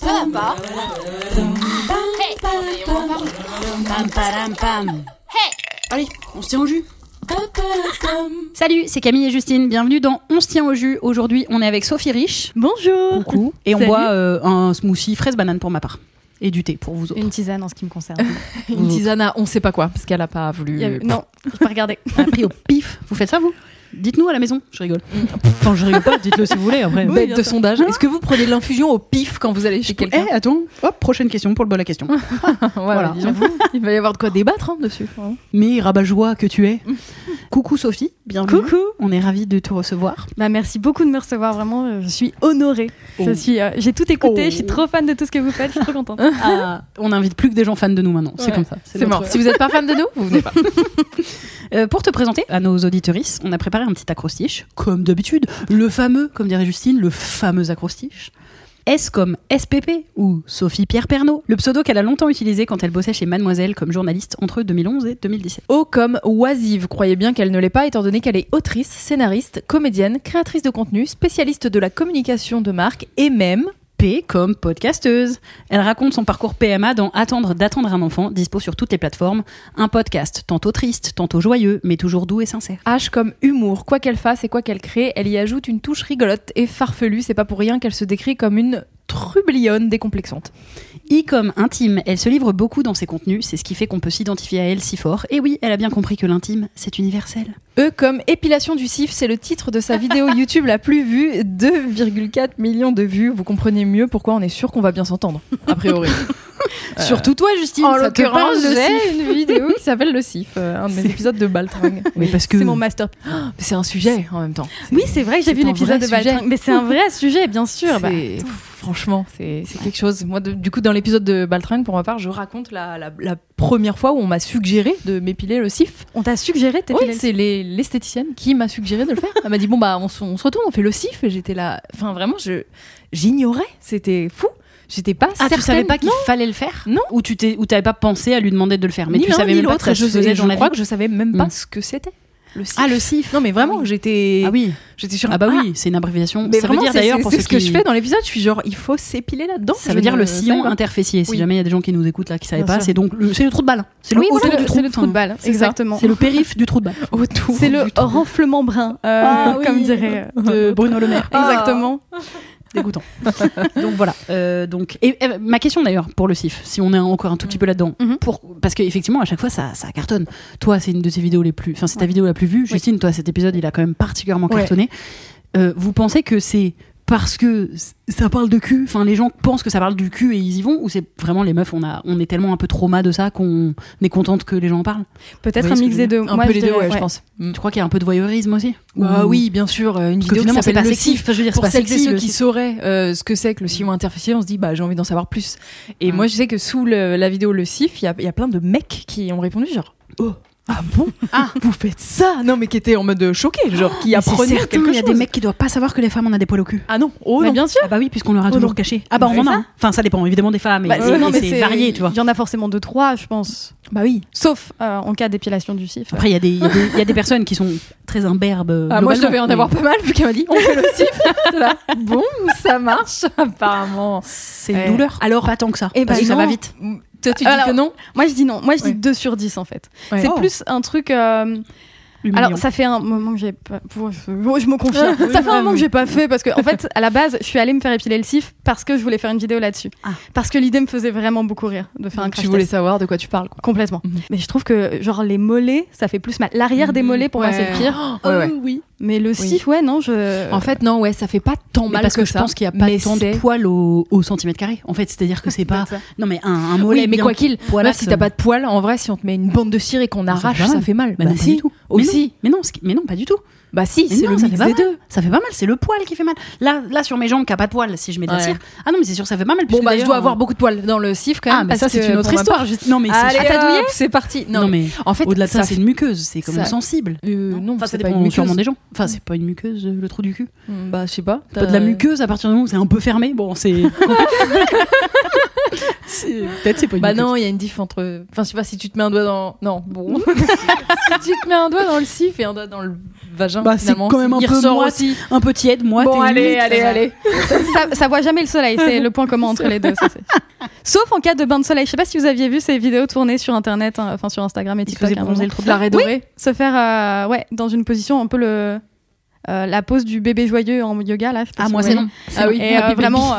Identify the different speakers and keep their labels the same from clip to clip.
Speaker 1: Ça va pas
Speaker 2: Allez, on se tient au jus.
Speaker 3: Salut, c'est Camille et Justine. Bienvenue dans On se tient au jus. Aujourd'hui, on est avec Sophie Rich.
Speaker 4: Bonjour
Speaker 3: Coucou. Et on
Speaker 4: Salut.
Speaker 3: boit euh, un smoothie fraise banane pour ma part et du thé pour vous autres.
Speaker 4: Une tisane en ce qui me concerne.
Speaker 2: Une tisane à on sait pas quoi, parce qu'elle a pas voulu.
Speaker 4: Il y avait- Non, je pas regardé.
Speaker 3: On a pris au pif. Vous faites ça vous Dites-nous à la maison. Je rigole. Mm. Enfin, je rigole pas. Dites-le si vous voulez après.
Speaker 2: Bête de sondage. Est-ce que vous prenez de l'infusion au pif quand vous allez chez
Speaker 3: Eh,
Speaker 2: quelqu'un
Speaker 3: attends. Hop, prochaine question pour le bol à question. voilà.
Speaker 2: Voilà, j'avoue. Il va y avoir de quoi débattre hein, dessus.
Speaker 3: Mais rabat-joie que tu es. Coucou Sophie, bienvenue.
Speaker 4: Coucou
Speaker 3: On est ravis de te recevoir.
Speaker 4: bah, Merci beaucoup de me recevoir, vraiment, euh, je suis honorée. Je suis, euh, J'ai tout écouté,
Speaker 3: Oh.
Speaker 4: je suis trop fan de tout ce que vous faites, je suis trop contente.
Speaker 3: Ah. on invite plus que des gens fans de nous maintenant. C'est
Speaker 2: Ouais.
Speaker 3: comme ça.
Speaker 2: C'est
Speaker 3: notre-
Speaker 2: mort. Si vous n'êtes pas fan de nous, vous venez pas.
Speaker 3: Euh, pour te présenter à nos auditorices, on a préparé un petit acrostiche, comme d'habitude, le fameux, comme dirait Justine, le fameux acrostiche. S comme SPP ou Sophie Pierre Pernaud, le pseudo qu'elle a longtemps utilisé quand elle bossait chez Mademoiselle comme journaliste entre 2011 et 2017.
Speaker 2: O comme oisive. Croyez bien qu'elle ne l'est pas, étant donné qu'elle est autrice, scénariste, comédienne, créatrice de contenu, spécialiste de la communication de marque et même.
Speaker 3: P comme podcasteuse. Elle raconte son parcours PMA dans Attendre d'attendre un enfant, dispo sur toutes les plateformes. Un podcast tantôt triste, tantôt joyeux, mais toujours doux et sincère.
Speaker 2: H comme humour, quoi qu'elle fasse et quoi qu'elle crée, elle y ajoute une touche rigolote et farfelue, c'est pas pour rien qu'elle se décrit comme une trublionne décomplexante.
Speaker 3: I comme intime, elle se livre beaucoup dans ses contenus, c'est ce qui fait qu'on peut s'identifier à elle si fort. Et oui, elle a bien compris que l'intime, c'est universel.
Speaker 2: E comme épilation du cif, c'est le titre de sa vidéo YouTube la plus vue, 2,4 millions de vues. Vous comprenez mieux pourquoi on est sûr qu'on va bien s'entendre, a priori. Euh,
Speaker 3: Surtout toi, Justine,
Speaker 2: en
Speaker 3: ça te parle
Speaker 2: l'occurrence,
Speaker 3: le cif.
Speaker 2: j'ai une vidéo qui s'appelle le cif, euh, un de mes épisodes de Baltringue.
Speaker 3: Oui, parce que
Speaker 2: C'est mon master. C'est un sujet en même temps.
Speaker 4: Oui, c'est vrai que
Speaker 2: C'est
Speaker 4: j'ai vu
Speaker 2: un
Speaker 4: l'épisode
Speaker 2: vrai
Speaker 4: de
Speaker 2: sujet.
Speaker 4: Valtringue, mais c'est un vrai sujet, bien sûr. bah.
Speaker 2: C'est- pff, franchement, c'est c'est quelque chose. Moi, de- du coup, dans l'épisode de Baltringue, pour ma part, je raconte la, la- la première fois où on m'a suggéré de m'épiler le cif.
Speaker 4: On t'a suggéré, t'es
Speaker 2: Oui, c'est les- l'esthéticienne qui m'a suggéré de le faire. Elle m'a dit bon bah on, se- on se retourne, on fait le cif. Et j'étais là, enfin vraiment je j'ignorais, c'était fou. J'étais pas
Speaker 3: Ah, tu
Speaker 2: certaine.
Speaker 3: savais pas qu'il
Speaker 2: Non,
Speaker 3: fallait le faire
Speaker 2: Non.
Speaker 3: Ou tu t'es- ou t'avais pas pensé à lui demander de le faire, mais
Speaker 2: ni
Speaker 3: tu
Speaker 2: l'un
Speaker 3: savais
Speaker 2: ni
Speaker 3: même pas que
Speaker 2: l'autre,
Speaker 3: ça
Speaker 2: et
Speaker 3: se
Speaker 2: je,
Speaker 3: faisait
Speaker 2: je
Speaker 3: dans la
Speaker 2: crois
Speaker 3: vie.
Speaker 2: que je savais même pas
Speaker 3: Mm.
Speaker 2: ce que c'était le cif.
Speaker 3: Ah, le cif.
Speaker 2: Non mais vraiment,
Speaker 3: Ah oui.
Speaker 2: j'étais
Speaker 3: Ah oui.
Speaker 2: j'étais sur
Speaker 3: Ah bah oui, c'est une abréviation.
Speaker 2: Mais
Speaker 3: ça
Speaker 2: vraiment,
Speaker 3: veut dire
Speaker 2: c'est-
Speaker 3: d'ailleurs
Speaker 2: c'est-
Speaker 3: pour
Speaker 2: c'est
Speaker 3: ceux
Speaker 2: ce que
Speaker 3: qui-
Speaker 2: je fais dans l'épisode, je suis genre il faut s'épiler là-dedans.
Speaker 3: Ça
Speaker 2: Je
Speaker 3: veut dire
Speaker 2: ne
Speaker 3: le
Speaker 2: savais
Speaker 3: sillon
Speaker 2: pas.
Speaker 3: interfessier. Si
Speaker 2: Oui.
Speaker 3: jamais il y a des gens qui nous écoutent là qui savaient
Speaker 2: Bien
Speaker 3: pas,
Speaker 2: sûr.
Speaker 3: c'est donc le- c'est le trou de balle. C'est le
Speaker 4: Oui,
Speaker 3: autour
Speaker 4: voilà,
Speaker 3: du
Speaker 4: c'est
Speaker 3: trou.
Speaker 4: le trou de balle,
Speaker 3: c'est ça.
Speaker 4: exactement.
Speaker 3: C'est le périph du trou de balle.
Speaker 2: Autour
Speaker 4: C'est le
Speaker 2: du trou.
Speaker 4: renflement brun, euh,
Speaker 3: Ah oui.
Speaker 4: comme dirait. euh,
Speaker 3: De Bruno Le Maire. Ah.
Speaker 4: Exactement.
Speaker 3: dégoûtant. donc voilà. Euh, donc et, et, ma question d'ailleurs pour le CIF, si on est encore un tout petit
Speaker 2: Mm.
Speaker 3: peu là-dedans,
Speaker 2: Mm-hmm.
Speaker 4: Mhm.
Speaker 3: pour parce qu'effectivement à chaque fois ça, ça cartonne. Toi c'est une de tes vidéos les plus, enfin c'est ta vidéo la plus vue. Justine, toi cet épisode il a quand même particulièrement
Speaker 2: Ouais.
Speaker 3: cartonné. Euh, vous pensez que c'est parce que c- ça parle de cul, enfin les gens pensent que ça parle du cul et ils y vont, ou c'est vraiment les meufs on a, on est tellement un peu trauma de ça qu'on est contente que les gens en parlent.
Speaker 4: Peut-être
Speaker 3: Oui,
Speaker 4: un
Speaker 3: ce que
Speaker 4: mix
Speaker 3: je
Speaker 4: des deux.
Speaker 2: un
Speaker 4: Moi,
Speaker 2: peu
Speaker 4: je
Speaker 2: les deux,
Speaker 4: dirais-
Speaker 2: ouais, je
Speaker 4: ouais.
Speaker 2: pense. Mm.
Speaker 3: Tu crois qu'il y a un peu de voyeurisme aussi
Speaker 2: Bah
Speaker 3: Ou-
Speaker 2: oui, bien sûr, euh, une
Speaker 3: parce que
Speaker 2: vidéo qui
Speaker 3: finalement c'est
Speaker 2: s'appelle
Speaker 3: pas
Speaker 2: le
Speaker 3: sexy.
Speaker 2: cif.
Speaker 3: Enfin, je veux dire, c'est
Speaker 2: pour
Speaker 3: pas
Speaker 2: celles et
Speaker 3: sexy,
Speaker 2: ceux
Speaker 3: le
Speaker 2: qui
Speaker 3: CIF.
Speaker 2: sauraient euh, ce que c'est que le sillon interfessier, on se dit bah j'ai envie d'en savoir plus. Et
Speaker 3: Mm.
Speaker 2: moi je sais que sous le- la vidéo le sif, il y a, il y a plein de mecs qui ont répondu genre oh ah bon Oh, ah vous faites ça non mais qui étaient en mode choqué genre qui
Speaker 3: Mais c'est
Speaker 2: apprenaient
Speaker 3: certain,
Speaker 2: quelque
Speaker 3: Il y a
Speaker 2: chose.
Speaker 3: des mecs qui doivent pas savoir que les femmes on a des poils au cul.
Speaker 2: Ah non oh
Speaker 4: Mais
Speaker 2: non.
Speaker 4: bien sûr.
Speaker 3: Ah bah oui, puisqu'on leur a
Speaker 2: Oh
Speaker 3: toujours
Speaker 2: non.
Speaker 3: caché. Ah bah
Speaker 2: Ouais,
Speaker 3: on en
Speaker 2: c'est
Speaker 3: a. hein. Enfin, ça dépend évidemment des femmes, mais,
Speaker 4: Bah,
Speaker 3: c'est-
Speaker 4: non, mais
Speaker 3: c'est varié, tu vois.
Speaker 4: Il y en a forcément deux, trois, je pense.
Speaker 2: bah oui.
Speaker 4: Sauf euh, en cas d'épilation du cif.
Speaker 3: Après, il y, a des- il y a des- il y a des personnes qui sont très imberbes. euh,
Speaker 2: Ah, moi je
Speaker 3: globalement,
Speaker 2: devais en
Speaker 3: mais-
Speaker 2: avoir pas mal vu qu'elle m'a dit on fait le sif. J'étais là, bon ça marche apparemment.
Speaker 3: C'est
Speaker 2: Ouais.
Speaker 3: une douleur. Alors, pas tant que ça.
Speaker 2: Eh
Speaker 3: parce
Speaker 2: ben
Speaker 3: que ça va
Speaker 2: non.
Speaker 3: vite.
Speaker 2: Toi tu dis
Speaker 4: Alors,
Speaker 2: que non.
Speaker 4: Moi, je dis non. Moi, je dis
Speaker 2: Ouais.
Speaker 4: 2 sur 10, en fait.
Speaker 2: Ouais.
Speaker 4: C'est
Speaker 2: Oh.
Speaker 4: plus un truc. euh,
Speaker 3: humiliant.
Speaker 4: Alors, ça fait un moment que j'ai pas. Pour- Je me confie. ça fait un moment que j'ai pas fait parce que, en fait, à la base, je suis allée me faire épiler le cif parce que je voulais faire une vidéo là-dessus.
Speaker 3: Ah.
Speaker 4: Parce que l'idée me faisait vraiment beaucoup rire de faire un
Speaker 2: Donc,
Speaker 4: crash
Speaker 2: tu voulais
Speaker 4: test.
Speaker 2: savoir de quoi tu parles. Quoi.
Speaker 4: Complètement.
Speaker 2: Mhm.
Speaker 4: Mais je trouve que, genre, les mollets, ça fait plus mal. L'arrière des
Speaker 2: Mhm.
Speaker 4: mollets, pour moi,
Speaker 2: Ouais.
Speaker 4: c'est le pire.
Speaker 3: Oh,
Speaker 2: Ouais, ouais.
Speaker 3: oui.
Speaker 4: Mais le cif, ouais, non, je.
Speaker 2: En fait, non, ouais, ça fait pas tant
Speaker 3: Mais
Speaker 2: mal
Speaker 3: parce que,
Speaker 2: que,
Speaker 3: je
Speaker 2: ça,
Speaker 3: pense qu'il n'y a pas
Speaker 2: mais
Speaker 3: tant de
Speaker 2: c'est-
Speaker 3: poils au, au centimètre carré. En fait, c'est-à-dire que c'est pas.
Speaker 4: Peut-être ça.
Speaker 3: Non, mais un, un mollet.
Speaker 2: Oui, mais
Speaker 3: bien
Speaker 2: quoi qu'il, même
Speaker 3: poilax,
Speaker 2: si t'as pas de poils, en vrai, si on te met une bande de cire et qu'on
Speaker 3: ça fait
Speaker 2: arrache,
Speaker 3: pas
Speaker 2: ça
Speaker 3: mal.
Speaker 2: fait mal.
Speaker 3: Bah, non, pas
Speaker 2: si.
Speaker 3: du tout. Mais non,
Speaker 2: Aussi.
Speaker 3: Mais non, ce qui- mais non, pas du tout.
Speaker 2: Bah si,
Speaker 3: Mais
Speaker 2: c'est
Speaker 3: non,
Speaker 2: le
Speaker 3: ça
Speaker 2: mix
Speaker 3: fait pas mal.
Speaker 2: des deux.
Speaker 3: Ça fait pas mal, c'est le poil qui fait mal. Là, là sur mes jambes qui a pas de poil, si je mets de la
Speaker 2: Ouais.
Speaker 3: cire. Ah non, mais c'est sûr, ça fait pas mal.
Speaker 2: Bon,
Speaker 3: puisque
Speaker 2: bah je
Speaker 3: d'ailleurs,
Speaker 2: dois
Speaker 3: hein.
Speaker 2: avoir beaucoup de poils dans le cif quand même.
Speaker 3: Ah, mais
Speaker 2: parce
Speaker 3: ça, c'est
Speaker 2: que
Speaker 3: une autre
Speaker 2: pour ma part-
Speaker 3: histoire. juste- Non, mais c'est
Speaker 2: Allez,
Speaker 3: sûr.
Speaker 2: hop,
Speaker 3: Ah, t'as douillé
Speaker 2: C'est parti. Non,
Speaker 3: Non,
Speaker 2: mais
Speaker 3: mais
Speaker 2: en fait,
Speaker 3: au-delà de ça,
Speaker 2: fait-
Speaker 3: c'est une muqueuse. C'est quand même
Speaker 2: ça-
Speaker 3: sensible.
Speaker 2: Euh, non,
Speaker 3: Enfin,
Speaker 2: c'est
Speaker 3: ça
Speaker 2: pas
Speaker 3: dépend
Speaker 2: une
Speaker 3: sûrement
Speaker 2: muqueuse.
Speaker 3: des gens. Enfin, c'est pas une muqueuse, euh, le trou du cul.
Speaker 2: Hmm, Bah je sais pas.
Speaker 3: Pas de la muqueuse à partir du moment où c'est un peu fermé. Bon, c'est. C'est- Peut-être c'est pas une
Speaker 2: Bah
Speaker 3: muqueuse.
Speaker 2: non, il y a une diff entre. Enfin, je sais pas si tu te mets un doigt dans. Non, bon. si tu te mets un doigt dans le cif et un doigt dans le vagin,
Speaker 3: Bah, c'est
Speaker 2: finalement,
Speaker 3: quand même un
Speaker 2: il
Speaker 3: peu
Speaker 2: ressort
Speaker 3: moite.
Speaker 2: aussi.
Speaker 3: Un peu tiède, moi,
Speaker 2: Bon,
Speaker 3: t'es euh,
Speaker 2: allez,
Speaker 3: humide.
Speaker 2: allez, allez.
Speaker 4: ça, ça voit jamais le soleil, c'est le point commun entre les deux. ça, c'est- Sauf en cas de bain de soleil. Je sais pas si vous aviez vu ces vidéos tournées sur internet, hein, enfin sur Instagram et
Speaker 3: Il
Speaker 4: TikTok. hein,
Speaker 3: faisait
Speaker 4: à un
Speaker 3: bronzer
Speaker 4: moment.
Speaker 3: le trou de la
Speaker 2: L'arrêt doré.
Speaker 4: Se faire, euh, ouais, dans une position un peu le. euh, la pose du bébé joyeux en yoga là. je sais pas
Speaker 3: Ah,
Speaker 4: si
Speaker 3: moi,
Speaker 4: vous
Speaker 3: c'est
Speaker 4: voyez.
Speaker 3: non.
Speaker 2: Ah oui.
Speaker 4: Et euh,
Speaker 2: Happy baby.
Speaker 4: vraiment euh,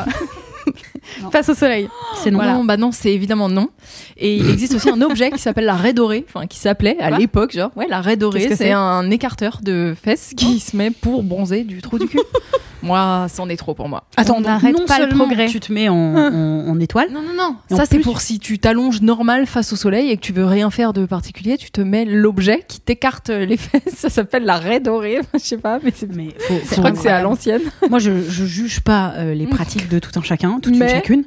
Speaker 3: Non.
Speaker 4: face au soleil.
Speaker 3: C'est non.
Speaker 2: Non, bah non, c'est évidemment non. Et il existe aussi un objet qui s'appelle la raie dorée, enfin qui s'appelait à
Speaker 4: Quoi
Speaker 2: l'époque, genre, ouais, la raie dorée,
Speaker 4: Qu'est-ce que
Speaker 2: c'est
Speaker 4: c'est
Speaker 2: un écarteur de fesses qui se met pour bronzer du trou du cul. moi, c'en est trop pour moi.
Speaker 3: Attends,
Speaker 4: On
Speaker 3: donc,
Speaker 4: n'arrête
Speaker 3: non
Speaker 4: pas le
Speaker 3: seulement
Speaker 4: progrès.
Speaker 3: tu te mets en, en- en étoile.
Speaker 2: Non, non, non.
Speaker 3: Et en
Speaker 2: Ça, c'est
Speaker 3: plus-
Speaker 2: pour si tu t'allonges normal face au soleil et que tu veux rien faire de particulier, tu te mets l'objet qui t'écarte les fesses. Ça s'appelle la raie dorée. Je sais pas, mais c'est.
Speaker 3: Mais faut-
Speaker 2: Je
Speaker 3: faut-
Speaker 2: crois que c'est à l'ancienne.
Speaker 3: Moi, je, je juge pas euh, les pratiques de tout un chacun, toute
Speaker 2: Mmh. Mais-
Speaker 3: une chacune.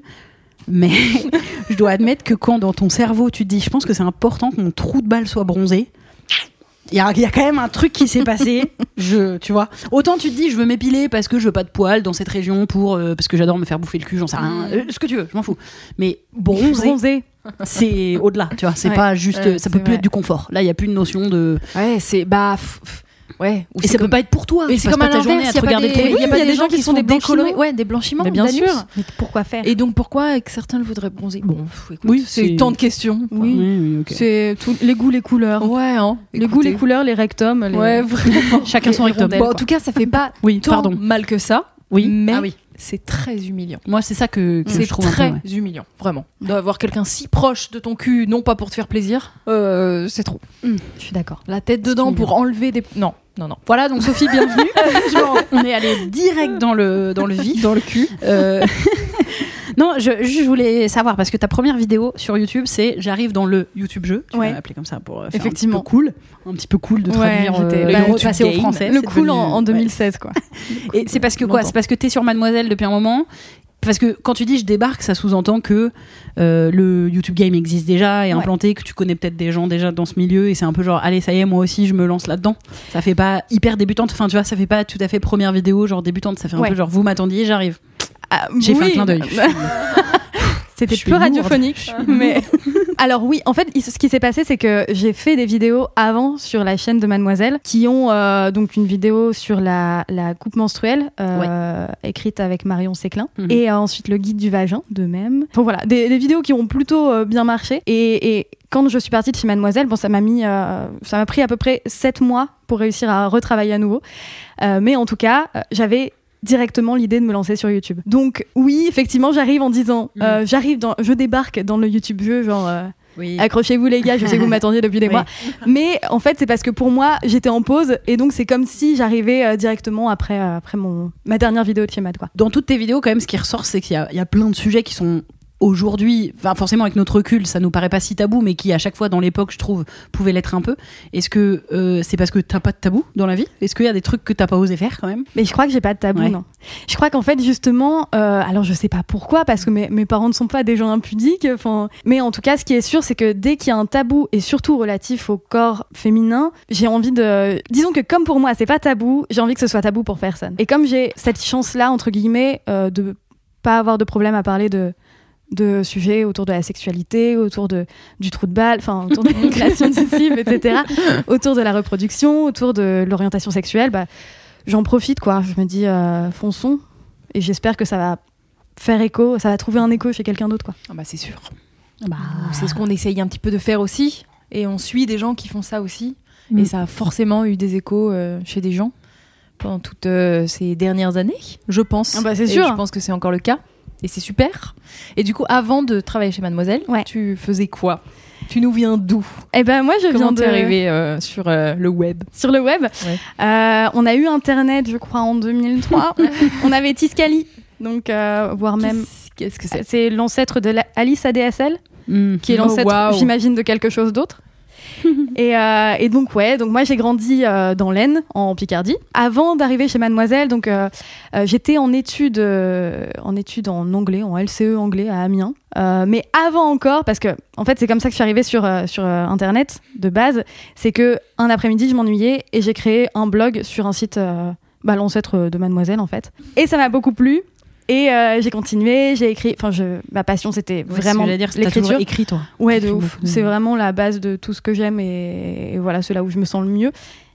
Speaker 3: Mais je dois admettre que quand dans ton cerveau tu te dis, je pense que c'est important que mon trou de balle soit bronzé. Il y, a- il y a quand même un truc qui s'est passé, je, tu vois. Autant tu te dis, je veux m'épiler parce que je veux pas de poils dans cette région pour euh, parce que j'adore me faire bouffer le cul, j'en sais rien,
Speaker 2: Mmh.
Speaker 3: euh, ce que tu veux, je m'en fous. Mais bronzer,
Speaker 4: Bronzé.
Speaker 3: c'est au-delà, tu vois. C'est
Speaker 4: Ouais.
Speaker 3: pas juste,
Speaker 2: Ouais,
Speaker 3: ça peut
Speaker 2: c'est
Speaker 3: plus
Speaker 2: vrai.
Speaker 3: être du confort. Là, il y a plus une notion de,
Speaker 2: Ouais, c'est. Bah. f- f- Ouais. Ou
Speaker 3: et ça
Speaker 2: comme-
Speaker 3: peut pas être pour toi.
Speaker 2: Mais
Speaker 3: Tu
Speaker 2: c'est
Speaker 3: passes
Speaker 2: comme
Speaker 3: pas
Speaker 2: à
Speaker 3: ta journée à
Speaker 2: l'inverse,
Speaker 3: te
Speaker 2: il y a pas
Speaker 3: regarder
Speaker 2: des-
Speaker 3: télé.
Speaker 2: il y a pas
Speaker 4: Oui,
Speaker 2: des gens qui
Speaker 4: font
Speaker 2: sont
Speaker 4: des
Speaker 2: décolorés.
Speaker 4: blanchiments.
Speaker 2: Ouais, des blanchiments.
Speaker 4: Mais bien
Speaker 2: d'anus.
Speaker 4: sûr. Mais pourquoi faire
Speaker 2: Et donc pourquoi que certains le voudraient bronzer Bon, pff, écoute,
Speaker 3: Oui, c'est-
Speaker 2: c'est tant de questions. Enfin,
Speaker 4: Oui.
Speaker 3: Oui, oui, ok.
Speaker 4: C'est tout- les goûts, les couleurs.
Speaker 2: Ouais, hein.
Speaker 4: les goûts, les
Speaker 2: écoutez.
Speaker 4: couleurs, les rectums. Les...
Speaker 2: Ouais, vraiment.
Speaker 3: Chacun son
Speaker 4: les
Speaker 3: rectum.
Speaker 4: rondelles,
Speaker 2: Bon, en
Speaker 4: quoi.
Speaker 2: tout cas, ça fait pas
Speaker 3: Oui,
Speaker 2: tant
Speaker 3: pardon.
Speaker 2: mal que ça.
Speaker 3: Oui,
Speaker 2: mais
Speaker 3: Ah oui.
Speaker 2: c'est très humiliant.
Speaker 3: Moi, c'est ça que, que
Speaker 2: C'est
Speaker 3: je trouve un peu,
Speaker 2: très
Speaker 3: ouais.
Speaker 2: humiliant, vraiment. D'avoir quelqu'un si proche de ton cul, non pas pour te faire plaisir, euh, c'est trop.
Speaker 4: Je suis d'accord.
Speaker 2: La tête dedans
Speaker 3: humiliant.
Speaker 2: pour enlever des. Non, non, non.
Speaker 3: Voilà, donc Sophie, bienvenue. Genre, on est allé direct dans le, dans le vif.
Speaker 2: Dans le cul.
Speaker 3: Euh, non, je, je voulais savoir, parce que ta première vidéo sur YouTube, c'est J'arrive dans le YouTube jeu. Tu
Speaker 4: Ouais.
Speaker 3: l'as appelé comme ça pour euh, faire
Speaker 4: Effectivement.
Speaker 3: un petit peu cool. Un petit peu cool de
Speaker 4: Ouais,
Speaker 3: traduire euh,
Speaker 4: j'étais-
Speaker 3: et
Speaker 4: bah,
Speaker 3: de
Speaker 4: le
Speaker 3: repasser au
Speaker 2: game.
Speaker 3: français.
Speaker 4: Le
Speaker 3: c'est
Speaker 4: cool en,
Speaker 3: devenu-
Speaker 4: en
Speaker 3: ouais.
Speaker 4: 2016, quoi.
Speaker 3: Et c'est parce que quoi
Speaker 2: Longtemps.
Speaker 3: C'est parce que t'es sur Mademoiselle depuis un moment parce que quand tu dis je débarque, ça sous-entend que euh, le YouTube Game existe déjà et
Speaker 4: Ouais.
Speaker 3: implanté, que tu connais peut-être des gens déjà dans ce milieu et c'est un peu genre allez ça y est moi aussi je me lance là-dedans. Ça fait pas hyper débutante, enfin tu vois ça fait pas tout à fait première vidéo genre débutante, ça fait un
Speaker 4: Ouais.
Speaker 3: peu genre vous m'attendiez j'arrive.
Speaker 4: Ah,
Speaker 3: J'ai fait un
Speaker 4: oui.
Speaker 3: clin d'œil.
Speaker 4: C'était
Speaker 3: Je suis
Speaker 4: peu
Speaker 3: lourde.
Speaker 4: radiophonique, mais alors oui, en fait, il- ce qui s'est passé, c'est que j'ai fait des vidéos avant sur la chaîne de Mademoiselle, qui ont euh, donc une vidéo sur la, la coupe menstruelle euh, écrite avec Marion Séclin,
Speaker 3: Mhm.
Speaker 4: et euh, ensuite le guide du vagin, de même. Enfin voilà, des, des vidéos qui ont plutôt euh, bien marché. Et, et quand je suis partie de chez Mademoiselle, bon, ça m'a mis, euh, ça m'a pris à peu près 7 mois pour réussir à retravailler à nouveau. Euh, mais en tout cas, euh, j'avais directement l'idée de me lancer sur YouTube. Donc oui, effectivement, j'arrive en disant, euh, j'arrive dans, je débarque dans le YouTube jeu, genre euh,
Speaker 3: Oui.
Speaker 4: accrochez-vous les gars, je sais que vous m'attendiez depuis des
Speaker 3: Oui.
Speaker 4: mois. Mais en fait, c'est parce que pour moi, j'étais en pause et donc c'est comme si j'arrivais euh, directement après euh, après mon ma dernière vidéo de chez Mad quoi.
Speaker 3: Dans toutes tes vidéos quand même ce qui ressort c'est qu'il y a- il y, a plein de sujets qui sont aujourd'hui, enfin forcément avec notre recul ça nous paraît pas si tabou mais qui à chaque fois dans l'époque je trouve pouvaient l'être un peu. Est-ce que euh, c'est parce que t'as pas de tabou dans la vie Est-ce qu'il y a des trucs que t'as pas osé faire quand même
Speaker 4: Mais je crois que j'ai pas de tabou,
Speaker 3: Ouais.
Speaker 4: non. Je crois qu'en fait, justement, euh, alors je sais pas pourquoi, parce que mes, mes parents ne sont pas des gens impudiques. Enfin, mais en tout cas, ce qui est sûr, c'est que dès qu'il y a un tabou, et surtout relatif au corps féminin, j'ai envie de. Disons que comme pour moi, c'est pas tabou, j'ai envie que ce soit tabou pour personne. Et comme j'ai cette chance-là, entre guillemets, euh, de pas avoir de problème à parler de de sujets autour de la sexualité, autour de, du trou de balle, enfin autour des relations de cibles, etc., autour de la reproduction, autour de l'orientation sexuelle, bah, j'en profite quoi. Je me dis euh, fonçons et j'espère que ça va faire écho, ça va trouver un écho chez quelqu'un d'autre quoi.
Speaker 2: Ah bah c'est
Speaker 4: bah.
Speaker 2: sûr. C'est ce qu'on essaye un petit peu de faire aussi. Et on suit des gens qui font ça aussi.
Speaker 3: Mm.
Speaker 2: Et ça a forcément eu des échos euh, chez des gens pendant toutes euh, ces dernières années, je pense.
Speaker 4: Ah bah, c'est
Speaker 2: Et
Speaker 4: sûr.
Speaker 2: Je pense que c'est encore le cas. Et c'est super. Et du coup, avant de travailler chez Mademoiselle,
Speaker 4: Ouais.
Speaker 2: tu faisais quoi Tu nous viens d'où
Speaker 4: Et ben moi, je
Speaker 2: Comment
Speaker 4: viens de
Speaker 2: t'es arrivée euh, sur euh, le web
Speaker 4: sur le web. Euh, on a eu Internet, je crois, en 2003. on avait Tiscali, donc euh, voire même.
Speaker 2: Qu'est-ce que
Speaker 4: C'est l'ancêtre de la Alice ADSL,
Speaker 3: Hmm.
Speaker 4: qui est
Speaker 2: Oh,
Speaker 4: l'ancêtre,
Speaker 2: waouh.
Speaker 4: j'imagine, de quelque chose d'autre. et, euh, et donc ouais, donc moi j'ai grandi euh, dans l'Aisne, en Picardie. Avant d'arriver chez Mademoiselle, donc euh, euh, j'étais en études, euh, en études en anglais, en LCE anglais à Amiens. Euh, mais avant encore, parce que en fait c'est comme ça que je suis arrivée sur euh, sur euh, internet de base, c'est que un après-midi je m'ennuyais et j'ai créé un blog sur un site, euh, bah, l'ancêtre de Mademoiselle en fait. Et ça m'a beaucoup plu. Et euh, j'ai continué, j'ai écrit. Enfin, je, ma passion, c'était
Speaker 3: Ouais,
Speaker 4: vraiment
Speaker 3: c'est ce que j'allais dire, t'as toujours
Speaker 4: l'écriture.
Speaker 3: écrit toi.
Speaker 4: Ouais,
Speaker 3: T'écris
Speaker 4: de ouf.
Speaker 3: beaucoup.
Speaker 4: C'est vraiment la base de tout ce que j'aime et, et voilà, c'est là où je me sens le mieux.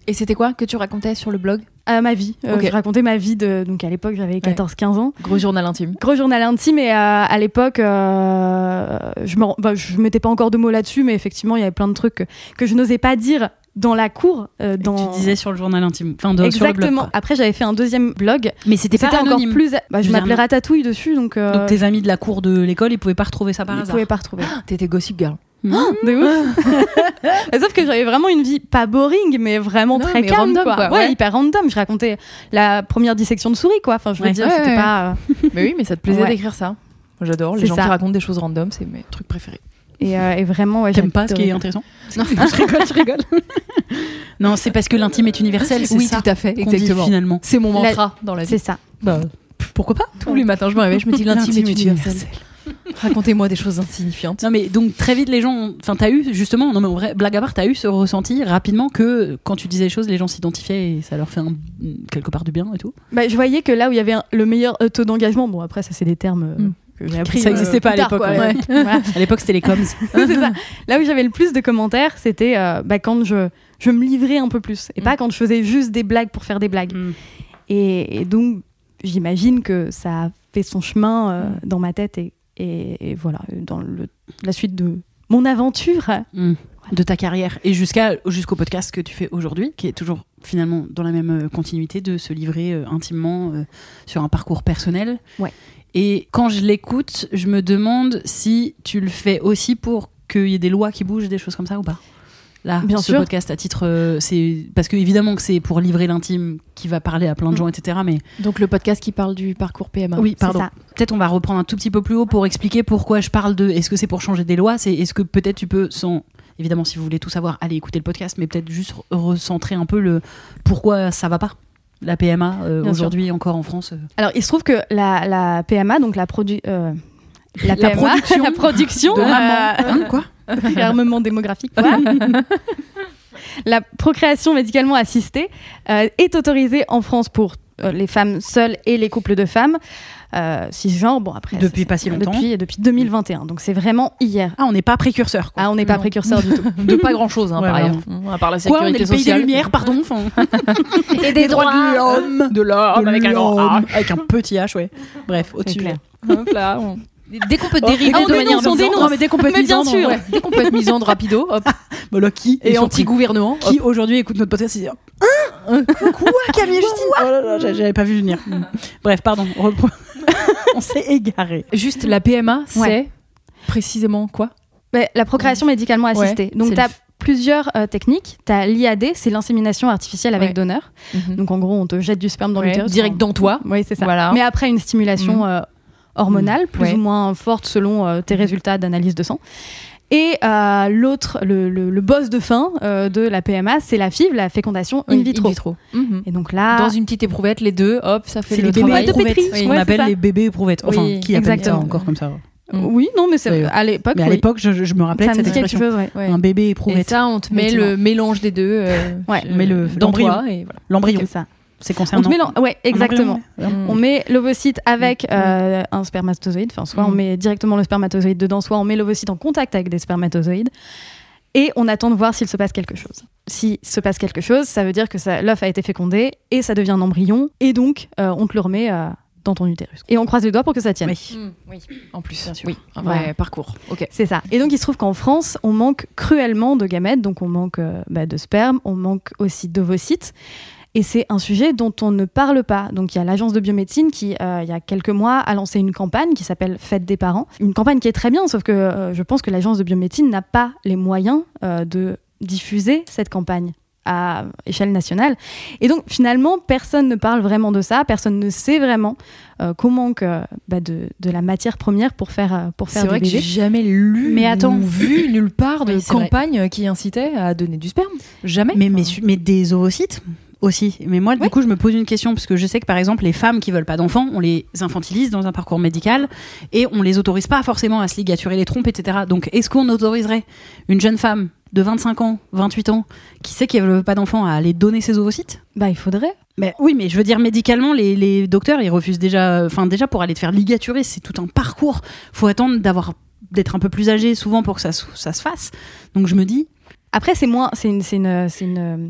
Speaker 2: Et c'était quoi que tu racontais sur le blog
Speaker 4: À ma vie. Euh,
Speaker 2: Ok.
Speaker 4: Je racontais ma vie de. Donc à l'époque, j'avais 14-15 ans.
Speaker 2: Gros journal intime.
Speaker 4: Gros journal intime et à, à l'époque, euh, je me rends- bah, je mettais pas encore de mots là-dessus, mais effectivement, il y avait plein de trucs que, que je n'osais pas dire dans la cour. euh,
Speaker 3: Et
Speaker 4: dans...
Speaker 3: Tu disais sur le journal intime, enfin de- sur le blog.
Speaker 4: Exactement.
Speaker 3: quoi.
Speaker 4: Après, j'avais fait un deuxième blog.
Speaker 3: Mais c'était
Speaker 4: C'était
Speaker 3: pas
Speaker 4: encore
Speaker 3: anonyme.
Speaker 4: plus. bah,
Speaker 3: Je
Speaker 4: je
Speaker 3: veux dire,
Speaker 4: m'appelais
Speaker 3: non.
Speaker 4: Ratatouille dessus, donc. euh,
Speaker 3: Donc tes amis de la cour de l'école, ils pouvaient pas retrouver ça par
Speaker 4: Vous
Speaker 3: hasard. Hmm.
Speaker 4: pouvez pas retrouver.
Speaker 2: T'étais gossip girl.
Speaker 4: De ouf. Mais Sauf que j'avais vraiment une vie pas boring, mais vraiment
Speaker 2: Non,
Speaker 4: très
Speaker 2: mais
Speaker 4: calme,
Speaker 2: random,
Speaker 4: quoi.
Speaker 2: quoi,
Speaker 4: Ouais,
Speaker 2: ouais.
Speaker 4: hyper random. Je racontais la première dissection de souris, quoi. Enfin, je veux
Speaker 3: Ouais.
Speaker 4: dire,
Speaker 2: Ouais,
Speaker 4: c'était
Speaker 2: ouais.
Speaker 4: pas. euh,
Speaker 2: mais oui, mais ça te plaisait
Speaker 4: Ouais.
Speaker 2: d'écrire ça. Moi, J'adore les
Speaker 4: C'est
Speaker 2: gens
Speaker 4: ça.
Speaker 2: qui racontent des choses random, c'est mes trucs préférés.
Speaker 4: Et, euh, et vraiment, ouais,
Speaker 3: T'aimes pas ce qui est
Speaker 4: j'adorais.
Speaker 3: intéressant Non, je rigole, je rigole. Ah, non, c'est parce que l'intime est universel, c'est
Speaker 2: Ah, oui,
Speaker 3: ça
Speaker 2: tout à fait,
Speaker 3: qu'on dit
Speaker 2: exactement.
Speaker 3: finalement.
Speaker 2: C'est mon mantra dans la vie.
Speaker 4: C'est ça.
Speaker 3: Bah, pourquoi pas
Speaker 2: Tous les matins, je me réveille, je me dis l'intime est
Speaker 3: L'intime est
Speaker 2: universel. Racontez-moi des choses insignifiantes.
Speaker 3: Non mais donc très vite les gens, ont- enfin t'as eu justement, non mais en vrai, blague à part, t'as eu ce ressenti rapidement que quand tu disais les choses, les gens s'identifiaient et ça leur fait un- quelque part du bien et tout.
Speaker 4: Bah, je voyais que là où il y avait un- le meilleur euh, taux d'engagement, bon, après, ça, c'est des termes. euh,
Speaker 2: Mm.
Speaker 4: que j'ai appris,
Speaker 3: Ça existait pas à
Speaker 4: plus tard,
Speaker 3: l'époque,
Speaker 4: quoi,
Speaker 3: ouais.
Speaker 4: Voilà.
Speaker 3: À l'époque c'était les coms.
Speaker 4: C'est ça. Là où j'avais le plus de commentaires, c'était euh, bah, quand je, je me livrais un peu plus. Et
Speaker 2: Mm.
Speaker 4: pas quand je faisais juste des blagues pour faire des blagues. Et, et donc, j'imagine que ça a fait son chemin euh,
Speaker 3: Mm.
Speaker 4: dans ma tête et, et- et voilà, dans le, la suite de mon aventure.
Speaker 3: Mm. de ta carrière et jusqu'à jusqu'au podcast que tu fais aujourd'hui, qui est toujours finalement dans la même euh, continuité de se livrer euh, intimement euh, sur un parcours personnel.
Speaker 4: Ouais.
Speaker 3: Et quand je l'écoute, je me demande si tu le fais aussi pour qu'il y ait des lois qui bougent, des choses comme ça ou pas. Là,
Speaker 4: Bien
Speaker 3: ce
Speaker 4: sûr.
Speaker 3: podcast à titre, euh, c'est parce que évidemment que c'est pour livrer l'intime qui va parler à
Speaker 4: Mm.
Speaker 3: plein de gens, etc. Mais
Speaker 2: Donc le podcast qui parle du parcours PMA.
Speaker 3: oui,
Speaker 4: C'est
Speaker 3: pardon.
Speaker 4: ça.
Speaker 3: Peut-être on va reprendre un tout petit peu plus haut pour expliquer pourquoi je parle de. Est-ce que c'est pour changer des lois C'est est-ce que peut-être tu peux sans évidemment si vous voulez tout savoir allez écouter le podcast, mais peut-être juste re- recentrer un peu le pourquoi ça va pas la PMA euh,
Speaker 4: Bien sûr.
Speaker 3: aujourd'hui encore en France. euh.
Speaker 4: Alors, il se trouve que la, la PMA, donc la, produ- euh, la,
Speaker 3: La
Speaker 4: PMA,
Speaker 3: production
Speaker 4: la production
Speaker 3: de
Speaker 2: Hein,
Speaker 4: euh,
Speaker 3: quoi
Speaker 4: l'armement démographique, quoi. la procréation médicalement assistée euh, est autorisée en France pour euh, les femmes seules et les couples de femmes euh, cisgenres. Bon, après,
Speaker 3: Depuis
Speaker 4: c'est-
Speaker 3: pas si longtemps.
Speaker 4: Depuis, depuis 2021, donc c'est vraiment hier.
Speaker 3: Ah, on n'est pas précurseur. Quoi.
Speaker 4: Ah, on n'est pas
Speaker 2: Non.
Speaker 4: précurseur du tout.
Speaker 2: De pas grand-chose, hein,
Speaker 3: Ouais,
Speaker 2: par
Speaker 3: vraiment.
Speaker 2: ailleurs. À part la
Speaker 3: Quoi, on est
Speaker 2: sécurité
Speaker 3: le pays des
Speaker 2: sociale.
Speaker 3: lumières, pardon. enfin.
Speaker 2: Et des droits de l'homme. De l'homme, avec un grand A.
Speaker 3: L'homme, avec un petit H, ouais. Bref, au-dessus. hein.
Speaker 4: clair.
Speaker 2: Hop là, on- Dès qu'on peut
Speaker 3: Oh,
Speaker 2: dériver
Speaker 3: ah, on
Speaker 2: de manière
Speaker 3: dénonce, on
Speaker 2: misandre,
Speaker 3: dénonce. Non, mais dès qu'on peut être
Speaker 2: Mais bien
Speaker 3: misandre,
Speaker 2: sûr,
Speaker 3: ouais.
Speaker 2: dès qu'on peut être misandre rapido, hop,
Speaker 3: Bah, là, qui est
Speaker 2: et
Speaker 3: surpris
Speaker 2: anti-gouvernement, hop.
Speaker 3: qui aujourd'hui écoute notre podcast et dit Hein Quoi Camille et Justine Oh là là, j'a- j'avais pas vu venir. Mm. Bref, pardon, repre- on s'est égaré.
Speaker 2: juste la PMA, c'est
Speaker 4: Ouais.
Speaker 2: précisément quoi
Speaker 4: Mais la procréation médicalement
Speaker 2: Ouais,
Speaker 4: assistée. Donc,
Speaker 2: c'est
Speaker 4: tu as
Speaker 2: le-
Speaker 4: plusieurs euh, techniques. Tu as l'IAD, c'est l'insémination artificielle avec
Speaker 2: Ouais.
Speaker 4: donneur.
Speaker 2: Donc,
Speaker 4: Donc, en gros, on te jette du sperme dans
Speaker 2: Mhm. ouais,
Speaker 4: l'utérus.
Speaker 2: direct dans toi.
Speaker 4: Oui, c'est ça.
Speaker 2: Voilà. Mm.
Speaker 4: Mais après, une stimulation euh, hormonale, plus
Speaker 2: Ouais.
Speaker 4: ou moins forte selon euh, tes résultats d'analyse de sang. Et euh, l'autre, le, le- le boss de fin euh, de la PMA, c'est la FIV, la fécondation
Speaker 2: Oui,
Speaker 4: in vitro.
Speaker 2: Mhm.
Speaker 4: Et donc là,
Speaker 2: Dans une petite éprouvette, les deux, hop, ça fait
Speaker 3: C'est
Speaker 2: le
Speaker 3: les bébés
Speaker 2: travail.
Speaker 4: de
Speaker 3: éprouvettes,
Speaker 4: Pétri,
Speaker 3: ce qu'on
Speaker 4: ouais, c'est
Speaker 3: appelle
Speaker 4: ça.
Speaker 3: les bébés éprouvettes. Enfin,
Speaker 2: Oui,
Speaker 3: qui appelle ça
Speaker 2: exactement.
Speaker 3: encore comme ça
Speaker 4: oui, non, mais c'est
Speaker 3: Oui.
Speaker 4: à l'époque.
Speaker 3: Mais à
Speaker 4: oui.
Speaker 3: l'époque, je, je- je me rappelais
Speaker 4: ça
Speaker 3: de cette
Speaker 4: me dit quelque
Speaker 3: expression.
Speaker 4: chose, ouais.
Speaker 2: Ouais.
Speaker 3: Un bébé
Speaker 2: Et
Speaker 3: éprouvette.
Speaker 2: ça, on te met le
Speaker 3: Effectivement.
Speaker 2: mélange des deux. euh,
Speaker 4: Ouais.
Speaker 3: On met le-
Speaker 2: dans
Speaker 3: l'embryon.
Speaker 2: toi, et voilà.
Speaker 3: L'embryon,
Speaker 4: C'est ça.
Speaker 3: c'est
Speaker 4: On
Speaker 3: concernant.
Speaker 4: te mélange- ouais, exactement. On
Speaker 2: Mm.
Speaker 4: met l'ovocyte avec euh, un spermatozoïde. Enfin, soit on
Speaker 2: Mm.
Speaker 4: met directement le spermatozoïde dedans, soit on met l'ovocyte en contact avec des spermatozoïdes. Et on attend de voir s'il se passe quelque chose. S'il se passe quelque chose, ça veut dire que ça- l'œuf a été fécondé et ça devient un embryon. Et donc, euh, on te le remet euh, dans ton utérus. Et on croise les doigts pour que ça tienne.
Speaker 3: Oui.
Speaker 2: Mm. Oui, en plus.
Speaker 3: Bien sûr.
Speaker 2: Oui, Ah, un vrai
Speaker 4: Voilà.
Speaker 2: parcours. Ok.
Speaker 4: C'est ça. Et donc, il se trouve qu'en France, on manque cruellement de gamètes, donc on manque euh, bah, de sperme, on manque aussi d'ovocytes. Et c'est un sujet dont on ne parle pas. Donc, il y a l'agence de biomédecine qui, euh, il y a quelques mois, a lancé une campagne qui s'appelle Fête des parents. Une campagne qui est très bien, sauf que euh, je pense que l'agence de biomédecine n'a pas les moyens euh, de diffuser cette campagne à échelle nationale. Et donc, finalement, personne ne parle vraiment de ça, personne ne sait vraiment euh, comment que, bah, de, de la matière première pour faire, euh, pour faire
Speaker 2: C'est
Speaker 4: des
Speaker 2: vrai que j'ai
Speaker 4: bébés.
Speaker 2: jamais lu,
Speaker 3: Mais attends.
Speaker 2: ou vu nulle part de
Speaker 3: Oui, c'est vrai.
Speaker 2: campagne qui incitait à donner du sperme. Jamais. Ah.
Speaker 3: Mais, mais, su- mais des ovocytes aussi. Mais moi,
Speaker 2: Oui.
Speaker 3: du coup, je me pose une question parce que je sais que par exemple, les femmes qui veulent pas d'enfants, on les infantilise dans un parcours médical et on les autorise pas forcément à se ligaturer les trompes, etc. Donc, est-ce qu'on autoriserait une jeune femme de 25 ans, 28 ans, qui sait qu'elle veut pas d'enfants, à aller donner ses ovocytes
Speaker 4: Bah, il faudrait.
Speaker 3: mais oui, mais je veux dire médicalement, les, les docteurs ils refusent déjà. Enfin, déjà pour aller te faire ligaturer, c'est tout un parcours. Faut attendre d'avoir d'être un peu plus âgé souvent pour que ça, se- ça se fasse. Donc je me dis,
Speaker 4: Après, c'est moins, c'est une, c'est une, c'est une, euh,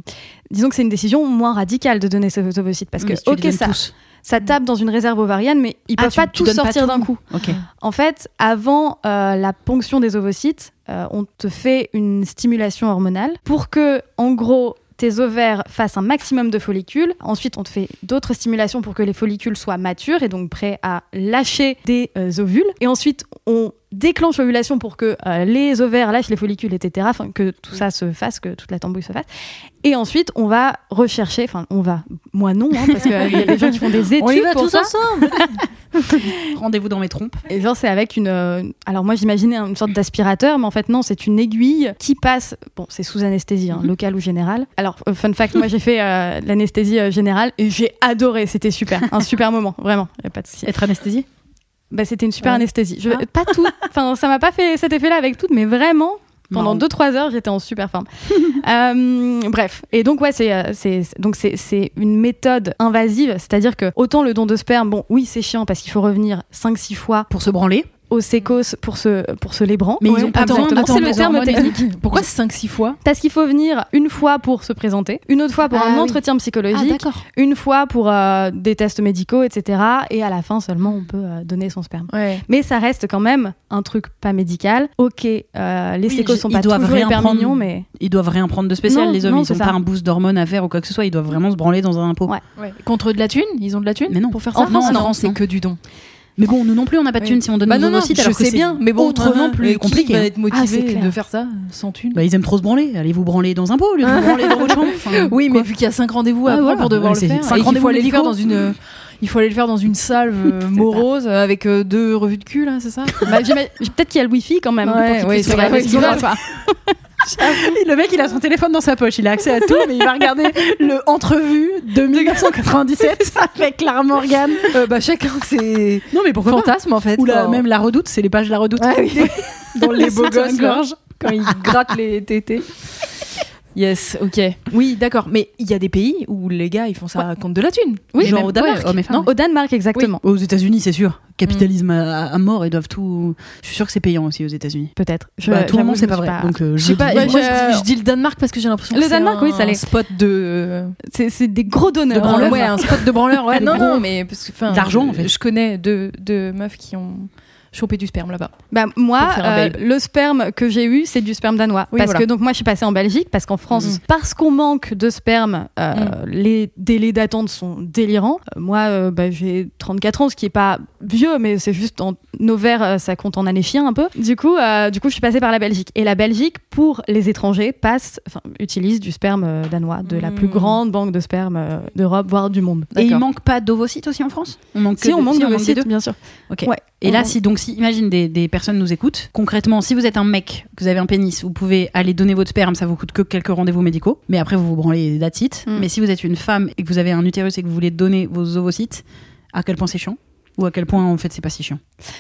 Speaker 4: disons que c'est une décision moins radicale de donner ce ovocyte parce que,
Speaker 3: si tu les
Speaker 4: ok,
Speaker 3: donnes
Speaker 4: ça,
Speaker 3: tous.
Speaker 4: ça tape dans une réserve ovarienne, mais ils
Speaker 3: Ah,
Speaker 4: peuvent
Speaker 3: tu-
Speaker 4: pas
Speaker 3: tu
Speaker 4: tout
Speaker 3: donnes pas
Speaker 4: sortir
Speaker 3: tout.
Speaker 4: d'un coup.
Speaker 3: Ok.
Speaker 4: En fait, avant euh, la ponction des ovocytes, euh, on te fait une stimulation hormonale pour que, en gros, tes ovaires fassent un maximum de follicules. Ensuite, on te fait d'autres stimulations pour que les follicules soient matures et donc prêts à lâcher des euh, ovules. Et ensuite, on déclenche l'ovulation pour que euh, les ovaires lâchent les follicules, etc. Enfin, que tout ça se fasse, que toute la tambouille se fasse. Et ensuite, on va rechercher, enfin, on va, moi non, hein, parce qu'il y a des gens qui font des études pour ça.
Speaker 2: ensemble.
Speaker 3: Rendez-vous dans mes trompes.
Speaker 4: Et genre, c'est avec une. euh, alors, moi, j'imaginais une sorte d'aspirateur, mais en fait, non, c'est une aiguille qui passe. Bon, c'est sous anesthésie, hein,
Speaker 3: Mhm.
Speaker 4: locale ou générale. Alors, euh, fun fact, moi, j'ai fait euh, l'anesthésie euh, générale et j'ai adoré. C'était super. Un super moment, vraiment. Y a pas de souci.
Speaker 3: Être anesthésié
Speaker 4: Bah, c'était une super
Speaker 3: Ouais.
Speaker 4: anesthésie. Je,
Speaker 3: Ah.
Speaker 4: Pas tout. Enfin, ça m'a pas fait cet effet-là avec toutes, mais vraiment, pendant
Speaker 3: Marrant.
Speaker 4: 2-3 heures, j'étais en super forme. Euh, bref. Et donc, ouais, c'est, euh, c'est, c'est- donc c'est, c'est une méthode invasive. C'est-à-dire que, autant le don de sperme, bon, oui, c'est chiant parce qu'il faut revenir 5-6 fois
Speaker 3: pour se branler.
Speaker 4: au sécos pour ce, pour ce lébran.
Speaker 3: Mais ils ont pas
Speaker 4: attends,
Speaker 3: besoin
Speaker 4: attends,
Speaker 3: d'attendre
Speaker 4: c'est le
Speaker 3: les
Speaker 4: terme
Speaker 3: hormones.
Speaker 4: technique.
Speaker 2: Pourquoi 5-6 fois
Speaker 4: Parce qu'il faut venir une fois pour se présenter, une autre fois pour
Speaker 2: Ah
Speaker 4: un
Speaker 2: oui.
Speaker 4: entretien
Speaker 3: Ah,
Speaker 4: psychologique,
Speaker 2: d'accord.
Speaker 4: une fois pour euh, des tests médicaux, etc. Et à la fin seulement, on peut euh, donner son sperme.
Speaker 2: Ouais.
Speaker 4: Mais ça reste quand même un truc pas médical. Ok, euh, les
Speaker 3: Oui,
Speaker 4: sécos
Speaker 3: je-
Speaker 4: sont
Speaker 3: ils
Speaker 4: pas
Speaker 3: doivent
Speaker 4: toujours
Speaker 3: rien
Speaker 4: hyper
Speaker 3: prendre.
Speaker 4: mignons, mais
Speaker 3: Ils doivent rien prendre de spécial,
Speaker 4: Non,
Speaker 3: les hommes.
Speaker 4: non,
Speaker 3: ils
Speaker 4: c'est
Speaker 3: ont
Speaker 4: ça.
Speaker 3: pas un boost d'hormones à faire ou quoi que ce soit. Ils doivent vraiment se branler dans un impôt.
Speaker 4: Ouais.
Speaker 2: Contre de la thune Ils ont de la thune
Speaker 3: Mais non.
Speaker 2: pour faire
Speaker 3: En
Speaker 2: ça
Speaker 3: France, non.
Speaker 2: c'est que du don.
Speaker 3: Mais bon, nous non plus, on n'a pas de thunes
Speaker 2: Oui.
Speaker 3: si on donne
Speaker 2: bah
Speaker 3: nos
Speaker 2: non, non,
Speaker 3: ovocytes,
Speaker 2: je
Speaker 3: alors que
Speaker 2: sais
Speaker 3: c'est
Speaker 2: bien, mais bon,
Speaker 3: autrement
Speaker 2: hein,
Speaker 3: plus
Speaker 2: mais qui
Speaker 3: compliqué.
Speaker 2: va être
Speaker 4: Ah, c'est
Speaker 2: motivé
Speaker 4: clair.
Speaker 2: de faire ça sans thune.
Speaker 3: Bah, ils aiment trop se branler. Allez vous branler dans un pot au lieu de vous branler dans votre chambre. Enfin,
Speaker 2: oui, mais
Speaker 3: Mmh. quoi.
Speaker 2: vu qu'il y a 5 rendez-vous
Speaker 3: Ah,
Speaker 2: à
Speaker 3: voilà.
Speaker 2: prendre pour devoir
Speaker 3: Ouais,
Speaker 2: le
Speaker 3: c'est
Speaker 2: faire,
Speaker 3: cinq
Speaker 2: et qu'il
Speaker 3: rendez-vous
Speaker 2: faut aller le faire
Speaker 3: médicaux. Mmh.
Speaker 2: dans une, euh, il faut aller le faire dans une salle euh, morose euh, avec euh, deux revues de cul, là, c'est ça
Speaker 4: Bah, j'imagine- peut-être qu'il y a le wifi
Speaker 3: Ah,
Speaker 4: quand même.
Speaker 2: Ouais,
Speaker 4: pour qu'ils
Speaker 2: ouais,
Speaker 4: puissent
Speaker 2: c'est
Speaker 4: regarder
Speaker 2: vrai,
Speaker 4: ce
Speaker 2: oui,
Speaker 4: qu'ils
Speaker 2: c'est
Speaker 4: veulent.
Speaker 3: le mec, il a son téléphone dans sa poche. Il a accès à tout, mais il va regarder le entrevue de 1997 avec Clara Morgan.
Speaker 2: Euh, Bah chacun ses
Speaker 3: Non, mais pourquoi pas
Speaker 2: fantasmes en fait.
Speaker 3: Ou la-
Speaker 2: quand-
Speaker 3: même la redoute, c'est les pages de la redoute.
Speaker 2: Ouais, oui.
Speaker 3: Dans les beaux
Speaker 2: Soutiens
Speaker 3: gosses,
Speaker 2: de gorge.
Speaker 3: gorge.
Speaker 2: quand il gratte les tétés. Yes, ok. Oui, d'accord. Mais il y a des pays où les gars, ils font ça à compte de la thune.
Speaker 3: Oui,
Speaker 2: genre
Speaker 3: même-
Speaker 2: au Danemark.
Speaker 3: ouais, oh, hommes et femmes.
Speaker 2: non
Speaker 4: Au Danemark, exactement.
Speaker 3: Aux États-Unis, c'est sûr. Capitalisme à, à mort, ils doivent tout. Je suis sûr que c'est payant aussi aux États-Unis.
Speaker 4: Peut-être. Je-
Speaker 3: Bah, tout le
Speaker 4: j'avoue,
Speaker 3: monde,
Speaker 4: je
Speaker 3: c'est
Speaker 4: me
Speaker 3: pas
Speaker 4: suis
Speaker 3: vrai. Donc, euh,
Speaker 2: Je sais pas, moi,
Speaker 4: Ouais, je-
Speaker 2: Bah, je... je dis le Danemark parce que j'ai l'impression
Speaker 4: Le
Speaker 2: que c'est
Speaker 4: Danemark,
Speaker 2: un,
Speaker 4: oui, ça l'est.
Speaker 2: spot de,
Speaker 3: euh,
Speaker 4: C'est, c'est des gros donneurs.
Speaker 2: de branleur.
Speaker 4: Bref.
Speaker 3: hein,
Speaker 2: Ouais, un spot de branleur. Ouais,
Speaker 3: Des
Speaker 2: non,
Speaker 3: gros-
Speaker 2: non, mais parce que, enfin,
Speaker 3: D'argent, en fait.
Speaker 2: Je connais deux, deux meufs qui ont chopé du sperme là-bas.
Speaker 4: Bah, moi,
Speaker 2: Pour faire un
Speaker 4: euh,
Speaker 2: babe.
Speaker 4: le sperme que j'ai eu, c'est du sperme danois.
Speaker 2: Oui,
Speaker 4: parce
Speaker 2: voilà.
Speaker 4: que donc moi, je suis passée en Belgique, parce qu'en France,
Speaker 3: Mm.
Speaker 4: parce qu'on manque de sperme, euh, les délais d'attente sont délirants. Euh, Moi, euh, bah, j'ai 34 ans, ce qui est pas vieux, mais c'est juste en ovaire, euh, ça compte en année chien un peu. Du coup, euh, du coup, je suis passée par la Belgique. Et la Belgique, pour les étrangers, passe, enfin, utilise du sperme euh, danois, de la
Speaker 2: Mm.
Speaker 4: plus grande banque de sperme euh, d'Europe, voire du monde.
Speaker 3: Et il
Speaker 2: D'accord.
Speaker 3: manque pas d'ovocytes aussi en France On manque
Speaker 4: Si
Speaker 3: que
Speaker 4: on
Speaker 3: de-
Speaker 4: manque de
Speaker 3: deux.
Speaker 4: bien sûr.
Speaker 3: Ok.
Speaker 4: Ouais.
Speaker 3: Et
Speaker 4: On
Speaker 3: là,
Speaker 4: manque-
Speaker 3: si donc, si imagine des, des personnes nous écoutent, concrètement, si vous êtes un mec, que vous avez un pénis, vous pouvez aller donner votre sperme, ça vous coûte que quelques rendez-vous médicaux, mais après vous vous branlez d'attitude.
Speaker 4: Mm.
Speaker 3: Mais si vous êtes une femme et que vous avez un utérus et que vous voulez donner vos ovocytes, à quel point c'est chiant ou à quel point en fait c'est pas si chiant.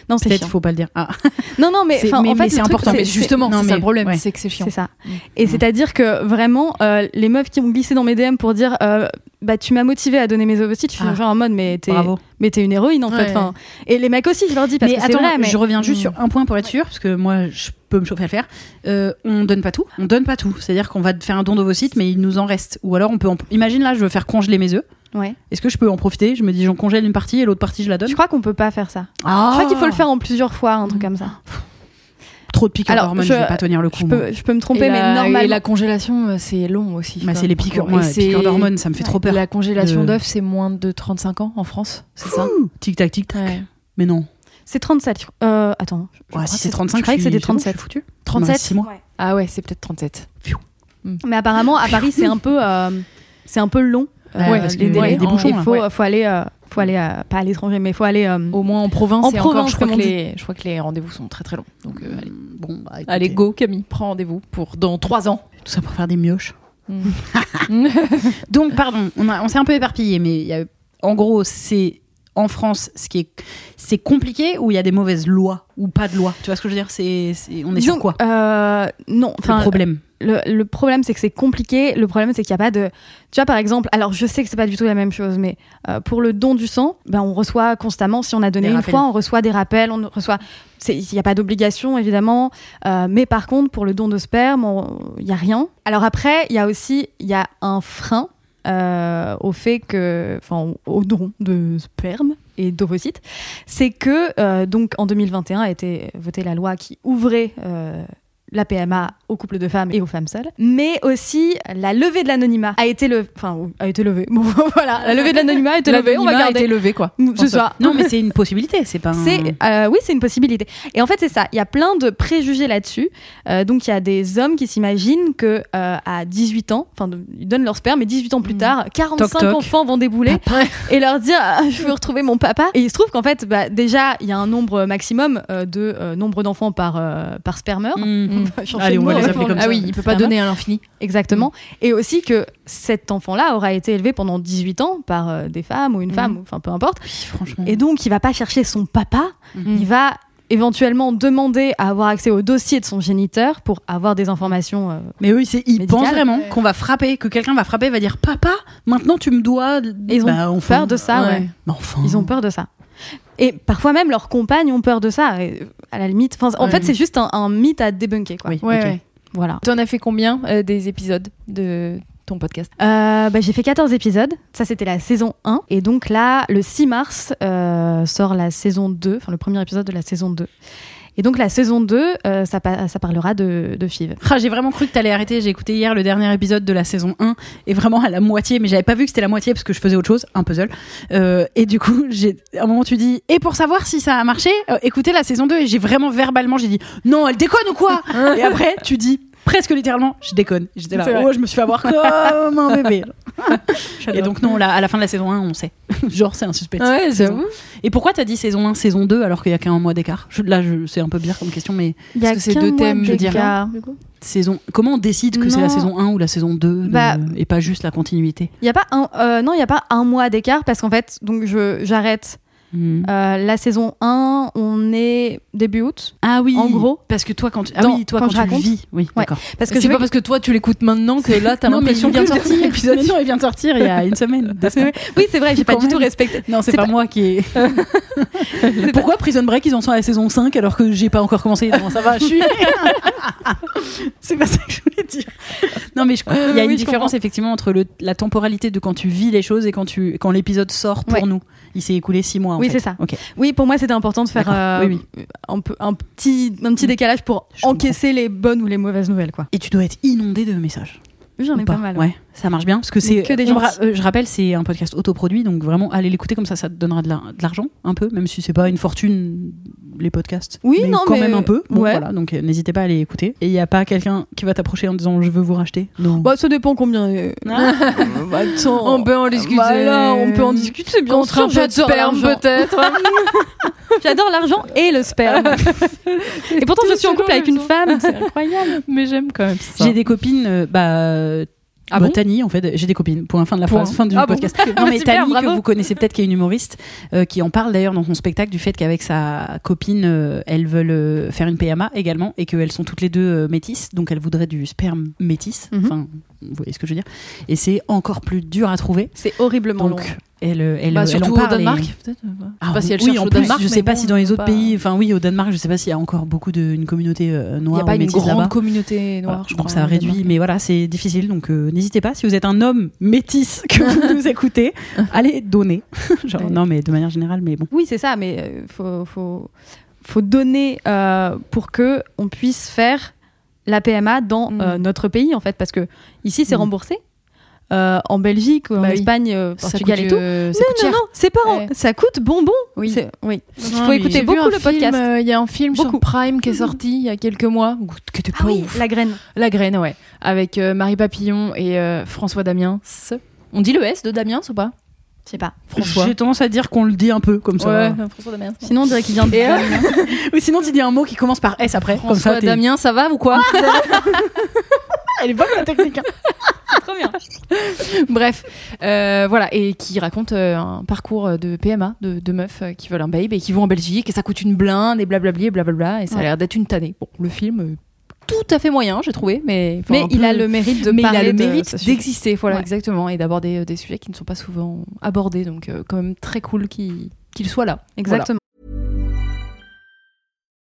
Speaker 4: Non, c'est
Speaker 3: Peut-être
Speaker 4: chiant.
Speaker 3: faut pas le dire. Ah,
Speaker 4: Non, non, mais,
Speaker 3: C'est-
Speaker 4: enfin,
Speaker 3: mais-
Speaker 4: en fait,
Speaker 3: mais
Speaker 4: le
Speaker 3: c'est
Speaker 4: truc,
Speaker 3: important,
Speaker 4: c'est-
Speaker 3: mais
Speaker 2: mais justement,
Speaker 3: c'est- non,
Speaker 2: c'est ça
Speaker 3: mais-
Speaker 2: le problème,
Speaker 3: ouais.
Speaker 2: c'est que c'est chiant.
Speaker 4: C'est ça.
Speaker 2: Mm.
Speaker 4: Et
Speaker 3: Ouais.
Speaker 4: c'est-à-dire que vraiment, euh, les meufs qui ont glissé dans mes DM pour dire euh, Bah, tu m'as motivé à donner mes ovocytes, je suis
Speaker 3: Ah.
Speaker 4: genre en mode Mais t'es
Speaker 3: bravo.
Speaker 4: mais t'es une héroïne en
Speaker 2: Ouais.
Speaker 4: fait. Enfin, et les mecs aussi, je leur dis parce
Speaker 3: mais
Speaker 4: que c'est
Speaker 3: attends,
Speaker 4: vrai, mais. hmm.
Speaker 3: je reviens juste
Speaker 2: Mm.
Speaker 3: sur un point pour être sûr, parce que moi, je peux me chauffer à le faire. Euh, on donne pas tout. On donne pas tout. C'est-à-dire qu'on va faire un don d'ovocytes, mais il nous en reste. Ou alors, on peut. en- Imagine là, je veux faire congeler mes œufs.
Speaker 4: Ouais.
Speaker 3: Est-ce que je peux en profiter Je me dis, j'en congèle une partie et l'autre partie, je la donne.
Speaker 4: Je crois qu'on peut pas faire ça.
Speaker 3: Ah Mm.
Speaker 4: Je crois qu'il faut le faire en plusieurs fois, un truc comme ça.
Speaker 3: Trop de piqûres
Speaker 4: Alors,
Speaker 3: d'hormones, je...
Speaker 4: je-
Speaker 3: vais pas tenir le coup.
Speaker 4: Je
Speaker 3: moi.
Speaker 4: peux, je peux me
Speaker 2: Et
Speaker 4: tromper, mais
Speaker 2: la,
Speaker 4: normalement.
Speaker 2: et la congélation, euh, c'est long aussi.
Speaker 3: Bah,
Speaker 2: quoi.
Speaker 3: c'est les piqûres,
Speaker 2: Et
Speaker 3: moi, les
Speaker 2: c'est-
Speaker 3: piqûres d'hormones, ça me fait trop peur.
Speaker 2: La congélation
Speaker 3: Euh.
Speaker 2: d'œufs, c'est moins de 35 ans en France, c'est ça
Speaker 3: Tic tac, tic tac. Mais non.
Speaker 4: C'est 37. je crois. Euh, attends. je- je
Speaker 3: Ouais,
Speaker 4: crois
Speaker 3: si
Speaker 4: que
Speaker 3: c'est 35,
Speaker 4: je croyais que
Speaker 3: je suis-
Speaker 4: c'était
Speaker 3: c'est bon,
Speaker 4: 37.
Speaker 3: je suis foutue.
Speaker 2: 37
Speaker 3: six mois.
Speaker 2: Ah ouais, c'est peut-être 37.
Speaker 4: Mais apparemment, à Paris, c'est un peu, euh, c'est un peu long.
Speaker 3: Ouais,
Speaker 4: euh,
Speaker 3: parce que
Speaker 4: les
Speaker 3: il y a
Speaker 4: délais.
Speaker 3: des bouchons,
Speaker 4: Il
Speaker 3: là.
Speaker 4: faut,
Speaker 2: Ouais.
Speaker 4: faut aller, euh, faut aller euh, pas à l'étranger, mais faut aller. euh,
Speaker 2: Au moins en province,
Speaker 4: En
Speaker 2: et encore,
Speaker 4: province,
Speaker 2: je crois,
Speaker 4: comme
Speaker 2: que
Speaker 4: on dit.
Speaker 2: les, je crois que les rendez-vous sont très très longs. Donc euh, allez.
Speaker 3: Bon, bah, écoutez,
Speaker 2: Allez, go Camille, prends rendez-vous pour dans 3 ans.
Speaker 3: Tout ça pour faire des mioches.
Speaker 4: Mm.
Speaker 3: Donc, pardon, on, a- on s'est un peu éparpillé, mais il y a- en gros, c'est en France, ce qui est, c'est compliqué ou il y a des mauvaises lois ou pas de loi. Tu vois ce que je veux dire C'est, c'est- on est
Speaker 4: disons,
Speaker 3: sur quoi
Speaker 4: euh, Non,
Speaker 3: le
Speaker 4: enfin,
Speaker 3: problème.
Speaker 4: le, le problème, c'est que c'est compliqué. Le problème, c'est qu'il n'y a pas de. Tu vois, par exemple, alors je sais que c'est pas du tout la même chose, mais euh, pour le don du sang, ben, on reçoit constamment, si on a donné
Speaker 3: Des
Speaker 4: une
Speaker 3: rappels.
Speaker 4: fois, on reçoit des rappels, on reçoit. c'est- Il n'y a pas d'obligation, évidemment. euh, mais par contre, pour le don de sperme, on- il n'y a rien. Alors après, il y a aussi il y a un frein euh, au fait que. Enfin, au don de sperme et d'ovocytes. C'est que, euh, donc, en 2021 a été votée la loi qui ouvrait. euh, la PMA aux couples de femmes et aux femmes seules, mais aussi la levée de l'anonymat a été le, enfin a été levée. Bon, voilà, la levée de l'anonymat a été levée. On va garder.
Speaker 2: levé quoi.
Speaker 4: Ce soir.
Speaker 3: Non, mais c'est une possibilité, c'est pas. un-
Speaker 4: euh, C'est euh, oui, c'est une possibilité. Et en fait, c'est ça. Il y a plein de préjugés là-dessus. Euh, donc, il y a des hommes qui s'imaginent que euh, à 18 ans, enfin, de- ils donnent leur sperme, mais 18 ans plus
Speaker 2: Mm.
Speaker 4: tard, 45
Speaker 3: Hum. Toc, toc.
Speaker 4: enfants vont débouler et leur dire Ah, je veux retrouver mon papa. Et il se trouve qu'en fait, bah, déjà, il y a un nombre maximum euh, de euh, nombre d'enfants par euh, par spermeur.
Speaker 3: Mm.
Speaker 4: Changer
Speaker 3: Allez,
Speaker 4: de
Speaker 3: on va
Speaker 4: mot,
Speaker 3: les
Speaker 4: ouais,
Speaker 3: appeler
Speaker 4: pour
Speaker 3: comme
Speaker 4: le-
Speaker 3: ça. Hum.
Speaker 2: Ah oui, il peut pas donner à l'infini.
Speaker 4: Exactement. Et aussi que cet enfant-là aura été élevé pendant 18 ans par euh, des femmes ou une
Speaker 3: Hum.
Speaker 2: Mm.
Speaker 4: femme, ou- enfin peu importe.
Speaker 3: Oui, franchement.
Speaker 4: Et donc, il va pas chercher son papa,
Speaker 3: Mm.
Speaker 4: il va éventuellement demander à avoir accès au dossier de son géniteur pour avoir des informations. euh,
Speaker 3: Mais eux, ils, c'est- ils
Speaker 4: Médical.
Speaker 3: pensent vraiment
Speaker 2: Ouais.
Speaker 3: qu'on va frapper, que quelqu'un va frapper, va dire Papa, maintenant tu me dois. Bah,
Speaker 4: Ils ont
Speaker 3: enfin.
Speaker 4: peur de ça,
Speaker 2: Ah
Speaker 4: ouais.
Speaker 3: Mais enfin.
Speaker 2: Oh.
Speaker 4: Ils ont peur de ça. Et parfois même leurs compagnes ont peur de ça. et, euh, à la limite, Enfin, en
Speaker 2: Ouais.
Speaker 4: fait, c'est juste un, un mythe à débunker. Quoi.
Speaker 3: Oui,
Speaker 2: Ouais,
Speaker 3: ok.
Speaker 2: ouais.
Speaker 4: Voilà.
Speaker 2: T'en as fait combien euh, des épisodes de ton podcast
Speaker 4: Euh, bah, j'ai fait 14 épisodes. Ça, c'était la saison 1. Et donc là, le 6 mars, euh, sort la saison 2, enfin le premier épisode de la saison 2. Et donc la saison 2, euh, ça, pa- ça parlera de, de FIV.
Speaker 3: Ah, j'ai vraiment cru que t'allais arrêter. J'ai écouté hier le dernier épisode de la saison 1 et vraiment à la moitié, mais j'avais pas vu que c'était la moitié parce que je faisais autre chose, un puzzle. Euh, et du coup, j'ai à un moment tu dis et pour savoir si ça a marché, euh, écoutez la saison 2 et j'ai vraiment verbalement j'ai dit non, elle déconne ou quoi Et après tu dis presque littéralement je déconne. J'étais là,
Speaker 2: C'est vrai.
Speaker 3: oh, je me suis fait avoir comme un bébé. Et
Speaker 4: J'adore.
Speaker 3: donc non, là, à la fin de la saison 1, on sait. Genre c'est un suspect.
Speaker 2: Ouais,
Speaker 3: j'avoue. Et pourquoi t'as dit saison 1, saison 2 alors qu'il y a qu'un mois d'écart Je- Là, je, c'est un peu bizarre comme question, mais
Speaker 4: Il y a
Speaker 2: Parce que c'est
Speaker 4: qu'un
Speaker 2: deux
Speaker 4: mois
Speaker 2: thèmes, je veux dire. hein.
Speaker 4: d'écart.
Speaker 3: saison comment on décide que c'est
Speaker 4: Non.
Speaker 3: la saison 1 ou la saison 2 de-
Speaker 4: Bah-
Speaker 3: et pas juste la continuité
Speaker 4: Il y a pas un, euh, non, il n'y a pas un mois d'écart parce qu'en fait, donc je j'arrête
Speaker 3: Hmm.
Speaker 4: euh, la saison 1, on est début août.
Speaker 3: ah oui
Speaker 4: en gros,
Speaker 3: parce que toi quand tu, ah
Speaker 4: dans-
Speaker 3: oui toi
Speaker 4: quand
Speaker 3: quand,
Speaker 4: je
Speaker 3: tu le
Speaker 4: raconte.
Speaker 3: vis oui
Speaker 4: Ouais.
Speaker 3: d'accord
Speaker 4: Parce que
Speaker 2: C'est
Speaker 4: je
Speaker 2: pas
Speaker 4: veux-
Speaker 2: parce que toi tu l'écoutes maintenant que là t'as l'impression
Speaker 3: vient de
Speaker 2: que
Speaker 3: sortir
Speaker 2: l'épisode.
Speaker 3: mais non il vient de sortir il y a une semaine deux semaines.
Speaker 4: Oui, c'est vrai, j'ai pas
Speaker 3: Quand
Speaker 4: du tout
Speaker 3: même.
Speaker 4: respecté.
Speaker 3: non c'est
Speaker 4: C'est
Speaker 3: pas, moi qui ai pourquoi Prison Break ils en sont à la saison 5 alors que j'ai pas encore commencé Non, ça va je suis c'est pas ça que je voulais dire non mais je comprends. il y a une
Speaker 4: Oui, je
Speaker 3: différence effectivement entre le- la temporalité de quand tu vis les choses et quand tu quand l'épisode sort pour
Speaker 4: Ouais.
Speaker 3: nous il s'est écoulé 6 mois en
Speaker 4: Oui,
Speaker 3: fait.
Speaker 4: c'est ça.
Speaker 3: ok
Speaker 4: Oui, pour moi, c'était important de faire
Speaker 3: D'accord.
Speaker 4: euh,
Speaker 3: Oui,
Speaker 4: Un, peu, un petit, un petit décalage pour
Speaker 3: Je
Speaker 4: encaisser les bonnes ou les mauvaises nouvelles. quoi.
Speaker 3: et tu dois être inondé de messages
Speaker 4: J'en
Speaker 3: Ou
Speaker 4: ai pas, mal.
Speaker 3: Ouais, ça marche bien parce que
Speaker 4: Il y
Speaker 3: c'est
Speaker 4: a que des
Speaker 3: on
Speaker 4: gens
Speaker 3: ra-
Speaker 4: qui-
Speaker 3: euh, je rappelle, c'est un podcast autoproduit, donc vraiment allez l'écouter comme ça, ça te donnera de la- de l'argent un peu, même si c'est pas une fortune les podcasts.
Speaker 4: Oui, non,
Speaker 3: quand
Speaker 4: mais-
Speaker 3: même un peu. Bon,
Speaker 4: ouais.
Speaker 3: voilà, donc euh, n'hésitez pas à aller écouter. Et il y a pas quelqu'un qui va t'approcher en disant je veux vous racheter. Non.
Speaker 4: Bah, ça dépend combien. euh, bah, attends.
Speaker 2: On peut en discuter.
Speaker 4: Voilà, on peut en discuter, bien
Speaker 2: Contre un
Speaker 4: sûr.
Speaker 2: peu de
Speaker 4: J'adore
Speaker 2: sperme
Speaker 4: l'argent.
Speaker 2: peut-être.
Speaker 4: J'adore l'argent et le sperme. et pourtant, je suis en couple avec une femme. c'est
Speaker 2: incroyable. Mais j'aime quand même ça.
Speaker 3: J'ai des copines, euh, bah,
Speaker 2: Ah
Speaker 3: bah,
Speaker 2: bon
Speaker 3: Tani, en fait, j'ai des copines. Point, fin de la
Speaker 2: Point.
Speaker 3: phrase, fin du
Speaker 2: Ah bon
Speaker 3: podcast.
Speaker 2: Ok.
Speaker 3: non, mais
Speaker 2: Super,
Speaker 3: Tani,
Speaker 2: bravo.
Speaker 3: que vous connaissez peut-être, qui est une humoriste, euh, qui en parle d'ailleurs dans son spectacle du fait qu'avec sa copine, euh, elles veulent euh, faire une PMA également et qu'elles sont toutes les deux euh, métisses, donc elles voudraient du sperme métis.
Speaker 4: Mhm.
Speaker 3: Enfin, vous voyez ce que je veux dire. Et c'est encore plus dur à trouver.
Speaker 4: C'est horriblement long.
Speaker 3: Donc, elle, euh, elle,
Speaker 2: Bah,
Speaker 3: elle en
Speaker 2: surtout au
Speaker 3: parle et-
Speaker 2: Danemark, peut-être. euh, ouais.
Speaker 3: Ah,
Speaker 2: je sais pas si elle
Speaker 3: oui,
Speaker 2: cherche
Speaker 3: en
Speaker 2: au
Speaker 3: plus,
Speaker 2: Danemark.
Speaker 3: je
Speaker 2: mais
Speaker 3: sais pas
Speaker 2: bon,
Speaker 3: si dans les
Speaker 2: on
Speaker 3: autres
Speaker 2: peut pas-
Speaker 3: pays, enfin oui, au Danemark, je sais pas s'il y a encore beaucoup de une communauté euh,
Speaker 2: Il n'y
Speaker 3: noire
Speaker 2: a pas
Speaker 3: ou
Speaker 2: une
Speaker 3: métisse
Speaker 2: grande
Speaker 3: là-bas.
Speaker 2: communauté noire,
Speaker 3: Voilà,
Speaker 2: je
Speaker 3: donc
Speaker 2: crois.
Speaker 3: ça réduit, mais voilà, c'est difficile. Donc euh, n'hésitez pas, si vous êtes un homme métis que vous nous écoutez, allez donner. Genre,
Speaker 2: Ouais.
Speaker 3: non, mais de manière générale, mais bon.
Speaker 4: Oui, c'est ça, mais euh, faut, faut, faut donner euh, pour que on puisse faire la PMA dans
Speaker 2: Mm.
Speaker 4: euh, notre pays, en fait, parce que ici, c'est
Speaker 3: Mm.
Speaker 4: remboursé. Euh, en Belgique, ou en
Speaker 2: Bah oui.
Speaker 4: Espagne, euh, Portugal et
Speaker 2: Ça
Speaker 4: tout.
Speaker 2: coûte
Speaker 4: Non,
Speaker 2: cher.
Speaker 4: non, c'est pas.
Speaker 2: Ouais.
Speaker 4: Ça coûte bonbon.
Speaker 2: Oui.
Speaker 4: C'est- oui.
Speaker 2: Il
Speaker 4: faut écouter beaucoup le podcast.
Speaker 2: euh, Il y a un film
Speaker 4: Beaucoup. Ah
Speaker 2: sur Prime qui est sorti il y a quelques mois, ou- qui était pas ouf.
Speaker 4: la graine.
Speaker 2: Ah La graine, ouais. Avec euh, Marie Papillon et euh, François Damiens. On dit le S de Damiens ou pas
Speaker 4: Je sais pas.
Speaker 2: François.
Speaker 3: J'ai tendance à dire qu'on le dit un peu comme ça.
Speaker 2: Ouais, François Damiens.
Speaker 4: Sinon, on dirait qu'il vient de.
Speaker 3: Et, euh, Ou sinon, tu dis un mot qui commence par S après. comme
Speaker 2: François
Speaker 3: ça, t'es-
Speaker 2: Damiens, ça va ou quoi
Speaker 3: Elle est bonne la technique. hein.
Speaker 4: Trop bien.
Speaker 2: Bref, euh, voilà, et qui raconte euh, un parcours de PMA de, de meufs euh, qui veulent un babe et qui vont en Belgique et ça coûte une blinde et blablabli et blablabla et ça a
Speaker 4: Ouais.
Speaker 2: l'air d'être une tannée. Bon, le film, euh, tout à fait moyen, j'ai trouvé, mais enfin,
Speaker 4: Mais
Speaker 2: un
Speaker 4: il
Speaker 2: peu-
Speaker 4: a le mérite de
Speaker 2: mais il a
Speaker 4: parler
Speaker 2: le
Speaker 4: de
Speaker 2: mérite
Speaker 4: ce sujet.
Speaker 2: d'exister, voilà,
Speaker 4: Ouais.
Speaker 2: exactement, et d'aborder euh, des sujets qui ne sont pas souvent abordés, donc euh, quand même très cool qu'il qu'il soit là. Voilà.
Speaker 4: Exactement.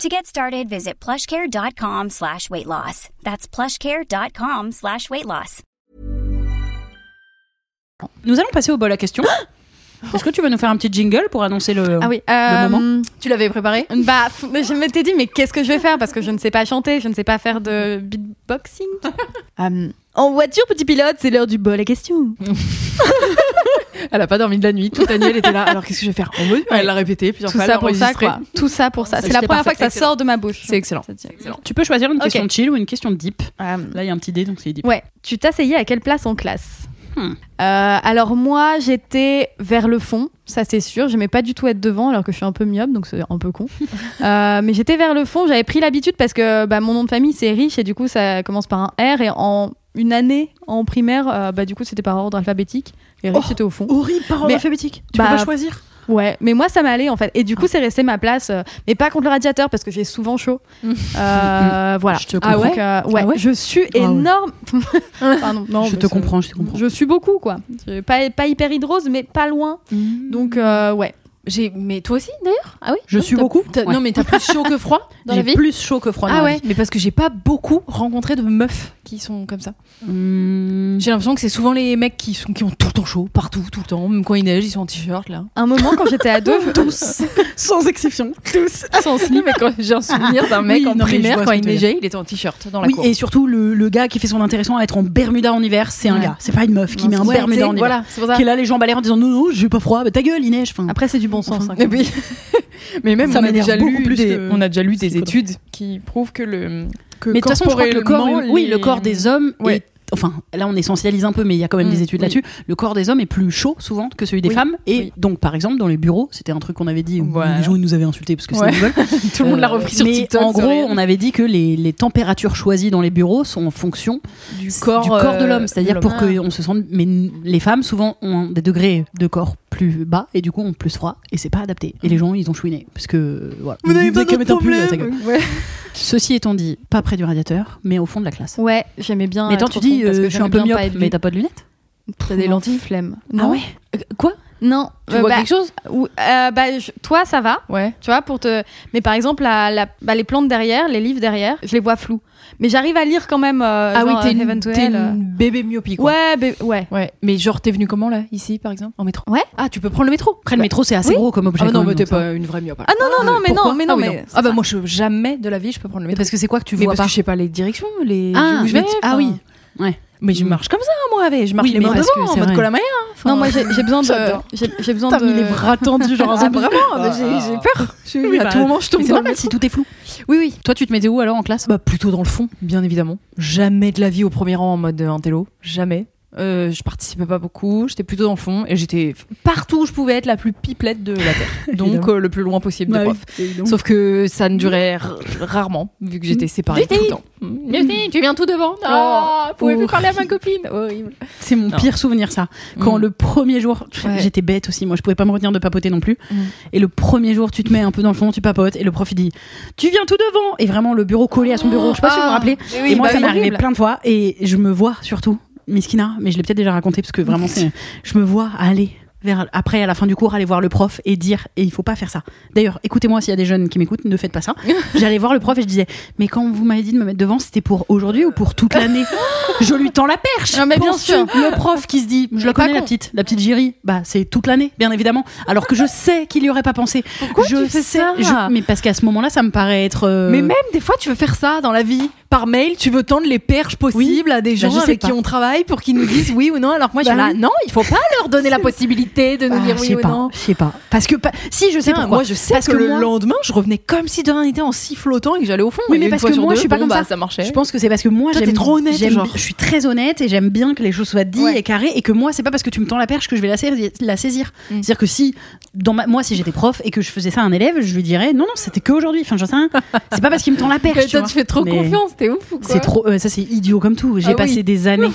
Speaker 1: To get started, visit plushcare.com slash weight loss. That's plushcare.com slash weight loss.
Speaker 3: Nous allons passer au bol à question. Est-ce que tu vas nous faire un petit jingle pour annoncer le.
Speaker 4: Ah oui. euh,
Speaker 3: moment.
Speaker 2: Tu l'avais préparé
Speaker 4: Bah, f- je m'étais dit, mais qu'est-ce que je vais faire Parce que je ne sais pas chanter, je ne sais pas faire de beatboxing.
Speaker 2: Hum,
Speaker 4: Euh, en voiture, petit pilote, c'est l'heure du bol à questions.
Speaker 2: Elle a pas dormi de la nuit, toute la nuit elle était là. Alors qu'est-ce que je vais faire En mode, Elle l'a répété plusieurs
Speaker 4: Tout
Speaker 2: fois,
Speaker 4: ça
Speaker 2: elle l'a
Speaker 4: pour ça,
Speaker 2: enregistré.
Speaker 4: quoi. Tout ça pour ça.
Speaker 2: Ça,
Speaker 4: C'est la
Speaker 2: c'était
Speaker 4: première fois que
Speaker 2: parfait,
Speaker 4: ça sort de ma bouche.
Speaker 2: C'est excellent.
Speaker 4: Ça dit-
Speaker 3: Tu peux choisir une question
Speaker 4: Ok.
Speaker 3: chill ou une question deep.
Speaker 2: Hum.
Speaker 4: Euh,
Speaker 3: Là, il y a un petit dé, donc c'est deep.
Speaker 4: ouais. Tu t'asseyais à quelle place en classe
Speaker 3: Hmm.
Speaker 4: Euh, alors moi j'étais vers le fond, ça c'est sûr. J'aimais pas du tout être devant alors que je suis un peu myope donc c'est un peu con. Euh, mais j'étais vers le fond. J'avais pris l'habitude parce que bah, mon nom de famille c'est riche et du coup ça commence par un R et en une année en primaire euh, bah du coup c'était par ordre alphabétique et riche
Speaker 3: Oh.
Speaker 4: c'était au fond.
Speaker 3: Horrible parole
Speaker 4: Mais-
Speaker 3: alphabétique. Tu
Speaker 4: bah,
Speaker 3: peux pas choisir.
Speaker 4: Ouais, mais moi ça m'allait en fait. Et
Speaker 3: Ah.
Speaker 4: du coup, c'est resté ma place, euh, mais pas contre le radiateur parce que j'ai souvent chaud.
Speaker 2: Mm.
Speaker 4: Euh, voilà.
Speaker 3: Je te
Speaker 4: Ah
Speaker 3: comprends.
Speaker 4: ouais, euh, ouais,
Speaker 3: Ah ouais
Speaker 4: je suis
Speaker 3: Ah ouais.
Speaker 4: énorme. Pardon, non,
Speaker 3: je
Speaker 4: mais
Speaker 3: te
Speaker 4: ça-
Speaker 3: comprends, je te comprends.
Speaker 4: Je suis beaucoup quoi. Je- Pas, pas hyper hydrose, mais pas loin.
Speaker 3: Mm.
Speaker 4: Donc euh, ouais.
Speaker 2: J'ai, mais toi aussi d'ailleurs Ah oui
Speaker 3: Je
Speaker 2: Non,
Speaker 3: suis
Speaker 2: t'as-
Speaker 3: beaucoup
Speaker 2: t'as-
Speaker 3: Ouais.
Speaker 2: Non, mais t'as plus chaud que froid dans la
Speaker 3: J'ai
Speaker 2: vie
Speaker 3: plus chaud que froid. dans
Speaker 2: Ah
Speaker 3: la
Speaker 2: ouais,
Speaker 3: vie.
Speaker 2: mais parce que j'ai pas beaucoup rencontré de meufs qui sont comme ça.
Speaker 3: Mmh.
Speaker 2: J'ai l'impression que c'est souvent les mecs qui, sont, qui ont tout le temps chaud, partout, tout le temps. Même quand il neige, ils sont en t-shirt là.
Speaker 4: Un moment quand j'étais ado, tous.
Speaker 3: Sans exception, tous.
Speaker 2: Sans slip, mais quand j'ai un souvenir d'un mec
Speaker 3: Oui,
Speaker 2: en
Speaker 3: non, mais je
Speaker 2: primaire,
Speaker 3: vois
Speaker 2: quand
Speaker 3: ce que
Speaker 2: il
Speaker 3: tu veux
Speaker 2: neigeait, il était en t-shirt dans la
Speaker 3: oui,
Speaker 2: cour.
Speaker 3: et surtout le, le gars qui fait son intéressant à être en Bermuda en hiver, c'est un
Speaker 2: Ouais.
Speaker 3: gars, c'est pas une meuf qui met un
Speaker 2: Ouais, t'sais,
Speaker 3: Bermuda en hiver.
Speaker 2: Voilà, c'est pour ça.
Speaker 3: Qui est là les jambes à l'air en disant non non j'ai pas froid, mais ta gueule il neige. Enfin,
Speaker 4: Après c'est du bon sens. hein,
Speaker 2: Et
Speaker 4: quand même.
Speaker 2: puis- mais même,
Speaker 3: Ça
Speaker 2: on a,
Speaker 3: m'énerve
Speaker 2: déjà lu
Speaker 3: beaucoup plus
Speaker 2: des,
Speaker 3: que-
Speaker 2: on a déjà lu
Speaker 3: qu'il
Speaker 2: des
Speaker 3: faudrait.
Speaker 2: études qui prouvent que le. que
Speaker 3: mais de toute façon je crois que le corps,
Speaker 2: corporellement,
Speaker 3: oui
Speaker 2: les-
Speaker 3: le corps des hommes
Speaker 2: Ouais.
Speaker 3: est Enfin, là, on essentialise un peu, mais il y a quand même
Speaker 2: Mm,
Speaker 3: des études
Speaker 2: oui.
Speaker 3: là-dessus. Le corps des hommes est plus chaud souvent que celui des
Speaker 2: Oui,
Speaker 3: femmes. Et
Speaker 2: oui.
Speaker 3: donc, par exemple, dans les bureaux, c'était un truc qu'on avait dit, où
Speaker 2: Voilà.
Speaker 3: les gens ils nous avaient insultés parce que c'est
Speaker 2: Ouais.
Speaker 3: rigolo.
Speaker 2: Tout le monde l'a
Speaker 3: Euh,
Speaker 2: repris sur
Speaker 3: mais
Speaker 2: TikTok.
Speaker 3: En
Speaker 2: c'est
Speaker 3: gros,
Speaker 2: horrible.
Speaker 3: on avait dit que les, les températures choisies dans les bureaux sont en fonction
Speaker 2: du
Speaker 3: du
Speaker 2: corps,
Speaker 3: corps de
Speaker 2: euh,
Speaker 3: l'homme, c'est-à-dire pour qu'on se sente. Mais n- les femmes souvent ont des degrés de corps plus bas et du coup ont plus froid et c'est pas adapté. Et les gens ils ont chouiné parce que voilà.
Speaker 2: Vous n'avez pas
Speaker 3: Dès qu'elle
Speaker 2: d'autres
Speaker 3: met un pull, là, ta gueule.
Speaker 2: problèmes. Ouais.
Speaker 3: euh, Ceci étant dit, pas près du radiateur, mais au fond de la classe.
Speaker 4: Ouais, j'aimais bien.
Speaker 3: mais tant
Speaker 4: être
Speaker 3: tu
Speaker 4: au fond
Speaker 3: dis,
Speaker 4: parce
Speaker 3: euh,
Speaker 4: que
Speaker 3: je suis un
Speaker 4: j'aimais
Speaker 3: peu
Speaker 4: bien
Speaker 3: myope,
Speaker 4: pas être
Speaker 3: mais
Speaker 4: vue.
Speaker 3: t'as pas de lunettes.
Speaker 4: T'as des lentilles flemme.
Speaker 2: Ah
Speaker 4: Non.
Speaker 2: ouais
Speaker 3: Euh,
Speaker 2: Quoi
Speaker 4: Non.
Speaker 2: Tu
Speaker 4: euh,
Speaker 2: vois
Speaker 4: bah,
Speaker 2: quelque chose
Speaker 4: ou- euh, bah, je- toi ça va.
Speaker 2: Ouais.
Speaker 4: Tu vois, pour te. Mais par exemple, la- la- bah, les plantes derrière, les livres derrière, je les vois floues. Mais j'arrive à lire quand même. euh,
Speaker 2: Ah oui,
Speaker 4: genre,
Speaker 2: t'es
Speaker 4: euh,
Speaker 2: une,
Speaker 4: Heaven to
Speaker 2: t'es
Speaker 4: Hell,
Speaker 2: une bébé myopie,
Speaker 4: euh.
Speaker 2: quoi.
Speaker 4: Ouais, bé- ouais.
Speaker 2: Ouais. Mais genre, t'es venue comment, là, ici, par exemple En métro
Speaker 4: Ouais.
Speaker 2: Ah, tu peux prendre le métro
Speaker 3: Après le métro c'est assez
Speaker 4: Oui.
Speaker 3: gros comme objet.
Speaker 2: Ah, bah
Speaker 3: quand
Speaker 2: non,
Speaker 3: même,
Speaker 2: mais t'es
Speaker 3: donc ça.
Speaker 2: pas une vraie myope.
Speaker 4: Ah non, non, non, mais
Speaker 2: Pourquoi
Speaker 4: non, mais non,
Speaker 2: Ah oui,
Speaker 4: mais.
Speaker 2: Ah, bah moi, je, jamais de la vie, je peux prendre le
Speaker 3: Mais
Speaker 2: métro.
Speaker 3: parce que c'est quoi que tu
Speaker 2: Mais
Speaker 3: vois
Speaker 2: parce
Speaker 3: pas
Speaker 2: que je sais pas les directions, les.
Speaker 3: Ah,
Speaker 2: où je vais,
Speaker 3: mais tu- ah
Speaker 2: enfin.
Speaker 3: oui. Ouais.
Speaker 2: Mais je
Speaker 3: Mm.
Speaker 2: marche comme ça, moi, avec. Je marche
Speaker 3: Oui,
Speaker 2: les
Speaker 3: mais
Speaker 2: mains
Speaker 3: parce que
Speaker 2: devant, en
Speaker 3: c'est
Speaker 2: mode euh.
Speaker 3: vrai.
Speaker 2: Colomaya.
Speaker 4: Non, moi j'ai j'ai besoin de.
Speaker 2: J'adore.
Speaker 4: J'ai j'ai besoin
Speaker 3: T'as
Speaker 4: de.
Speaker 3: mis les bras tendus genre un
Speaker 2: Ah,
Speaker 3: zombie.
Speaker 2: vraiment bah, J'ai j'ai peur. Je-
Speaker 3: Oui,
Speaker 2: À
Speaker 3: bah,
Speaker 2: tout moment, je
Speaker 3: Mais
Speaker 2: tombe
Speaker 3: c'est
Speaker 2: dans le
Speaker 3: normal
Speaker 2: métro.
Speaker 3: si tout est flou.
Speaker 2: Oui, oui.
Speaker 3: Toi tu te mettais où alors en classe Bah
Speaker 2: Bah plutôt dans le fond, bien évidemment. Jamais de la vie au premier rang en mode euh, intello, jamais. Euh, je participais pas beaucoup, j'étais plutôt dans le fond et j'étais partout où je pouvais être la plus pipelette de la Terre. Donc
Speaker 3: Évidemment.
Speaker 2: euh, le plus loin possible de
Speaker 3: Bah oui,
Speaker 2: prof. Sauf que ça ne durait r- rarement vu que j'étais séparée tout le temps. Lucie, tu viens tout devant.
Speaker 4: Oh.
Speaker 2: Ah, vous pouvez plus parler à ma copine. Horrible.
Speaker 3: C'est mon
Speaker 2: Non.
Speaker 3: pire souvenir, ça. Quand
Speaker 2: Mm.
Speaker 3: le premier jour, pff,
Speaker 2: Ouais.
Speaker 3: j'étais bête aussi, moi, je pouvais pas me retenir de papoter non plus.
Speaker 2: Mm.
Speaker 3: Et le premier jour, tu te mets un peu dans le fond, tu papotes, et le prof il dit Tu viens tout devant Et vraiment, le bureau collé à son bureau, je sais pas si vous vous rappelez.
Speaker 2: Mais oui,
Speaker 3: et moi,
Speaker 2: bah
Speaker 3: ça
Speaker 2: oui,
Speaker 3: m'est arrivé
Speaker 2: horrible.
Speaker 3: plein de fois, et je me vois surtout, Miskina, mais je l'ai peut-être déjà raconté, parce que vraiment, c'est- je me vois aller. Vers, après, à la fin du cours, aller voir le prof et dire, et il faut pas faire ça. D'ailleurs, écoutez-moi s'il y a des jeunes qui m'écoutent, ne faites pas ça. J'allais voir le prof et je disais, mais quand vous m'avez dit de me mettre devant, c'était pour aujourd'hui ou pour toute l'année Je lui tends la perche.
Speaker 2: Non, mais bien
Speaker 3: Penses-tu,
Speaker 2: sûr.
Speaker 3: Le prof qui se dit, je la
Speaker 2: Pas
Speaker 3: connais la
Speaker 2: con.
Speaker 3: petite, la petite Jiri, bah c'est toute l'année, bien évidemment. Alors que je sais qu'il y aurait pas pensé.
Speaker 2: Pourquoi
Speaker 3: je
Speaker 2: tu fais
Speaker 3: sais,
Speaker 2: ça
Speaker 3: je- mais parce qu'à ce moment-là, ça me paraît être. euh,
Speaker 5: Mais même des fois, tu veux faire ça dans la vie. Par mail, tu veux tendre les perches possibles à
Speaker 2: Bah,
Speaker 5: des gens
Speaker 3: je sais
Speaker 5: avec
Speaker 3: pas.
Speaker 5: qui on travaille pour qu'ils nous disent oui ou non. Alors que moi, je
Speaker 3: Bah
Speaker 5: suis là,
Speaker 3: oui.
Speaker 5: non, il faut pas leur donner la possibilité de nous
Speaker 3: ah,
Speaker 2: Bah,
Speaker 5: dire
Speaker 3: je
Speaker 5: oui
Speaker 3: sais
Speaker 5: ou
Speaker 3: pas,
Speaker 5: non.
Speaker 3: je sais pas. Parce que pa- si je sais
Speaker 5: Tiens,
Speaker 3: pourquoi.
Speaker 5: Moi, je sais
Speaker 3: Parce
Speaker 5: que,
Speaker 3: que
Speaker 5: le
Speaker 3: moi-
Speaker 5: lendemain, je revenais comme si de rien n'était en sifflotant et que j'allais au fond.
Speaker 3: Oui,
Speaker 5: Et
Speaker 3: mais
Speaker 5: une
Speaker 3: parce
Speaker 5: fois
Speaker 3: que
Speaker 5: sur
Speaker 3: moi,
Speaker 5: deux,
Speaker 3: je suis pas
Speaker 5: bon,
Speaker 3: comme
Speaker 5: bah,
Speaker 3: ça.
Speaker 2: marchait.
Speaker 3: Je pense que c'est parce que moi
Speaker 5: Toi,
Speaker 3: j'aime
Speaker 5: t'es trop honnête,
Speaker 3: j'aime-
Speaker 5: genre.
Speaker 3: Je suis très honnête et j'aime bien que les choses soient dites
Speaker 5: Ouais.
Speaker 3: et carrées et que moi c'est pas parce que tu me tends la perche que je vais la, saisir. la saisir.
Speaker 2: Mm.
Speaker 3: C'est-à-dire que si dans ma- moi si j'étais prof et que je faisais ça à un élève, je lui dirais non non c'était qu'aujourd'hui. Enfin j'en sais rien. C'est pas parce qu'il me tend la perche.
Speaker 5: Mais
Speaker 3: tu
Speaker 5: toi,
Speaker 3: vois.
Speaker 5: tu fais trop
Speaker 3: Mais
Speaker 5: confiance, t'es ouf ou quoi
Speaker 3: C'est trop euh, ça c'est idiot comme tout. J'ai
Speaker 5: Ah oui.
Speaker 3: passé des années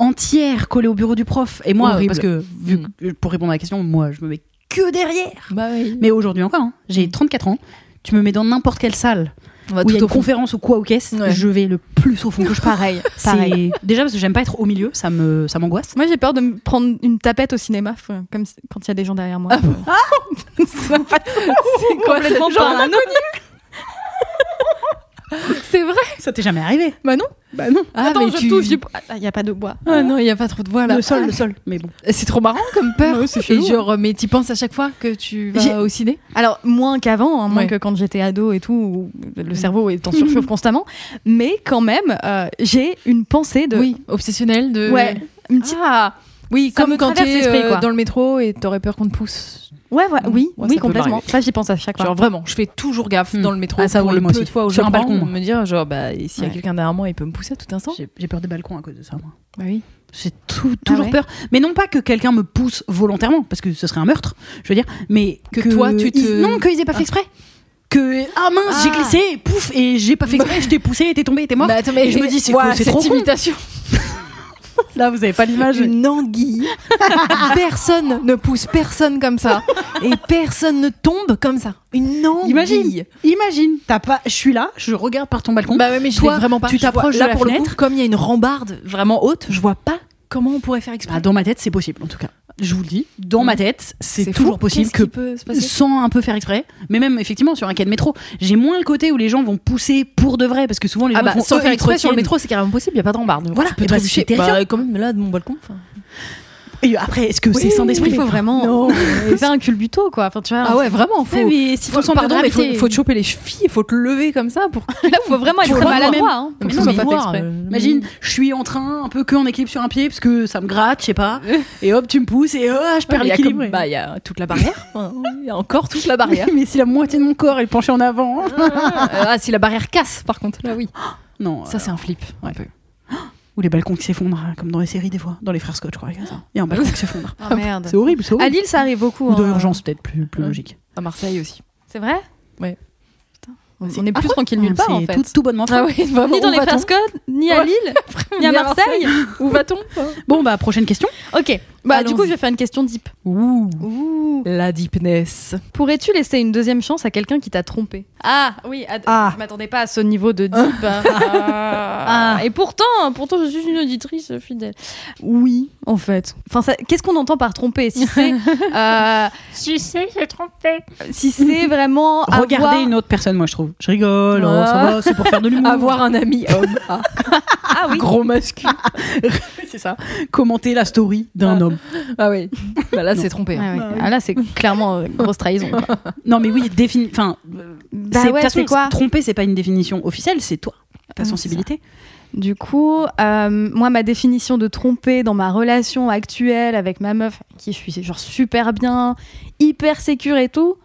Speaker 3: entières collées au bureau du prof et moi euh,
Speaker 2: Horrible.
Speaker 3: parce que vu
Speaker 2: Mm.
Speaker 3: que- pour répondre à la question moi je me mets que derrière.
Speaker 2: Bah oui.
Speaker 3: Mais aujourd'hui encore hein, j'ai
Speaker 5: Mm.
Speaker 3: 34 ans. Tu me mets dans n'importe quelle salle
Speaker 2: On
Speaker 5: Bah,
Speaker 2: va
Speaker 3: où il y a une
Speaker 2: tout au fond.
Speaker 3: conférence ou quoi au caisse,
Speaker 2: Ouais.
Speaker 3: je vais le plus au fond que je parle.
Speaker 5: pareil.
Speaker 3: C'est déjà parce que j'aime pas être au milieu, ça me ça m'angoisse.
Speaker 4: Moi, j'ai peur de me prendre une tapette au cinéma, faut- comme si- quand il y a des gens derrière
Speaker 2: Ah
Speaker 4: moi.
Speaker 2: C'est complètement
Speaker 4: Genre
Speaker 2: parano.
Speaker 5: C'est vrai.
Speaker 3: Ça t'est jamais arrivé
Speaker 2: Bah non.
Speaker 3: Bah non.
Speaker 2: Ah,
Speaker 4: Attends,
Speaker 2: mais
Speaker 4: je
Speaker 2: tu-
Speaker 4: touche du bois. Ah, Il n'y a pas de bois.
Speaker 2: Ah non, il y a pas trop de voix là.
Speaker 3: Le sol, le sol. Mais bon.
Speaker 2: C'est trop marrant comme peur.
Speaker 4: Ouais, c'est
Speaker 2: et
Speaker 4: chelou,
Speaker 2: genre, mais t'y penses à chaque fois que tu
Speaker 4: J'ai-
Speaker 2: vas au ciné
Speaker 4: Alors, moins qu'avant, hein, moins
Speaker 2: Ouais. Mm.
Speaker 4: que quand j'étais ado et tout, où le cerveau est en surchauffe constamment. Mais quand même, euh, j'ai une pensée de.
Speaker 2: Oui, obsessionnel de.
Speaker 4: Ouais. Une petite-
Speaker 2: Ah oui,
Speaker 4: Ça
Speaker 2: comme
Speaker 4: me
Speaker 2: quand
Speaker 4: traverse
Speaker 2: t'es
Speaker 4: l'esprit,
Speaker 2: euh,
Speaker 4: quoi.
Speaker 2: dans le métro et t'aurais peur qu'on te pousse.
Speaker 4: Ouais, ouais, oui,
Speaker 2: Ouais, ça
Speaker 4: oui,
Speaker 2: peut
Speaker 4: complètement.
Speaker 2: m'arriver.
Speaker 4: Ça, j'y pense à chaque fois.
Speaker 2: Genre vraiment, je fais toujours gaffe
Speaker 3: Hmm.
Speaker 2: dans le métro
Speaker 3: Ah, ça,
Speaker 2: pour
Speaker 3: oui,
Speaker 2: le
Speaker 3: moi
Speaker 2: peu
Speaker 3: aussi.
Speaker 2: de fois où je
Speaker 3: Sur un
Speaker 2: prends,
Speaker 3: balcon, moi.
Speaker 2: me dire genre bah et s'il y a
Speaker 4: Ouais.
Speaker 2: quelqu'un derrière moi, il peut me pousser à tout instant.
Speaker 3: J'ai j'ai peur des balcons à cause de ça. moi.
Speaker 2: Bah oui.
Speaker 3: J'ai tout- toujours
Speaker 2: ouais
Speaker 3: peur, mais non pas que quelqu'un me pousse volontairement, parce que ce serait un meurtre, je veux dire, mais que,
Speaker 2: Que toi, tu te-
Speaker 3: ils- non qu'ils aient pas fait exprès, que ah Bah. mince j'ai
Speaker 2: Ah.
Speaker 3: glissé, pouf et j'ai pas fait exprès, je t'ai poussé, t'es tombé, t'es mort.
Speaker 2: attends, mais
Speaker 3: Et je me dis, c'est
Speaker 2: Ouah,
Speaker 3: trop- c'est
Speaker 2: cette
Speaker 3: trop con.
Speaker 2: imitation.
Speaker 3: Là vous avez pas l'image.
Speaker 2: Une anguille. personne ne pousse personne comme ça et personne ne tombe comme ça. Une anguille.
Speaker 3: Imagine, imagine, t'as pas, je suis là, je regarde par ton balcon.
Speaker 2: Bah ouais, mais je
Speaker 3: Toi,
Speaker 2: l'ai vraiment pas.
Speaker 3: tu
Speaker 2: Je vois-
Speaker 3: t'approches de
Speaker 2: là
Speaker 3: la
Speaker 2: pour le coup,
Speaker 3: fenêtre.
Speaker 2: comme il y a une rambarde vraiment haute, je vois pas comment on pourrait faire exprès.
Speaker 3: Bah, dans ma tête, c'est possible en tout cas. Je vous le dis, dans
Speaker 2: Mm.
Speaker 3: ma tête, c'est toujours possible que
Speaker 2: peut se
Speaker 3: sans un peu faire exprès, mais même effectivement sur un quai de métro, j'ai moins le côté où les gens vont pousser pour de vrai parce que souvent les gens
Speaker 2: Ah bah,
Speaker 3: font
Speaker 2: sans
Speaker 3: eux,
Speaker 2: faire
Speaker 3: ils
Speaker 2: exprès sur le
Speaker 3: retiennent.
Speaker 2: métro, c'est carrément possible, il n'y a pas de rambarde.
Speaker 3: Voilà,
Speaker 2: Tu peux
Speaker 3: bah,
Speaker 2: trébucher.
Speaker 3: c'est terrifiant.
Speaker 2: Bah, quand même, là, de mon balcon. enfin.
Speaker 3: Et après, est-ce que
Speaker 4: Bah,
Speaker 3: c'est
Speaker 2: Oui,
Speaker 3: sans
Speaker 2: oui,
Speaker 3: d'esprit
Speaker 4: il faut vraiment euh, faire un culbuto, quoi. Enfin, tu vois,
Speaker 2: Ah ouais, vraiment, faut.
Speaker 3: Ouais, mais si
Speaker 2: faut
Speaker 3: faut sans
Speaker 2: pardon, mais faut,
Speaker 3: gravité.
Speaker 2: faut te choper les chevilles, faut te lever comme ça pour.
Speaker 4: Là, faut vraiment
Speaker 3: Faut
Speaker 4: être
Speaker 3: vraiment
Speaker 4: maladroit. hein.
Speaker 3: Mais non,
Speaker 2: pour que ce
Speaker 3: mais
Speaker 2: soit pas
Speaker 3: voir,
Speaker 2: exprès.
Speaker 3: Imagine, je suis en train, un peu que en équilibre sur un pied parce que ça me gratte, je sais pas, et hop, tu me pousses et ah, je
Speaker 2: Ouais,
Speaker 3: perds
Speaker 2: mais il y a comme-
Speaker 3: l'équilibre.
Speaker 2: Bah, il y a toute la barrière. Enfin, Il y a encore toute la barrière.
Speaker 3: mais si la moitié de mon corps est penchée en avant, hein.
Speaker 2: Euh, ah, si la barrière casse, par contre, là oui.
Speaker 3: non.
Speaker 2: Ça,
Speaker 3: euh,
Speaker 2: c'est un flip.
Speaker 3: Ouais. Ou les balcons qui s'effondrent, hein, comme dans les séries des fois, dans les frères Scott, je crois. Il y a ça. Il y a un balcon qui s'effondre.
Speaker 4: Ah, merde.
Speaker 3: C'est horrible, c'est
Speaker 4: À
Speaker 3: horrible.
Speaker 4: Lille, ça arrive beaucoup.
Speaker 3: Ou dans
Speaker 4: hein.
Speaker 3: l'urgence, peut-être plus, plus
Speaker 2: Ouais.
Speaker 3: logique.
Speaker 2: À Marseille aussi.
Speaker 4: C'est vrai
Speaker 2: Ouais.
Speaker 4: Putain, on- on est plus tranquille nulle part, en
Speaker 3: Ah, C'est
Speaker 4: fait.
Speaker 3: Tout, tout bonnement fait.
Speaker 2: oui,
Speaker 4: Ni dans les frères Scott, ni à
Speaker 2: Ouais.
Speaker 4: Lille, ni à Marseille.
Speaker 2: Où va-t-on
Speaker 3: Bon, bah, prochaine question.
Speaker 4: Ok, bah du coup,
Speaker 2: Allons-y.
Speaker 4: je vais faire une question deep.
Speaker 2: Ouh, la deepness.
Speaker 4: Pourrais-tu laisser une deuxième chance à quelqu'un qui t'a trompé Ah oui, ad-
Speaker 3: Ah.
Speaker 4: je m'attendais pas à ce niveau de deep. hein. Ah. Et pourtant, pourtant, je suis une auditrice fidèle. Oui, en fait. Enfin, ça- qu'est-ce qu'on entend par tromper Si c'est, euh,
Speaker 6: Si c'est, j'ai trompé.
Speaker 4: si c'est vraiment
Speaker 3: Regardez
Speaker 4: avoir-
Speaker 3: une autre personne, moi, je trouve. Je rigole, oh, ça
Speaker 2: Ah.
Speaker 3: va, c'est pour faire de l'humour.
Speaker 2: Avoir un ami homme. Ah,
Speaker 4: oui.
Speaker 2: Gros masculin.
Speaker 3: c'est ça. Commenter la story d'un
Speaker 2: Ah.
Speaker 3: homme.
Speaker 2: Ah oui. Bah là, c'est trompé.
Speaker 4: Ouais,
Speaker 2: hein.
Speaker 4: ouais. Ah, là, c'est clairement euh, grosse trahison. quoi.
Speaker 3: Non, mais oui, défini. Enfin, c'est-
Speaker 4: Bah
Speaker 3: de
Speaker 4: ouais,
Speaker 3: toute façon,
Speaker 4: c'est quoi
Speaker 3: Tromper, c'est pas une définition officielle, c'est toi, ta
Speaker 4: Ah,
Speaker 3: sensibilité.
Speaker 4: Du coup, euh, moi, ma définition de tromper dans ma relation actuelle avec ma meuf, qui je suis genre super bien, hyper sécure et tout,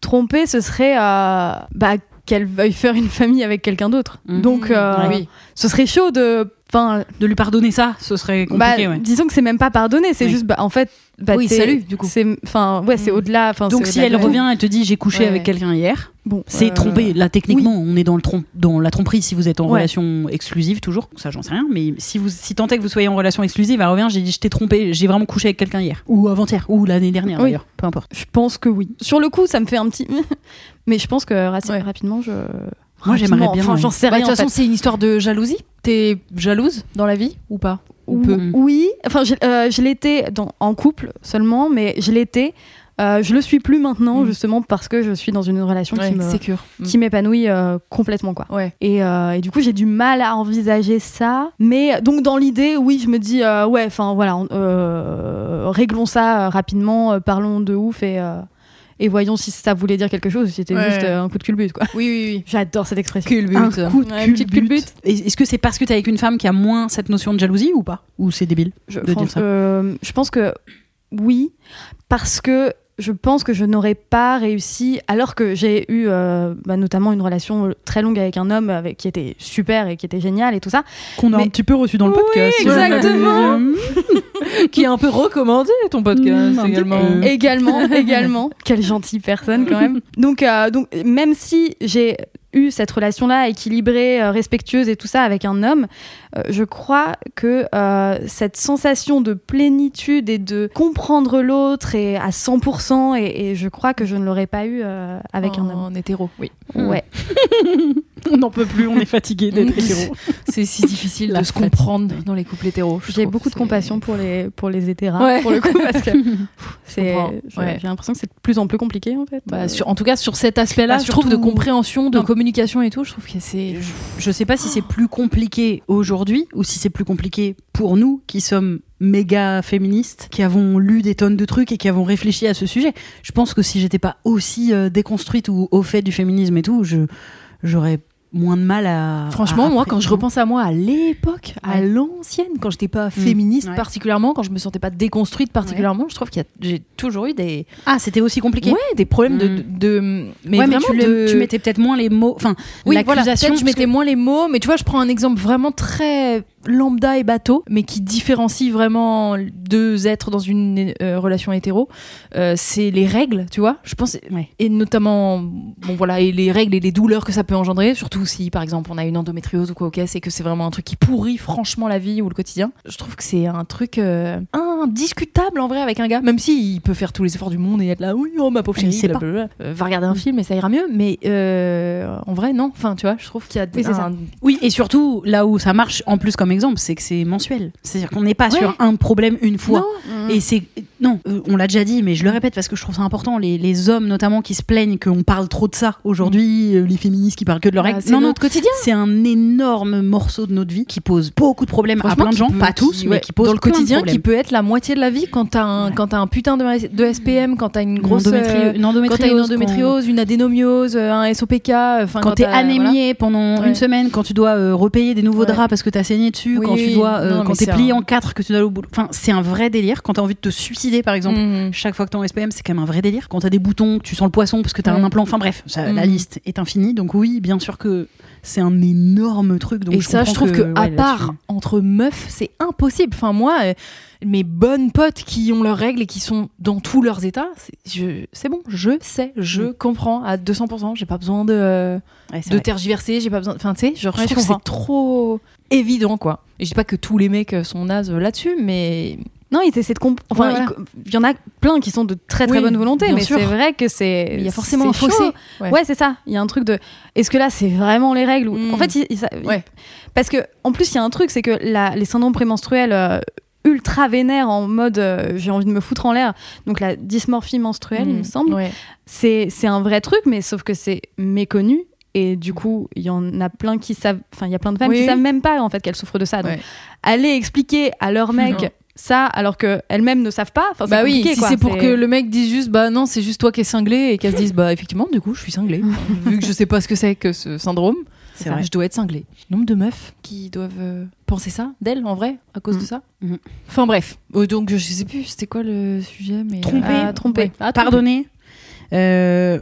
Speaker 4: tromper, ce serait euh, bah,
Speaker 5: qu'elle veuille faire une famille avec quelqu'un d'autre.
Speaker 3: Mhm.
Speaker 5: Donc,
Speaker 2: Ah
Speaker 5: euh,
Speaker 3: Oui.
Speaker 5: ce serait chaud de. Enfin,
Speaker 3: De lui pardonner ça, ce serait
Speaker 5: bah,
Speaker 3: compliqué. ouais.
Speaker 5: disons que c'est même pas pardonné, c'est
Speaker 3: Oui.
Speaker 5: juste, bah, en fait, bah,
Speaker 3: Oui,
Speaker 5: t'es-
Speaker 3: salut, du coup.
Speaker 5: C'est, enfin, ouais, c'est
Speaker 2: Mhm.
Speaker 5: au-delà. enfin,
Speaker 3: Donc
Speaker 5: c'est
Speaker 3: si
Speaker 5: au-delà
Speaker 3: elle
Speaker 5: de tout.
Speaker 3: revient, elle te dit j'ai couché
Speaker 2: Ouais.
Speaker 3: avec quelqu'un hier,
Speaker 5: bon,
Speaker 3: c'est
Speaker 2: Euh,
Speaker 3: trompé. Là techniquement, on est dans le trompe, dans la tromperie si vous êtes en
Speaker 5: Ouais.
Speaker 3: relation exclusive toujours. Ça j'en sais rien, mais si vous, si tant est que vous soyez en relation exclusive, elle revient, j'ai dit je t'ai trompé, j'ai vraiment couché avec quelqu'un hier ou avant-hier ou l'année dernière
Speaker 5: Oui.
Speaker 3: d'ailleurs, peu importe.
Speaker 5: je pense que oui. Sur le coup, ça me fait un petit. mais je pense que raci-
Speaker 2: Ouais.
Speaker 5: rapidement, je.
Speaker 3: Moi, j'aimerais
Speaker 5: Rapidement,
Speaker 3: bien,
Speaker 5: Enfin,
Speaker 3: ouais.
Speaker 5: j'en sais
Speaker 2: Bah, de
Speaker 5: rien.
Speaker 2: toute
Speaker 5: en fait.
Speaker 2: façon, c'est une histoire de jalousie. T'es jalouse dans la vie ou pas Ou peu
Speaker 3: Mm.
Speaker 5: Oui, enfin, je, euh, je l'étais dans- en couple seulement, mais je l'étais. Euh, je le suis plus maintenant,
Speaker 2: Mm.
Speaker 5: justement, parce que je suis dans une relation qui me-
Speaker 2: Sécure. Mm.
Speaker 5: qui m'épanouit euh, complètement, quoi.
Speaker 2: Ouais.
Speaker 5: Et, euh, et du coup, j'ai du mal à envisager ça. Mais donc, dans l'idée, oui, je me dis, euh, ouais, enfin, voilà, on- euh, réglons ça euh, rapidement, euh, parlons de ouf et, euh, et voyons si ça voulait dire quelque chose, si c'était
Speaker 2: Ouais.
Speaker 5: juste euh, un coup de culbute, quoi.
Speaker 2: Oui, oui, oui.
Speaker 5: J'adore cette expression.
Speaker 2: Culbute.
Speaker 3: Un coup de
Speaker 2: Ouais, une petite
Speaker 3: culbute. Et- Est-ce que c'est parce que t'es avec une femme qui a moins cette notion de jalousie ou pas Ou c'est débile
Speaker 5: Je,
Speaker 3: de dire
Speaker 5: franch-
Speaker 3: ça
Speaker 5: euh, je pense que oui, parce que je pense que je n'aurais pas réussi, alors que j'ai eu euh, bah, notamment une relation très longue avec un homme avec, qui était super et qui était génial et tout ça.
Speaker 3: Qu'on a
Speaker 5: mais-
Speaker 3: un petit peu reçu dans le
Speaker 5: Oui,
Speaker 3: podcast.
Speaker 5: exactement.
Speaker 2: Qui est un peu recommandé ton podcast
Speaker 3: Mm, un petit
Speaker 2: également.
Speaker 5: euh,
Speaker 3: peu. Et-
Speaker 5: Également, également. Quelle gentille personne quand même. Donc, euh, donc même si j'ai eu cette relation-là équilibrée, euh, respectueuse et tout ça avec un homme, euh, je crois que euh, cette sensation de plénitude et de comprendre l'autre et à 100%, et, et je crois que je ne l'aurais pas eu euh, avec un homme.
Speaker 2: En hétéro, oui.
Speaker 5: Ouais.
Speaker 3: on n'en peut plus, on est fatigué d'être hétéro.
Speaker 2: Mm. C'est si difficile
Speaker 3: La
Speaker 2: de se
Speaker 3: fatigue.
Speaker 2: comprendre dans les couples hétéros. je
Speaker 5: J'ai
Speaker 2: trouve.
Speaker 5: beaucoup de
Speaker 2: C'est-
Speaker 5: compassion pour les, pour les hétéras,
Speaker 2: Ouais.
Speaker 5: pour le coup, parce que pff, c'est,
Speaker 2: comprends,
Speaker 5: je-
Speaker 2: ouais.
Speaker 5: j'ai l'impression que c'est de plus en plus compliqué, en fait.
Speaker 2: Bah, sur- en tout cas, sur cet aspect-là,
Speaker 3: Bah,
Speaker 2: je trouve de
Speaker 3: surtout-
Speaker 2: compréhension, de
Speaker 3: Non.
Speaker 2: communication et tout, je trouve que c'est.
Speaker 3: Je- Je sais pas si c'est plus compliqué aujourd'hui ou si c'est plus compliqué pour nous qui sommes méga féministes, qui avons lu des tonnes de trucs et qui avons réfléchi à ce sujet. Je pense que si j'étais pas aussi euh, déconstruite ou au fait du féminisme et tout, je j'aurais moins de mal à.
Speaker 2: Franchement,
Speaker 3: à
Speaker 2: moi, quand je
Speaker 3: appréhender.
Speaker 2: repense à moi à l'époque,
Speaker 3: ah,
Speaker 2: à
Speaker 3: hein. Ouais. Mm.
Speaker 2: l'ancienne, quand j'étais pas féministe
Speaker 3: Ouais.
Speaker 2: particulièrement, quand je me sentais pas déconstruite particulièrement, je trouve que j'ai toujours eu des,
Speaker 3: Ah, c'était aussi compliqué.
Speaker 2: ouais, des problèmes de, de,
Speaker 3: Mm.
Speaker 2: de- mais
Speaker 3: Ouais, mais
Speaker 2: vraiment
Speaker 3: tu, l'aimes-
Speaker 2: de-
Speaker 3: tu mettais peut-être moins les mots. Enfin,
Speaker 2: oui, voilà,
Speaker 3: l'accusation.
Speaker 2: peut-être je
Speaker 3: parce que-
Speaker 2: mettais moins les mots, mais tu vois, je prends un exemple vraiment très lambda et bateau, mais qui différencie vraiment deux êtres dans une euh, relation hétéro. Euh, c'est les règles, tu vois. Je pense
Speaker 3: Ouais.
Speaker 2: et notamment, bon voilà, et les règles et les douleurs que ça peut engendrer, surtout si par exemple on a une endométriose ou quoi, ok, c'est que c'est vraiment un truc qui pourrit franchement la vie ou le quotidien. Je trouve que c'est un truc euh, indiscutable en vrai avec un gars, même si il peut faire tous les efforts du monde et être là, oui, oh ma pauvre
Speaker 3: Mais il
Speaker 2: chérie,
Speaker 3: sait pas.
Speaker 2: blablabla. Euh, va regarder un film et ça ira mieux, mais euh, en vrai, non, enfin tu vois, je trouve qu'il y a
Speaker 5: Oui, c'est
Speaker 2: un-
Speaker 5: ça.
Speaker 3: Oui, et surtout, là où ça marche en plus comme exemple, c'est que c'est mensuel. C'est-à-dire qu'on n'est pas
Speaker 2: Ouais.
Speaker 3: sur un problème une fois.
Speaker 2: Non. Mm,
Speaker 3: Et c'est. Non, euh, on l'a déjà dit, mais je le répète parce que je trouve ça important. Les, les hommes, notamment, qui se plaignent qu'on parle trop de ça aujourd'hui, euh, les féministes qui parlent que de leur
Speaker 2: Ah,
Speaker 3: règles.
Speaker 2: Mm. c'est
Speaker 3: Bah, non, non.
Speaker 2: notre quotidien.
Speaker 3: C'est un énorme morceau de notre vie qui pose beaucoup de problèmes à
Speaker 2: Franchement,
Speaker 3: plein de
Speaker 2: qui
Speaker 3: gens,
Speaker 2: peut-
Speaker 3: pas tous, mais
Speaker 2: ouais,
Speaker 3: qui pose
Speaker 2: dans le
Speaker 3: plein de
Speaker 2: quotidien, qui
Speaker 3: problèmes.
Speaker 2: peut être la moitié de la vie quand t'as un, quand t'as un putain de, de SPM, quand t'as une grosse euh,
Speaker 3: Endométri- une
Speaker 2: quand t'as une
Speaker 3: endométriose,
Speaker 2: endométriose, une adénomiose, euh, un SOPK, enfin
Speaker 3: quand, t'es
Speaker 2: t'as- voilà.
Speaker 3: anémié pendant
Speaker 2: Ouais.
Speaker 3: une semaine, quand tu dois euh, repayer des nouveaux
Speaker 2: Ouais.
Speaker 3: draps parce que t'as saigné dessus,
Speaker 2: Oui,
Speaker 3: quand tu
Speaker 2: oui.
Speaker 3: dois, euh,
Speaker 2: Non, mais
Speaker 3: quand t'es
Speaker 2: c'est
Speaker 3: plié
Speaker 2: un-
Speaker 3: en quatre, que tu dois aller au boulot. Enfin, c'est un vrai délire. Quand t'as envie de te suicider, par exemple,
Speaker 2: Mhm.
Speaker 3: chaque fois que t'es en SPM, c'est quand même un vrai délire. Quand t'as des boutons, que tu sens le poisson parce que t'as
Speaker 2: Ouais.
Speaker 3: un implant. Enfin bref, ça- la
Speaker 2: Mhm.
Speaker 3: liste est infinie. Donc oui, bien sûr que c'est un énorme truc. Donc
Speaker 2: et ça, je
Speaker 3: comprends
Speaker 2: trouve que,
Speaker 3: ouais,
Speaker 2: à
Speaker 3: là-dessus-
Speaker 2: part entre meufs, c'est impossible. Enfin, moi, euh, mes bonnes potes qui ont leurs règles et qui sont dans tous leurs états, c'est je- c'est bon, je sais, je comprends à 200%. J'ai pas besoin de, euh,
Speaker 3: Ouais, c'est
Speaker 2: de
Speaker 3: vrai.
Speaker 2: tergiverser, j'ai pas besoin. Enfin, tu sais, genre,
Speaker 3: Ouais,
Speaker 2: je
Speaker 3: je
Speaker 2: trouve que
Speaker 3: comprends.
Speaker 2: c'est trop évident, quoi. Et je dis pas que tous les mecs euh, sont nazes là-dessus, mais
Speaker 5: Non, ils essaient de comprendre. Enfin,
Speaker 2: Ouais,
Speaker 5: ils co- il y en a plein qui sont de très très
Speaker 2: Oui,
Speaker 5: bonne volonté,
Speaker 2: bien
Speaker 5: mais
Speaker 2: sûr.
Speaker 5: c'est vrai que c'est.
Speaker 2: il y a forcément
Speaker 5: c'est
Speaker 2: un fossé.
Speaker 5: chaud. Ouais, c'est ça. Il y a un truc de. Est-ce que là, c'est vraiment les règles ou...
Speaker 2: Mm.
Speaker 5: En fait, ils- ils- ils-
Speaker 2: Ouais.
Speaker 5: parce que en plus, il y a un truc, c'est que la- les syndromes prémenstruels. euh, ultra vénères en mode euh, j'ai envie de me foutre en l'air donc la dysmorphie menstruelle il me
Speaker 2: Mhm.
Speaker 5: semble
Speaker 2: Ouais.
Speaker 5: c'est c'est un vrai truc mais sauf que c'est méconnu et du coup il y en a plein qui savent enfin il y a plein de femmes
Speaker 2: Oui.
Speaker 5: qui savent même pas en fait qu'elles souffrent de ça donc
Speaker 2: Ouais.
Speaker 5: aller expliquer à leur mec
Speaker 2: Non.
Speaker 5: ça alors que elles-mêmes ne savent
Speaker 3: Oh,
Speaker 5: pas enfin c'est
Speaker 2: Bah oui,
Speaker 5: compliqué,
Speaker 2: si
Speaker 5: quoi.
Speaker 2: c'est pour que le mec dise juste bah non, c'est juste toi qui es cinglé et qu'elle se dise bah effectivement, du coup, je suis cinglé vu que je sais pas ce que c'est que ce syndrome,
Speaker 3: C'est vrai.
Speaker 2: je dois être cinglé. Nombre de meufs qui doivent euh, penser ça d'elles en vrai à cause
Speaker 3: Mm.
Speaker 2: de ça.
Speaker 3: Mm.
Speaker 2: Enfin bref, Euh, donc je sais plus c'était quoi le sujet mais euh,
Speaker 3: Tromper.
Speaker 2: Ah, tromper.
Speaker 5: Ah,
Speaker 3: Pardonner. Euh,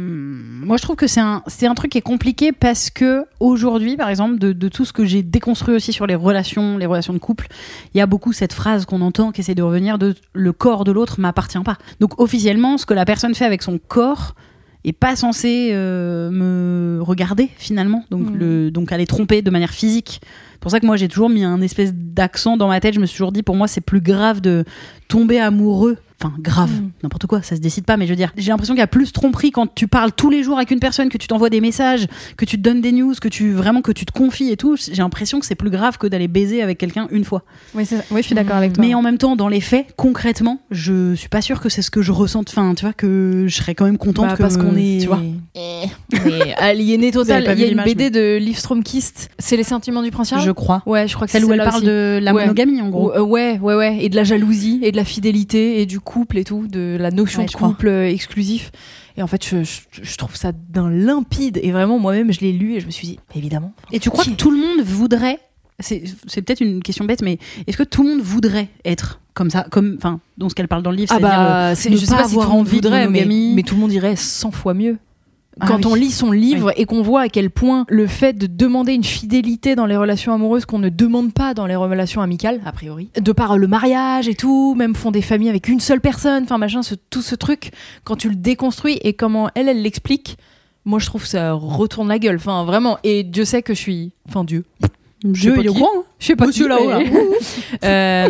Speaker 3: Hmm, Moi, je trouve que c'est un, c'est un truc qui est compliqué parce que aujourd'hui, par exemple, de, de tout ce que j'ai déconstruit aussi sur les relations, les relations de couple, il y a beaucoup cette phrase qu'on entend qui essaie de revenir de le corps de l'autre m'appartient pas. Donc officiellement, ce que la personne fait avec son corps est pas censé euh, me regarder finalement, donc
Speaker 2: Mhm.
Speaker 3: le, donc aller tromper de manière physique. C'est Pour ça que moi j'ai toujours mis un espèce d'accent dans ma tête. Je me suis toujours dit pour moi c'est plus grave de tomber amoureux. Enfin, grave,
Speaker 2: Mhm.
Speaker 3: n'importe quoi, ça se décide pas, mais je veux dire, j'ai l'impression qu'il y a plus de tromperie quand tu parles tous les jours avec une personne, que tu t'envoies des messages, que tu te donnes des news, que tu vraiment que tu te confies et tout. J'ai l'impression que c'est plus grave que d'aller baiser avec quelqu'un une fois.
Speaker 5: Oui, c'est ça. Oui, je suis d'accord avec toi.
Speaker 3: Mais en même temps, dans les faits, concrètement, je suis pas sûre que c'est ce que je ressens. Enfin, tu vois, que je serais quand même contente
Speaker 2: Bah,
Speaker 3: que
Speaker 2: parce qu'on est,
Speaker 3: Tu vois.
Speaker 2: on est aliéné total.
Speaker 3: avez pas
Speaker 2: Il y a
Speaker 3: vu
Speaker 2: une
Speaker 3: l'image,
Speaker 2: BD de Liv Stromkist. C'est les sentiments du prince Charles.
Speaker 3: Je crois.
Speaker 2: Ouais, je crois que c'est
Speaker 3: Celle où elle
Speaker 2: celle-là
Speaker 3: parle
Speaker 2: aussi.
Speaker 3: de la
Speaker 2: Ouais.
Speaker 3: monogamie, en gros.
Speaker 2: Ou- euh, ouais, ouais, ouais, et de la jalousie, et de la fidélité, et du couple, et tout, de la notion
Speaker 3: Ouais,
Speaker 2: de
Speaker 3: je crois.
Speaker 2: couple euh, exclusif. Et en fait, je, je- je trouve ça d'un limpide. Et vraiment, moi-même, je l'ai lu et je me suis dit, évidemment.
Speaker 3: Et tu crois que tout le monde voudrait. C'est c'est peut-être une question bête, mais est-ce que tout le monde voudrait être comme ça, comme, enfin, dans ce qu'elle parle dans le livre,
Speaker 2: Ah
Speaker 3: c'est-à-dire, euh,
Speaker 2: bah, c'est-
Speaker 3: ne
Speaker 2: je sais
Speaker 3: pas
Speaker 2: pas si tout le
Speaker 3: avoir
Speaker 2: monde
Speaker 3: envie de
Speaker 2: voudrait, mais,
Speaker 3: monogamie.
Speaker 2: mais tout le monde irait 100 fois mieux.
Speaker 3: Ah
Speaker 2: Quand on
Speaker 3: oui.
Speaker 2: lit son livre et qu'on voit à quel point le fait de demander une fidélité dans les relations amoureuses qu'on ne demande pas dans les relations amicales, a priori, de par le mariage et tout, même font des familles avec une seule personne, enfin machin, ce- tout ce truc, quand tu le déconstruis et comment elle, elle l'explique, moi je trouve que ça retourne la gueule, enfin vraiment. Et Dieu sait que je suis, enfin Dieu,
Speaker 3: Dieu,
Speaker 2: sais pas
Speaker 3: il est au
Speaker 2: qui.
Speaker 3: courant, hein.
Speaker 2: je sais pas
Speaker 3: Monsieur
Speaker 2: qui,
Speaker 3: là-haut,
Speaker 2: mais- Euh,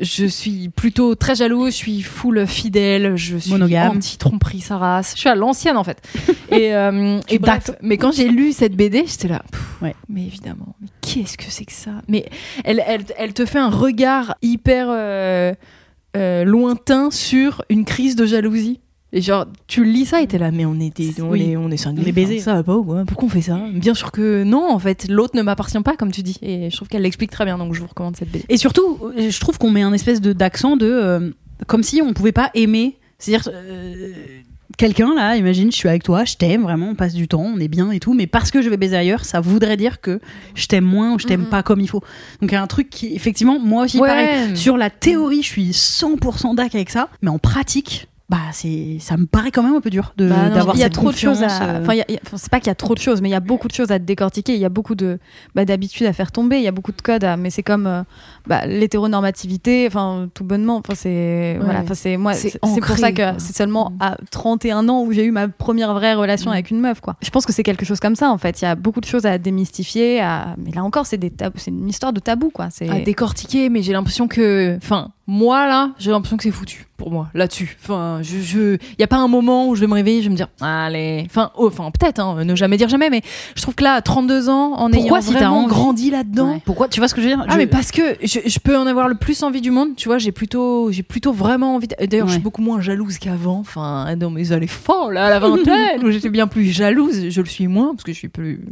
Speaker 2: je suis plutôt très jaloux, je suis full fidèle, je suis
Speaker 3: Monogame.
Speaker 2: anti-tromperie sa race. Je suis à l'ancienne en fait. et euh, et bref, mais quand j'ai lu cette BD, j'étais là. pff,
Speaker 3: Ouais.
Speaker 2: Mais évidemment, mais qu'est-ce que c'est que ça Mais elle, elle, elle te fait un regard hyper euh, euh, lointain sur une crise de jalousie. Et genre, tu lis ça et t'es là, mais on est, des, on,
Speaker 3: Oui.
Speaker 2: est on est cinglés.
Speaker 3: On est baisés.
Speaker 2: Enfin, ça va pas ou quoi Pourquoi on fait ça Bien sûr que non, en fait, l'autre ne m'appartient pas, comme tu dis. Et je trouve qu'elle l'explique très bien, donc je vous recommande cette BD.
Speaker 3: Et surtout, euh, je trouve qu'on met un espèce de d'accent de euh, comme si on pouvait pas aimer. C'est-à-dire euh, quelqu'un là, imagine, je suis avec toi, je t'aime vraiment, on passe du temps, on est bien et tout, mais parce que je vais baiser ailleurs, ça voudrait dire que je t'aime moins ou je t'aime
Speaker 5: Mhm.
Speaker 3: pas comme il faut. Donc il y a un truc qui, effectivement, moi aussi,
Speaker 2: Mm-hmm. Ouais.
Speaker 3: pareil. Sur la théorie, je suis 100% d'ac avec ça, mais en pratique. Bah, c'est, ça me paraît quand même un peu dur de,
Speaker 5: Bah non,
Speaker 3: d'avoir
Speaker 5: il y a
Speaker 3: cette
Speaker 5: trop de choses
Speaker 3: confiance,
Speaker 5: à
Speaker 3: euh,
Speaker 5: enfin il y a- il y a- enfin, c'est pas qu'il y a trop de choses mais il y a beaucoup de choses à décortiquer il y a beaucoup de bah, d'habitudes à faire tomber il y a beaucoup de codes à- mais c'est comme euh, bah, l'hétéronormativité enfin tout bonnement enfin c'est voilà
Speaker 2: ouais.
Speaker 5: enfin c'est moi
Speaker 2: C'est
Speaker 5: c'est Mm. c'est pour
Speaker 2: ancré,
Speaker 5: ça que
Speaker 2: quoi.
Speaker 5: c'est seulement à 31 ans où j'ai eu ma première vraie relation
Speaker 2: Mm.
Speaker 5: avec une meuf quoi je pense que c'est quelque chose comme ça en fait il y a beaucoup de choses à démystifier à... mais là encore c'est des tab- c'est une histoire de tabou quoi c'est
Speaker 2: à décortiquer, Ah, mais j'ai l'impression que, enfin, moi là, j'ai l'impression que c'est foutu pour moi là-dessus. Enfin, je, je, y a pas un moment où je vais me réveiller, je vais me dire, allez, enfin, oh, enfin, peut-être, hein, ne jamais dire jamais, mais je trouve que là, à 32 ans, en
Speaker 3: Pourquoi
Speaker 2: ayant
Speaker 3: si t'as
Speaker 2: vraiment
Speaker 3: envie
Speaker 2: grandi là-dedans.
Speaker 3: Ouais. Pourquoi Tu vois ce que je veux dire
Speaker 2: Ah
Speaker 3: Je-
Speaker 2: mais parce que je, je peux en avoir le plus envie du monde, tu vois, j'ai plutôt j'ai plutôt vraiment envie. d- et D'ailleurs, je
Speaker 3: Ouais.
Speaker 2: suis beaucoup moins jalouse qu'avant. Enfin, dans mes années folles à hein, la vingtaine où j'étais bien plus jalouse, je le suis moins parce que je suis plus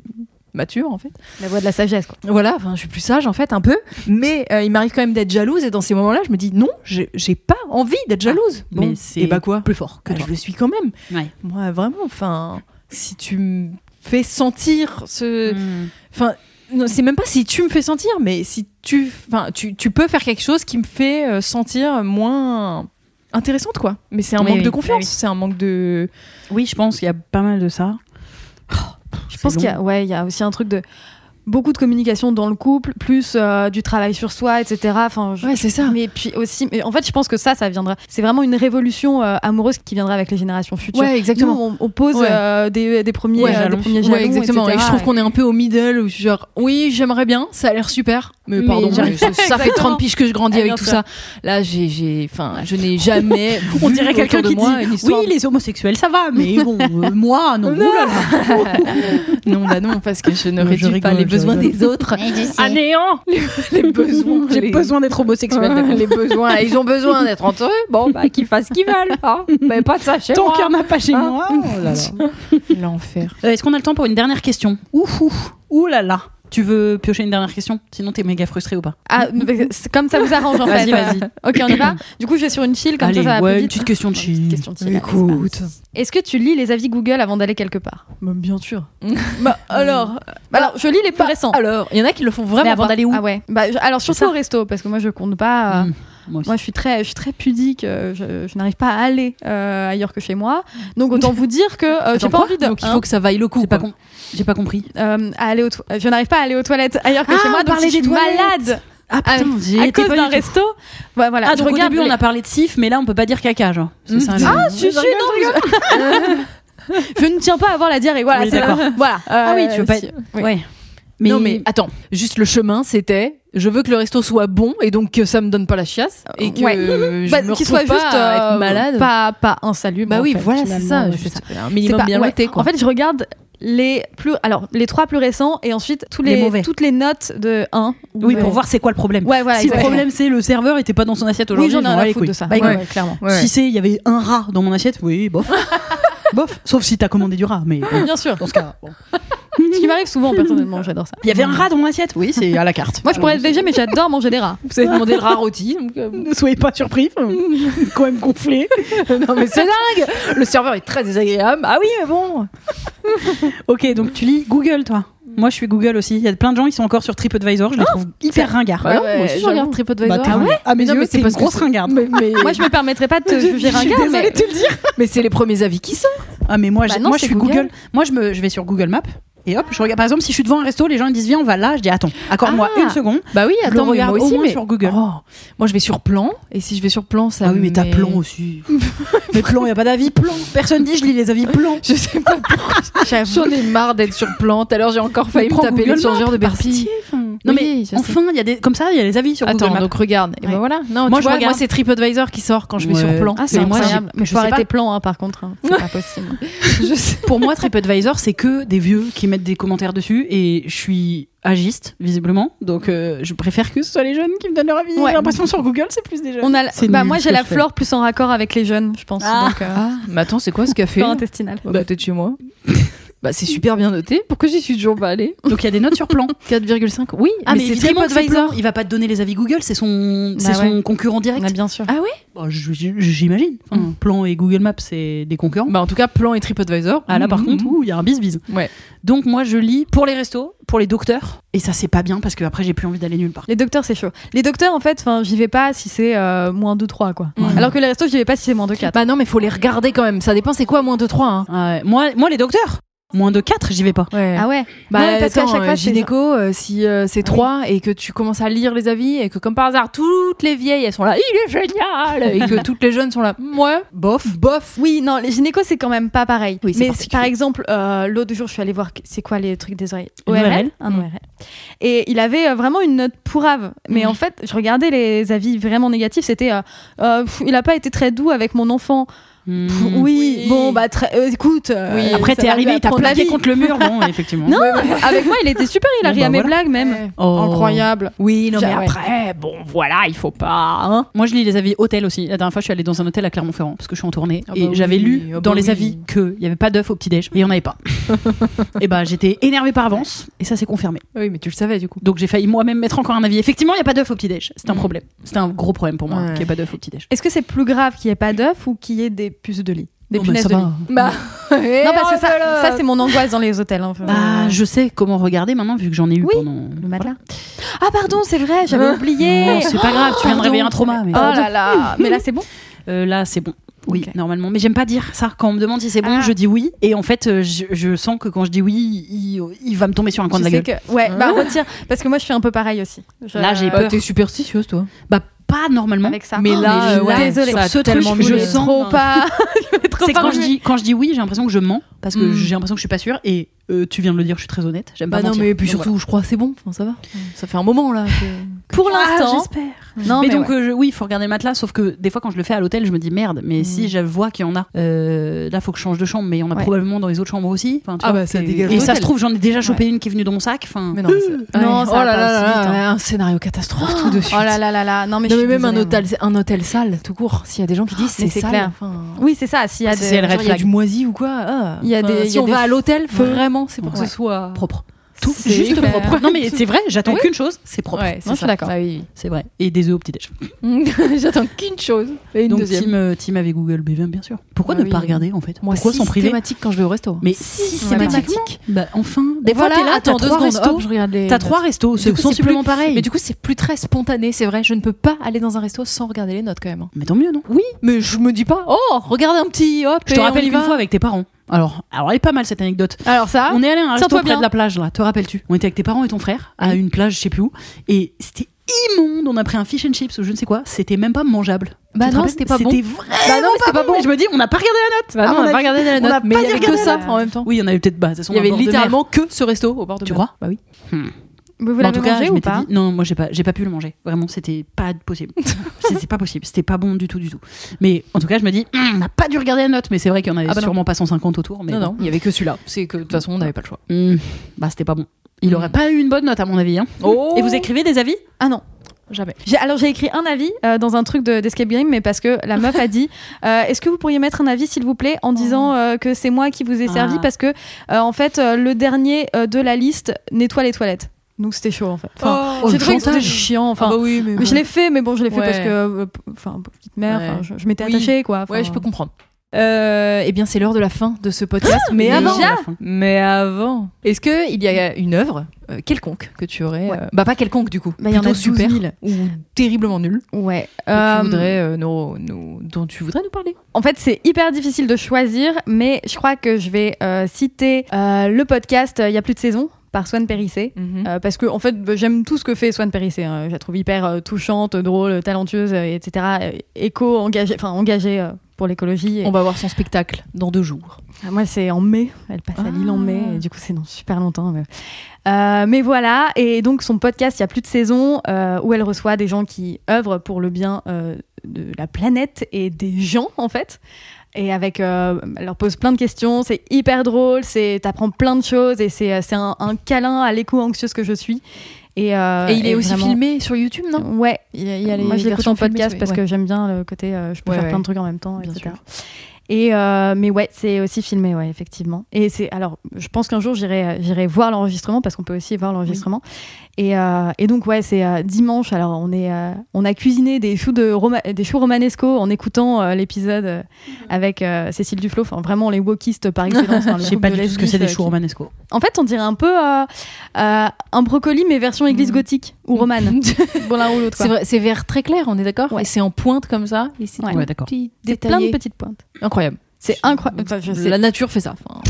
Speaker 2: mature en fait.
Speaker 5: la voie de la sagesse quoi
Speaker 2: Voilà, enfin, je suis plus sage en fait un peu, mais euh, il m'arrive quand même d'être jalouse et dans ces moments-là, je me dis non, j'ai j'ai pas envie d'être
Speaker 3: Ah,
Speaker 2: jalouse.
Speaker 3: mais
Speaker 2: Bon,
Speaker 3: c'est
Speaker 2: et bah quoi
Speaker 3: plus fort que
Speaker 2: Bah,
Speaker 3: toi.
Speaker 2: Je le suis quand même.
Speaker 3: Ouais.
Speaker 2: Moi vraiment, enfin, si tu me fais sentir ce,
Speaker 3: Mhm.
Speaker 2: enfin, non, c'est même pas si tu me fais sentir, mais si tu, enfin, tu, tu peux faire quelque chose qui me fait euh, sentir moins intéressante quoi. Mais c'est un
Speaker 3: Oui,
Speaker 2: manque
Speaker 3: oui,
Speaker 2: de
Speaker 3: oui,
Speaker 2: confiance,
Speaker 3: oui.
Speaker 2: c'est un manque de.
Speaker 3: Oui, je pense qu'il y a pas mal de ça.
Speaker 5: Je pense qu'il y, a- ouais, il y a aussi un truc de beaucoup de communication dans le couple, plus euh, du travail sur soi, etc. Enfin, je-
Speaker 2: c'est ça.
Speaker 5: Mais puis aussi, mais en fait, je pense que ça, ça viendra. C'est vraiment une révolution euh, amoureuse qui viendra avec les générations futures.
Speaker 2: Ouais, exactement.
Speaker 5: Nous, on, on pose
Speaker 2: Ouais.
Speaker 5: euh, des, des premiers,
Speaker 2: Ouais,
Speaker 5: euh, des
Speaker 3: jalons.
Speaker 5: premiers jalons,
Speaker 2: Ouais, exactement.
Speaker 5: etc.
Speaker 2: Et je trouve qu'on est un peu au middle où je suis genre, oui, j'aimerais bien, ça a l'air super, mais
Speaker 5: Mais
Speaker 2: pardon,
Speaker 5: j'arrive
Speaker 2: mais ça, ça fait 30 piges que je grandis
Speaker 5: Ah,
Speaker 2: avec
Speaker 5: bien
Speaker 2: tout
Speaker 5: sûr.
Speaker 2: ça. Là, j'ai, j'ai, enfin, je n'ai jamais.
Speaker 3: On
Speaker 2: vu
Speaker 3: dirait
Speaker 2: autour
Speaker 3: quelqu'un
Speaker 2: de
Speaker 3: qui
Speaker 2: moi
Speaker 3: dit
Speaker 2: une histoire
Speaker 3: Oui, les homosexuels, ça va, mais bon, euh, moi, non. oulala.
Speaker 2: non, bah non, parce que je ne
Speaker 3: Non, je
Speaker 2: réduis pas
Speaker 3: rigole,
Speaker 2: les
Speaker 3: je
Speaker 2: besoins
Speaker 3: rigole.
Speaker 2: des autres.
Speaker 6: À néant
Speaker 2: les besoins,
Speaker 3: J'ai
Speaker 2: les-
Speaker 3: besoin d'être homosexuel.
Speaker 2: les besoins, ils ont besoin d'être entre eux. Bon, bah qu'ils fassent ce qu'ils veulent, hein. mais pas de ça chez
Speaker 3: Tant
Speaker 2: moi.
Speaker 3: qu'il n'y en a pas chez
Speaker 2: Ah.
Speaker 3: moi. oh
Speaker 2: L'enfer.
Speaker 3: Euh, Est-ce qu'on a le temps pour une dernière question Ouf, ouf, ouh là là. Tu veux piocher une dernière question Sinon, t'es méga frustré ou pas
Speaker 5: Ah, mais c'est comme ça vous arrange en
Speaker 3: Vas-y,
Speaker 5: fait.
Speaker 3: vas-y.
Speaker 5: Ok, on y va. Du coup, je vais sur une chill comme
Speaker 3: Allez,
Speaker 5: ça, ça va
Speaker 3: ouais,
Speaker 5: plus
Speaker 3: une
Speaker 5: vite. hein.
Speaker 3: petite question de
Speaker 5: Une petite
Speaker 3: chill.
Speaker 5: question de chill, allez, c'est pas grave. Est-ce que tu lis les avis Google avant d'aller quelque part
Speaker 2: bien sûr. bah alors,
Speaker 5: Alors, je lis les plus récents.
Speaker 2: alors, il y en a qui le font vraiment
Speaker 3: Mais avant
Speaker 2: pas.
Speaker 3: d'aller où
Speaker 5: Ah ouais. Bah, je- alors surtout au resto parce que moi je compte pas. euh,
Speaker 3: Mm. Moi aussi.
Speaker 5: Moi, je suis très, je suis très pudique. euh, Je, je n'arrive pas à aller euh, ailleurs que chez moi. Donc, autant vous dire que euh, j'ai
Speaker 2: Attends,
Speaker 5: pas
Speaker 2: quoi
Speaker 5: envie de.
Speaker 2: Donc il
Speaker 5: hein,
Speaker 2: faut que ça vaille le coup.
Speaker 3: J'ai pas,
Speaker 2: quoi.
Speaker 3: com- j'ai pas compris.
Speaker 5: euh, à aller aux to- je n'arrive pas à aller aux toilettes ailleurs que
Speaker 3: Ah,
Speaker 5: chez moi.
Speaker 3: on
Speaker 5: Donc,
Speaker 3: parlait
Speaker 5: si
Speaker 3: des
Speaker 5: je suis
Speaker 3: toilettes.
Speaker 5: malade
Speaker 3: Ah
Speaker 5: à-
Speaker 3: putain, j'y
Speaker 5: à
Speaker 3: étais
Speaker 5: cause
Speaker 3: pas
Speaker 5: d'un
Speaker 3: du tout.
Speaker 5: resto, ouais, voilà.
Speaker 3: Ah,
Speaker 5: je
Speaker 3: donc au
Speaker 5: regarde
Speaker 3: début, on a parlé de sif, mais Hum. là, on peut pas dire caca, genre. C'est ça,
Speaker 2: Ah,
Speaker 3: mais-
Speaker 5: les- Si, si, non, je- Euh, je ne tiens pas à avoir la diarrhée. Voilà,
Speaker 3: Oui,
Speaker 5: c'est-
Speaker 3: d'accord.
Speaker 5: voilà. euh,
Speaker 3: Ah oui, tu veux pas-
Speaker 5: si- oui.
Speaker 3: Ouais.
Speaker 2: Non mais attends, juste le chemin c'était je veux que le resto soit bon et donc que ça me donne pas la chiasse et que
Speaker 5: Ouais.
Speaker 2: euh, je me
Speaker 5: Bah, qu'il
Speaker 2: retrouve
Speaker 5: soit
Speaker 2: pas
Speaker 5: juste
Speaker 2: à être
Speaker 5: euh,
Speaker 2: malade.
Speaker 5: pas pas insalubre.
Speaker 2: bah
Speaker 5: en
Speaker 2: oui,
Speaker 5: fait,
Speaker 2: voilà, c'est
Speaker 5: finalement,
Speaker 2: ça,
Speaker 5: ouais,
Speaker 2: juste
Speaker 5: c'est ça.
Speaker 2: un
Speaker 5: C'est
Speaker 2: minimum
Speaker 5: pas-
Speaker 2: bien
Speaker 5: ouais.
Speaker 2: noté quoi.
Speaker 5: En fait, je regarde les plus alors les trois plus récents et ensuite tous
Speaker 3: Les
Speaker 5: les,
Speaker 3: mauvais.
Speaker 5: toutes les notes de 1.
Speaker 3: Oui, pour voir c'est quoi le problème.
Speaker 5: Ouais, voilà.
Speaker 3: si le
Speaker 5: exactement.
Speaker 3: problème c'est le serveur était pas dans son assiette
Speaker 5: oui,
Speaker 3: aujourd'hui,
Speaker 5: j'en ai
Speaker 3: bon,
Speaker 5: rien
Speaker 3: allez,
Speaker 5: à foutre
Speaker 3: couille.
Speaker 5: de ça.
Speaker 3: Bah,
Speaker 5: Ouais,
Speaker 3: écoute,
Speaker 5: ouais, clairement.
Speaker 3: Si c'est il y avait un rat dans mon assiette, oui, bof. bof, sauf si t'as commandé du rat, mais bon,
Speaker 5: Bien sûr.
Speaker 3: dans ce cas. bon.
Speaker 5: Ce qui m'arrive souvent personnellement, j'adore ça.
Speaker 3: Il y avait un rat dans mon assiette, oui, c'est à la carte. Euh,
Speaker 5: Moi, je pourrais être végé, mais j'adore manger des rats.
Speaker 2: vous avez demandé le rat rôti. donc, euh,
Speaker 3: Ne soyez pas surpris, enfin, quand même gonflé.
Speaker 2: non mais c'est dingue. Le serveur est très désagréable. Ah oui, mais bon.
Speaker 3: Ok, donc tu lis Google, toi. Moi, je suis Google aussi. Il y a plein de gens, ils sont encore sur TripAdvisor. Je les trouve hyper ringards.
Speaker 2: Bah
Speaker 3: Ouais,
Speaker 2: Oh, ouais,
Speaker 3: moi aussi, je regarde.
Speaker 2: j'avoue. Bah,
Speaker 3: Bah, t'es
Speaker 2: t'as-
Speaker 3: ringard. À mes
Speaker 2: Mais non,
Speaker 3: yeux,
Speaker 2: mais c'est
Speaker 3: c'est une
Speaker 2: parce que
Speaker 3: grosse
Speaker 2: c'est-
Speaker 3: ringarde.
Speaker 2: Mais, mais-
Speaker 5: Moi, je me permettrais pas de te juger
Speaker 3: Je suis
Speaker 5: ringard,
Speaker 3: désolée
Speaker 5: mais
Speaker 3: de te le dire.
Speaker 2: mais c'est les premiers avis qui sortent.
Speaker 3: Ah mais moi,
Speaker 2: Bah
Speaker 3: j'ai-
Speaker 2: non,
Speaker 3: moi je
Speaker 2: c'est
Speaker 3: suis Google.
Speaker 2: Google.
Speaker 3: Moi je me je vais sur Google Maps et hop, je regarde par exemple si je suis devant un resto, les gens ils disent viens, on va là, je dis attends, accorde-moi
Speaker 2: Ah.
Speaker 3: une seconde.
Speaker 2: Bah oui,
Speaker 3: Je le
Speaker 2: attends, mais
Speaker 3: regarde
Speaker 2: moi
Speaker 3: au
Speaker 2: aussi
Speaker 3: moins
Speaker 2: mais
Speaker 3: sur Google.
Speaker 2: Oh, moi je vais sur plan et si je vais sur plan
Speaker 3: Ah
Speaker 2: ça me met-
Speaker 3: aussi. mais plan, y a pas d'avis plan. Personne dit je lis les avis plan.
Speaker 2: Je sais pas pourquoi. J'en ai marre d'être sur plan. Tout à l'heure, j'ai encore failli me
Speaker 3: prends
Speaker 2: taper
Speaker 3: Google
Speaker 2: le changeur de
Speaker 3: Maps, par
Speaker 2: Bercy.
Speaker 3: pitié, enfin. Non
Speaker 2: Oui, je
Speaker 3: mais enfin, il y a des comme ça, il y a les avis sur Google
Speaker 2: Attends,
Speaker 3: Maps.
Speaker 2: donc regarde. Et
Speaker 3: Ouais.
Speaker 2: ben voilà. Non,
Speaker 3: Moi, je
Speaker 2: tu vois,
Speaker 3: regarde.
Speaker 2: moi c'est TripAdvisor qui sort quand je vais
Speaker 3: Ouais.
Speaker 2: sur plan.
Speaker 5: Ah, c'est
Speaker 2: Mais moi,
Speaker 5: incroyable.
Speaker 3: je
Speaker 5: Mais je
Speaker 3: sais
Speaker 5: faut arrêter
Speaker 3: pas. Bah,
Speaker 5: plan, hein, par contre. hein. C'est pas possible.
Speaker 2: j'ai- je sais.
Speaker 3: Pour moi, TripAdvisor, c'est que des vieux qui mettent des commentaires dessus et je suis agiste, visiblement. Donc, euh, je préfère que ce soit les jeunes qui me donnent leur avis.
Speaker 5: Ouais.
Speaker 3: J'ai l'impression sur Google, c'est plus des jeunes.
Speaker 5: On a, la-
Speaker 3: C'est
Speaker 5: bah,
Speaker 3: nul,
Speaker 5: moi,
Speaker 3: ce
Speaker 5: j'ai
Speaker 3: que
Speaker 5: la
Speaker 3: je fais.
Speaker 5: flore plus en raccord avec les jeunes, je pense.
Speaker 3: Ah.
Speaker 5: Donc, euh,
Speaker 2: Ah, mais attends, c'est quoi ce café
Speaker 5: flore intestinale.
Speaker 2: À côté de chez moi. Bah c'est super bien noté. Pourquoi j'y suis toujours pas allée
Speaker 3: Donc, il y a des notes sur plan.
Speaker 2: 4,5. Oui,
Speaker 3: Ah mais,
Speaker 2: c'est
Speaker 3: évidemment que
Speaker 2: TripAdvisor.
Speaker 3: Fablan, il va pas te donner les avis Google, c'est son, c'est
Speaker 5: Bah
Speaker 3: son concurrent direct. Mm.
Speaker 5: Ah, bien sûr.
Speaker 2: Ah ouais
Speaker 3: Bah, j- j- J'imagine. Enfin, Plan et Google Maps, c'est des concurrents.
Speaker 2: Bah en tout cas, plan et TripAdvisor.
Speaker 3: Ah là par
Speaker 2: Mhm.
Speaker 3: contre, ouh, il y a un bis-bis.
Speaker 2: Ouais.
Speaker 3: Donc moi je lis pour les restos, pour les docteurs, et ça c'est pas bien parce que après j'ai plus envie d'aller nulle part.
Speaker 5: Les docteurs, c'est chaud. Les docteurs, en fait, enfin, j'y vais pas si c'est euh, moins 2-3, quoi.
Speaker 3: Ouais.
Speaker 5: Alors que les restos, j'y vais pas si c'est moins 2-4.
Speaker 2: Bah non, mais faut les regarder quand même. Ça dépend c'est quoi moins de 3 hein.
Speaker 3: Ah ouais. moi, moi les docteurs, moins de 4 j'y vais pas.
Speaker 2: Ouais.
Speaker 5: Ah ouais
Speaker 2: Bah,
Speaker 5: Non, mais parce qu'à
Speaker 2: attends,
Speaker 5: chaque
Speaker 2: euh,
Speaker 5: fois, c'est-
Speaker 2: gynéco, euh, si euh, c'est 3 et que tu commences à lire les avis et que comme par hasard toutes les vieilles elles sont là, il est génial et que toutes les jeunes sont là, moi
Speaker 3: Bof.
Speaker 2: bof.
Speaker 5: Oui, non, les gynécos, c'est quand même pas pareil.
Speaker 2: Oui, c'est
Speaker 5: Mais
Speaker 2: particulier.
Speaker 5: par exemple, euh, l'autre jour, je suis allée voir, que- c'est quoi les trucs des oreilles
Speaker 3: Une ORL.
Speaker 5: Un ORL. Et il avait euh, vraiment une note pourrave. Mais en fait, je regardais les avis vraiment négatifs. C'était, euh, euh, pff, il a pas été très doux avec mon enfant. Pff,
Speaker 3: Mmh.
Speaker 5: oui, bon, bah, très- euh, écoute. euh,
Speaker 2: Oui.
Speaker 3: Après
Speaker 5: ça
Speaker 3: t'es
Speaker 5: va lui
Speaker 3: arrivé, t'as
Speaker 5: apprendre la
Speaker 3: plaqué
Speaker 5: vie.
Speaker 3: contre le mur, bon effectivement.
Speaker 5: Non, avec moi, il était super, il a
Speaker 3: Bon,
Speaker 5: ri
Speaker 3: bah,
Speaker 5: à mes
Speaker 3: voilà.
Speaker 5: blagues même.
Speaker 3: Oh.
Speaker 2: Incroyable. Oui, non
Speaker 5: J'ai- ouais.
Speaker 2: après bon voilà, il faut pas hein.
Speaker 3: Moi, je lis les avis hôtels aussi. La dernière fois, je suis allée dans un hôtel à Clermont-Ferrand parce que je suis en tournée
Speaker 2: Ah
Speaker 3: et
Speaker 2: bah oui,
Speaker 3: j'avais lu
Speaker 2: ah bah
Speaker 3: dans les
Speaker 2: oui.
Speaker 3: avis qu'il n'y avait pas d'œufs au petit-déj et il n'y en avait pas. et bah, j'étais énervée par avance et ça s'est confirmé.
Speaker 2: Oui, mais tu le savais du coup.
Speaker 3: Donc, j'ai failli moi-même mettre encore un avis. Effectivement, il n'y a pas d'œufs au petit-déj. C'est un problème. C'est un gros problème pour moi
Speaker 2: Ouais.
Speaker 3: qu'il n'y ait pas d'œufs au petit-déj.
Speaker 5: Est-ce que c'est plus grave qu'il n'y ait pas d'œufs ou qu'il y ait des puces de lit Des
Speaker 3: Oh, bah,
Speaker 5: punaises
Speaker 3: ça
Speaker 5: de
Speaker 3: va.
Speaker 5: lit
Speaker 2: Bah
Speaker 5: Non, parce que ça, ça c'est mon angoisse dans les hôtels. hein. Enfin,
Speaker 3: Bah, je sais comment regarder maintenant vu que j'en ai eu
Speaker 5: Oui.
Speaker 3: pendant.
Speaker 5: le matelas. Ah, pardon, c'est vrai, j'avais oublié.
Speaker 3: Hein Non, c'est pas grave, tu viens de
Speaker 5: Pardon.
Speaker 3: réveiller un trauma. Mais
Speaker 5: Oh là là, mais là c'est bon.
Speaker 3: Euh, là, c'est bon. Oui,
Speaker 5: Ok.
Speaker 3: normalement. Mais j'aime pas dire ça. Quand on me demande si c'est bon,
Speaker 5: Ah.
Speaker 3: je dis oui. Et en fait, euh, je, je sens que quand je dis oui, il, il va me tomber sur un coin
Speaker 5: Je
Speaker 3: de la
Speaker 5: sais
Speaker 3: gueule. Ah.
Speaker 5: que, ouais, bah retire, parce que moi je fais un peu pareil aussi. Je-
Speaker 3: Là, j'ai
Speaker 2: bah,
Speaker 3: peur.
Speaker 2: t'es superstitieuse toi.
Speaker 3: Bah, pas normalement.
Speaker 5: avec ça. Ah,
Speaker 2: Mais là,
Speaker 5: mais
Speaker 2: euh, ouais,
Speaker 5: désolée.
Speaker 2: ça a
Speaker 3: Sur ce truc,
Speaker 2: tellement
Speaker 3: je
Speaker 5: je
Speaker 2: mis-
Speaker 5: l'ai
Speaker 3: sens-
Speaker 5: trop pas. je l'ai trop
Speaker 3: C'est
Speaker 5: pas
Speaker 3: quand je
Speaker 5: remis.
Speaker 3: dis quand je dis oui, j'ai l'impression que je mens parce que
Speaker 5: Hmm.
Speaker 2: Mm.
Speaker 3: j'ai l'impression que je suis pas sûre et euh, tu viens de le dire, je suis très honnête. J'aime
Speaker 2: Bah
Speaker 3: pas
Speaker 2: non,
Speaker 3: mentir.
Speaker 2: mais puis
Speaker 3: Donc
Speaker 2: surtout, je crois c'est bon, enfin, ça va. Ça fait un moment là. que-
Speaker 5: pour
Speaker 3: voilà. Ah,
Speaker 5: l'instant. non,
Speaker 3: mais,
Speaker 5: Ah, mais,
Speaker 3: donc
Speaker 5: ouais.
Speaker 3: euh, je- oui, il faut regarder le matelas. Sauf que des fois, quand je le fais à l'hôtel, je me dis merde. Mais si je vois qu'il y en a, euh, là, faut que je change de chambre. Mais il y en a
Speaker 5: Ouais.
Speaker 3: probablement dans les autres chambres aussi. Enfin, tu
Speaker 2: Ah
Speaker 3: vois,
Speaker 2: bah, ça
Speaker 3: c'est-
Speaker 2: dégage
Speaker 3: Et ça
Speaker 2: l'hôtel.
Speaker 3: se trouve, j'en ai déjà chopé une qui est venue dans mon sac. Enfin,
Speaker 2: Mais non, mais c'est-
Speaker 5: Non,
Speaker 2: Ouais.
Speaker 5: ça
Speaker 2: oh
Speaker 5: va
Speaker 2: là
Speaker 5: pas
Speaker 2: là
Speaker 5: aussi
Speaker 2: là
Speaker 5: vite, hein.
Speaker 2: là, un scénario catastrophe tout de suite.
Speaker 5: Oh là là là là, non mais,
Speaker 2: non, mais
Speaker 5: je suis
Speaker 2: même un
Speaker 5: désolée,
Speaker 2: hôtel, c'est un hôtel sale, tout court. S'il y a des gens qui disent
Speaker 5: mais
Speaker 2: c'est
Speaker 5: c'est
Speaker 2: sale,
Speaker 5: clair.
Speaker 2: enfin,
Speaker 5: moi. Oui, c'est ça, s'il y a
Speaker 3: Ça, c'est
Speaker 5: des
Speaker 3: la red
Speaker 2: genre, il y a
Speaker 3: flag.
Speaker 2: du moisi ou quoi. ah.
Speaker 5: Il y a
Speaker 2: Enfin,
Speaker 5: des- il y
Speaker 2: si
Speaker 5: a
Speaker 2: on
Speaker 5: des
Speaker 2: va à l'hôtel,
Speaker 5: feux.
Speaker 2: vraiment, c'est pour que
Speaker 5: Ouais.
Speaker 2: ce soit
Speaker 3: propre. tout.
Speaker 5: C'est
Speaker 3: Juste
Speaker 5: hyper-
Speaker 3: propre. Non, mais c'est vrai, j'attends
Speaker 2: Oui.
Speaker 3: qu'une chose, c'est propre.
Speaker 2: Ouais,
Speaker 5: Non, je suis d'accord.
Speaker 2: Bah oui,
Speaker 3: C'est vrai. Et désolé au petit déj.
Speaker 2: oui. J'attends qu'une chose. Et une
Speaker 3: Donc,
Speaker 2: deuxième.
Speaker 3: team, euh, team avec Google BVM, bien sûr. Pourquoi
Speaker 2: Bah
Speaker 3: ne
Speaker 2: oui.
Speaker 3: pas regarder en fait
Speaker 2: Moi,
Speaker 3: Pourquoi s'en priver
Speaker 2: systématique quand je vais au resto.
Speaker 3: Mais
Speaker 2: si,
Speaker 3: systématique. Bah, enfin. Des
Speaker 2: voilà,
Speaker 3: fois, t'es là,
Speaker 2: attends
Speaker 3: t'as
Speaker 2: deux
Speaker 3: trois
Speaker 2: secondes.
Speaker 3: restos.
Speaker 2: hop, je regarde les.
Speaker 3: T'as trois restos,
Speaker 2: Du
Speaker 3: c'est
Speaker 2: coup, c'est
Speaker 3: sensiblement
Speaker 2: plus-
Speaker 3: pareil.
Speaker 2: Mais du coup, c'est plus très spontané, c'est vrai. Je ne peux pas aller dans un resto sans regarder les notes quand même.
Speaker 3: Mais tant mieux, non
Speaker 2: Oui, mais je me dis pas. Oh, regarde un petit. Hop,
Speaker 3: Je te rappelle une fois avec tes parents. Alors, alors elle est pas mal cette anecdote.
Speaker 5: Alors
Speaker 2: Ah,
Speaker 5: ça,
Speaker 3: on est allé à un resto
Speaker 5: tiens-toi
Speaker 3: près
Speaker 5: bien.
Speaker 3: de la plage là, te rappelles-tu On était avec tes parents et ton frère à une plage, je sais plus où, et c'était immonde. On a pris un fish and chips ou je ne sais quoi, c'était même pas mangeable.
Speaker 2: Bah
Speaker 3: Tu te
Speaker 2: non,
Speaker 3: rappelles
Speaker 2: c'était pas bon.
Speaker 3: C'était vraiment
Speaker 2: Bah non, c'était
Speaker 3: pas bon. Et je me dis, on n'a pas regardé la note.
Speaker 2: Bah non, on a pas regardé la note,
Speaker 3: a
Speaker 2: mais
Speaker 3: pas
Speaker 2: il y avait que
Speaker 3: regardé
Speaker 2: ça
Speaker 3: la-
Speaker 2: en même temps.
Speaker 3: Oui, il y en avait peut-être pas. De toute façon,
Speaker 2: Il y
Speaker 3: un
Speaker 2: avait
Speaker 3: bord de mer.
Speaker 2: littément que ce resto au bord de
Speaker 3: Tu
Speaker 2: mer.
Speaker 3: crois
Speaker 2: Bah oui.
Speaker 5: vous
Speaker 3: Bah,
Speaker 5: l'avez mangé
Speaker 3: je
Speaker 5: ou
Speaker 3: m'étais
Speaker 5: pas
Speaker 3: dit- non, moi j'ai pas, j'ai pas pu le manger. Vraiment, c'était pas possible. c'était pas possible. C'était pas bon du tout, du tout. Mais en tout cas, je me dis, Hum, on n'a pas dû regarder la note. Mais c'est vrai qu'il y en avait
Speaker 2: Ah bah non.
Speaker 3: sûrement pas 150 autour. Mais
Speaker 2: non,
Speaker 3: bon.
Speaker 2: non, il y avait que celui-là. C'est que de toute façon, on n'avait pas le choix.
Speaker 3: Hum, bah c'était pas bon. Il aurait pas eu une bonne note à mon avis. hein.
Speaker 2: Hmm. Oh
Speaker 3: Et vous écrivez des avis
Speaker 5: Ah non.
Speaker 2: Jamais.
Speaker 5: J'ai- alors j'ai écrit un avis euh, dans un truc de- d'escape game, mais parce que la meuf a dit euh, Est-ce que vous pourriez mettre un avis s'il vous plaît en disant euh, que c'est moi qui vous ai servi
Speaker 3: Oh. Ah.
Speaker 5: parce que euh, en fait euh, le dernier euh, de la liste nettoie les toilettes. Donc c'était chaud en fait. Enfin,
Speaker 2: Oh,
Speaker 5: j'ai
Speaker 2: le
Speaker 5: trouvé que c'était
Speaker 2: chantage.
Speaker 5: chiant. Enfin,
Speaker 2: Ah bah oui, mais.
Speaker 5: mais je l'ai fait, mais bon je l'ai fait
Speaker 2: Ouais.
Speaker 5: parce que euh, p- enfin petite mère,
Speaker 2: Ouais.
Speaker 5: enfin, je, je m'étais
Speaker 2: Oui.
Speaker 5: attachée quoi. Enfin,
Speaker 2: Ouais, je peux comprendre. Euh, eh bien, c'est l'heure de la fin de ce podcast. mais
Speaker 3: Déjà
Speaker 2: avant,
Speaker 3: La fin.
Speaker 2: Mais avant, est-ce que il y a une œuvre euh, quelconque que tu aurais,
Speaker 5: Ouais.
Speaker 2: euh, bah pas quelconque du coup,
Speaker 5: Bah, il y en
Speaker 2: plutôt
Speaker 5: a 12
Speaker 2: super
Speaker 5: 000.
Speaker 2: ou terriblement nulle,
Speaker 5: Ouais.
Speaker 2: que
Speaker 5: Euh,
Speaker 2: tu voudrais, euh, nous- nous- dont tu voudrais nous parler
Speaker 5: En fait, c'est hyper difficile de choisir, mais je crois que je vais euh, citer euh, le podcast Il y a plus de saison par Swan Périssé.
Speaker 2: Mhm.
Speaker 5: Euh, parce que en fait bah, j'aime tout ce que fait Swan Périssé hein. je la trouve hyper euh, touchante drôle talentueuse euh, etc euh, éco engagée enfin engagée euh, pour l'écologie et-
Speaker 2: On va voir son spectacle dans deux jours.
Speaker 5: Ah, moi c'est en mai elle passe à Lille en
Speaker 2: Ah.
Speaker 5: mai et du coup c'est dans super longtemps mais... Euh, mais voilà et donc son podcast il y a plus de saison euh, où elle reçoit des gens qui œuvrent pour le bien euh, de la planète et des gens en fait et avec, euh, elle leur pose plein de questions, c'est hyper drôle, c'est t'apprends plein de choses et c'est euh, c'est un, un câlin à l'écho anxieuse que je suis. Et, euh,
Speaker 2: et il est aussi
Speaker 5: vraiment-
Speaker 2: filmé sur YouTube, non
Speaker 5: Ouais,
Speaker 2: il y a, il y a les
Speaker 5: moi je l'écoute
Speaker 2: versions
Speaker 5: en
Speaker 2: filmées,
Speaker 5: podcast
Speaker 2: oui.
Speaker 5: parce
Speaker 2: Ouais.
Speaker 5: que j'aime bien le côté euh, je peux
Speaker 2: Ouais,
Speaker 5: faire
Speaker 2: ouais.
Speaker 5: plein de trucs en même temps,
Speaker 2: Bien
Speaker 5: etc.
Speaker 2: sûr.
Speaker 5: Et euh, mais ouais, c'est aussi filmé, ouais, effectivement. Et c'est alors, je pense qu'un jour j'irai euh, j'irai voir l'enregistrement parce qu'on peut aussi voir l'enregistrement. Et, euh, et donc ouais, c'est euh, dimanche. Alors on est euh, on a cuisiné des choux de Roma- des choux romanesco en écoutant euh, l'épisode euh, avec euh, Cécile Duflo. Enfin vraiment les wokistes par excellence. hein, le
Speaker 3: Je sais
Speaker 5: groupe
Speaker 3: pas
Speaker 5: de
Speaker 3: du tout ce que c'est
Speaker 5: lesbiennes,
Speaker 3: des
Speaker 5: euh,
Speaker 3: choux
Speaker 5: qui-
Speaker 3: romanesco.
Speaker 5: En fait, on dirait un peu euh, euh, un brocoli mais version
Speaker 2: Mm.
Speaker 5: église gothique ou romane. bon l'un ou l'autre. quoi.
Speaker 2: C'est vrai, c'est vert très clair, on est d'accord
Speaker 5: Ouais.
Speaker 2: Et c'est en pointe comme ça. Et c'est
Speaker 5: Ouais.
Speaker 2: tout
Speaker 3: Ouais, d'accord.
Speaker 2: petit,
Speaker 5: C'est plein de
Speaker 2: détaillé.
Speaker 5: petites pointes.
Speaker 2: Incroyable.
Speaker 5: C'est incroyable.
Speaker 2: Ah,
Speaker 5: Enfin, je sais.
Speaker 2: La nature fait ça. enfin,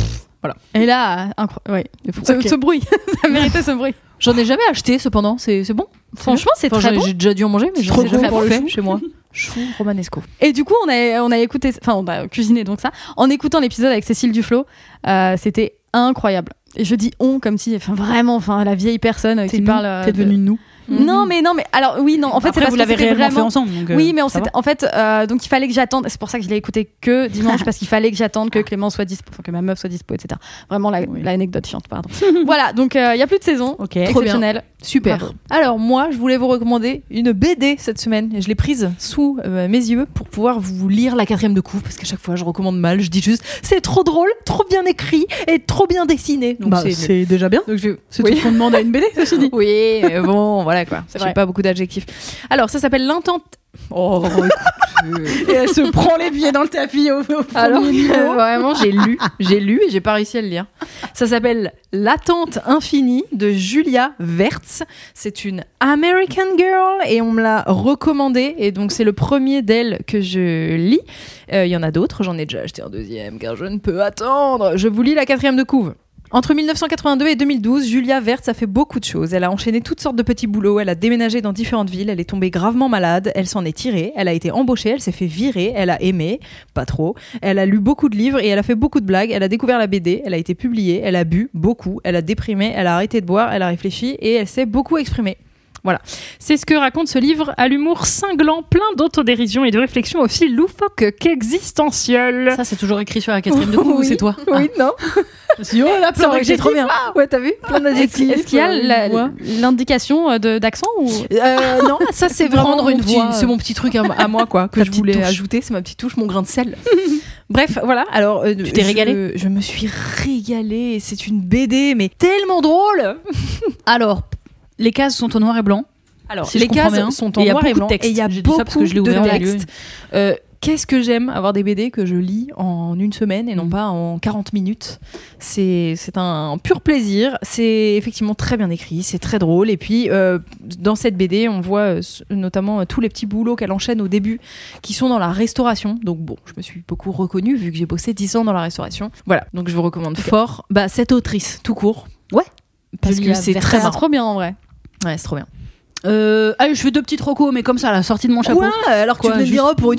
Speaker 5: Et là, incroyable. Ouais.
Speaker 2: c'est fou.
Speaker 5: Ce,
Speaker 2: Ok.
Speaker 5: ce bruit, ça méritait ce bruit.
Speaker 2: J'en ai jamais acheté, cependant. C'est c'est bon
Speaker 5: Franchement, c'est
Speaker 2: Enfin, j'en
Speaker 5: très
Speaker 2: ai-
Speaker 5: bon.
Speaker 2: J'ai déjà dû en manger, mais je
Speaker 5: Trop
Speaker 2: sais
Speaker 5: bon
Speaker 2: jamais
Speaker 5: pour le
Speaker 2: fait
Speaker 5: chou.
Speaker 2: chez moi. Chou romanesco.
Speaker 5: Et du coup, on a, on a écouté, enfin, on a cuisiné donc ça. En écoutant l'épisode avec Cécile Duflo, euh, c'était incroyable. Et je dis on comme si, enfin, vraiment, enfin, la vieille personne euh, qui parle. euh,
Speaker 3: T'es
Speaker 5: de-
Speaker 3: devenu nous.
Speaker 5: Non, mais non, mais alors oui, non. En fait,
Speaker 3: Après,
Speaker 5: c'est parce
Speaker 3: vous
Speaker 5: que
Speaker 3: l'avez
Speaker 5: c'était
Speaker 3: réellement fait
Speaker 5: vraiment-
Speaker 3: ensemble. donc, euh,
Speaker 5: Oui, mais on
Speaker 3: ça
Speaker 5: s'était-
Speaker 3: va.
Speaker 5: en fait, euh, donc il fallait que j'attende. C'est pour ça que je l'ai écouté que dimanche, parce qu'il fallait que j'attende que Clément soit dispo, enfin, que ma meuf soit dispo, etc. Vraiment la-
Speaker 3: Ah. Oui.
Speaker 5: l'anecdote chiante, pardon. voilà, donc euh, il y n'y a plus de saison.
Speaker 3: Ok.
Speaker 2: Trop bien.
Speaker 5: Exceptionnel.
Speaker 2: Super.
Speaker 5: Bravo.
Speaker 2: Alors moi, je voulais vous recommander une BD cette semaine. Et Je l'ai prise sous euh, mes yeux pour pouvoir vous lire la quatrième de couve parce qu'à chaque fois, je recommande mal. Je dis juste, c'est trop drôle, trop bien écrit et trop bien dessiné. Donc
Speaker 3: Bah,
Speaker 2: c'est nul.
Speaker 3: c'est déjà bien.
Speaker 2: Donc je-
Speaker 3: C'est
Speaker 2: Oui.
Speaker 3: tout ce qu'on demande à une BD, ceci dit.
Speaker 2: Oui, mais bon, voilà quoi. J'ai
Speaker 5: vrai.
Speaker 2: pas beaucoup d'adjectifs. Alors ça s'appelle l'intente. Oh, écoute.
Speaker 3: Et elle se prend les pieds dans le tapis au, au
Speaker 2: Alors
Speaker 3: premier
Speaker 2: que,
Speaker 3: niveau.
Speaker 2: vraiment, j'ai lu, j'ai lu et j'ai pas réussi à le lire. Ça s'appelle L'attente infinie de Julia Vertz. C'est une American Girl et on me l'a recommandé et donc c'est le premier d'elle que je lis. Euh, Il y en a d'autres, j'en ai déjà acheté un deuxième car je ne peux attendre. Je vous lis la quatrième de couve. Entre 1982 et 2012, Julia Vertz a fait beaucoup de choses. Elle a enchaîné toutes sortes de petits boulots, elle a déménagé dans différentes villes, elle est tombée gravement malade, elle s'en est tirée, elle a été embauchée, elle s'est fait virer, elle a aimé, pas trop, elle a lu beaucoup de livres et elle a fait beaucoup de blagues, elle a découvert la BD, elle a été publiée, elle a bu beaucoup, elle a déprimé, elle a arrêté de boire, elle a réfléchi et elle s'est beaucoup exprimée.
Speaker 6: C'est ce que raconte ce livre à l'humour cinglant, plein d'autodérision et de réflexion aussi loufoque qu'existentielle.
Speaker 3: Ça, c'est toujours écrit sur la quatrième de coup,
Speaker 2: Oui.
Speaker 3: c'est toi.
Speaker 2: Oui, non
Speaker 3: Ah, si, oh là,
Speaker 2: C'est
Speaker 3: plein
Speaker 2: vrai que j'ai
Speaker 3: d'adjectifs.
Speaker 2: trop bien. Ouais, t'as vu Plein
Speaker 5: Ah. Est-ce
Speaker 2: d'adjectifs.
Speaker 5: est-ce qu'il y a la- l'indication euh, de- d'accent ou
Speaker 2: Euh, non, ça c'est vraiment
Speaker 5: Prendre
Speaker 2: mon
Speaker 5: une
Speaker 2: petit-
Speaker 5: voix, euh.
Speaker 2: C'est mon petit truc à, à moi quoi que
Speaker 3: Ta
Speaker 2: je
Speaker 3: petite
Speaker 2: voulais
Speaker 3: touche.
Speaker 2: ajouter. C'est ma petite touche, mon grain de sel. Bref, voilà. Alors, euh,
Speaker 7: Tu t'es
Speaker 2: je-
Speaker 7: régalée
Speaker 2: Je me suis régalée. C'est une BD, mais tellement drôle.
Speaker 3: Ah. Alors, les cases sont en noir et blanc.
Speaker 2: Alors,
Speaker 3: Si je
Speaker 2: les
Speaker 3: comprends
Speaker 2: cases
Speaker 3: bien,
Speaker 2: sont en
Speaker 3: et il y a
Speaker 2: noir et
Speaker 3: beaucoup de
Speaker 2: blanc
Speaker 3: textes.
Speaker 2: et il y a
Speaker 3: J'ai dit
Speaker 2: beaucoup
Speaker 3: ça parce que je l'ai
Speaker 2: de
Speaker 3: ouvert, je l'ai lu.
Speaker 2: textes. Euh, Qu'est-ce que j'aime avoir des BD que je lis en une semaine et non
Speaker 3: Mm.
Speaker 2: pas en 40 minutes. C'est c'est un pur plaisir. C'est effectivement très bien écrit, c'est très drôle. Et puis, euh, dans cette BD, on voit euh, s- notamment euh, tous les petits boulots qu'elle enchaîne au début qui sont dans la restauration. Donc bon, je me suis beaucoup reconnue vu que j'ai bossé 10 ans dans la restauration. Voilà, donc je vous recommande fort bah, cette autrice, tout court.
Speaker 3: Ouais.
Speaker 2: Parce
Speaker 3: Julia
Speaker 2: que c'est
Speaker 3: Versailles.
Speaker 2: très
Speaker 5: Ça va
Speaker 2: marrant.
Speaker 5: trop bien en vrai.
Speaker 2: Ouais, c'est trop bien.
Speaker 3: Euh, allez, je fais deux petits trocos, mais comme ça, à la sortie de mon chapeau.
Speaker 2: Alors
Speaker 3: Quoi, juste-
Speaker 2: oh, pour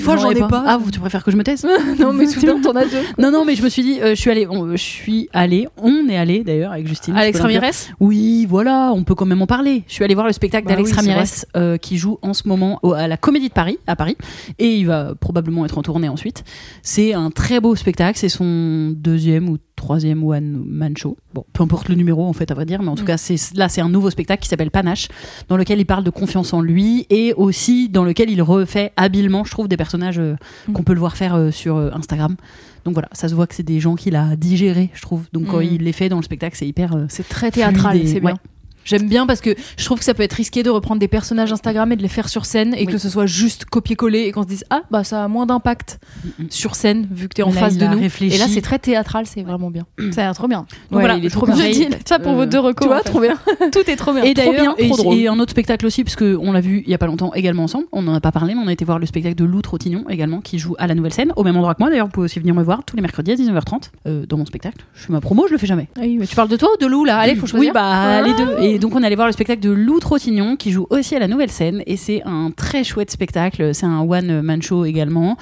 Speaker 3: Ah, vous, tu préfères que je me taise
Speaker 2: non, mais soudain, t'en as deux.
Speaker 3: Non, non, mais je me suis dit, euh, je suis allée, on, je suis allée, on est allé d'ailleurs avec Justine.
Speaker 2: Alex
Speaker 3: je peux le dire.
Speaker 2: Ramirez
Speaker 3: Oui, voilà, on peut quand même en parler. Je suis allée voir le spectacle
Speaker 2: Bah
Speaker 3: d'Alex
Speaker 2: oui, c'est
Speaker 3: Ramirez
Speaker 2: vrai.
Speaker 3: euh, qui joue en ce moment au- à la Comédie de Paris, à Paris, et il va probablement être en tournée ensuite. C'est un très beau spectacle, c'est son deuxième ou troisième one-man show. Bon, peu importe le numéro en fait, à vrai dire, mais
Speaker 2: Mm.
Speaker 3: en tout cas, c'est, là, c'est un nouveau spectacle qui s'appelle Panache, dans lequel il parle de confiance en lui et aussi dans lequel il refait habilement, je trouve, des personnages euh,
Speaker 2: Mm.
Speaker 3: qu'on peut le voir faire euh, sur euh, Instagram. Donc voilà, ça se voit que c'est des gens qu'il a digérés, je trouve. Donc quand
Speaker 2: Mm.
Speaker 3: il les fait dans le spectacle, c'est hyper. euh,
Speaker 2: C'est très théâtral,
Speaker 3: Fluide et-
Speaker 2: c'est bien.
Speaker 3: ouais.
Speaker 2: J'aime bien parce que je trouve que ça peut être risqué de reprendre des personnages Instagram et de les faire sur scène et
Speaker 3: Oui.
Speaker 2: que ce soit juste copier-coller et qu'on se dise ah bah ça a moins d'impact
Speaker 3: Mm-mm.
Speaker 2: sur scène vu que t'es en
Speaker 3: Là,
Speaker 2: face
Speaker 3: il
Speaker 2: de
Speaker 3: a
Speaker 2: nous.
Speaker 3: réfléchi.
Speaker 2: Et là c'est très théâtral, c'est vraiment bien.
Speaker 5: Ça a l'air trop bien.
Speaker 2: Donc
Speaker 3: voilà,
Speaker 2: il est
Speaker 3: je
Speaker 2: trop
Speaker 3: vous
Speaker 2: bien.
Speaker 3: Pareil,
Speaker 5: Je dis ça pour
Speaker 3: euh,
Speaker 5: vos deux recos.
Speaker 2: Tu vois,
Speaker 5: en fait.
Speaker 2: trop bien.
Speaker 5: Tout est trop bien.
Speaker 3: Et
Speaker 5: Trop bien,
Speaker 3: d'ailleurs, et,
Speaker 5: trop drôle.
Speaker 3: et un autre spectacle aussi, parce que on l'a vu il y a pas longtemps également ensemble. On n'en a pas parlé, mais on a été voir le spectacle de Lou Trottignon également, qui joue à la Nouvelle Scène, au même endroit que moi. D'ailleurs, vous pouvez aussi venir me voir tous les mercredis à 19h30 euh, dans mon spectacle. Je fais ma promo, je le fais jamais.
Speaker 2: tu parles de toi ou de Lou là Allez, faut
Speaker 3: Oui,
Speaker 2: choisir. Ah.
Speaker 3: bah les deux. Et donc on allait voir le spectacle de Lou Trottignon qui joue aussi à la Nouvelle Scène et c'est un très chouette spectacle. C'est un one man show également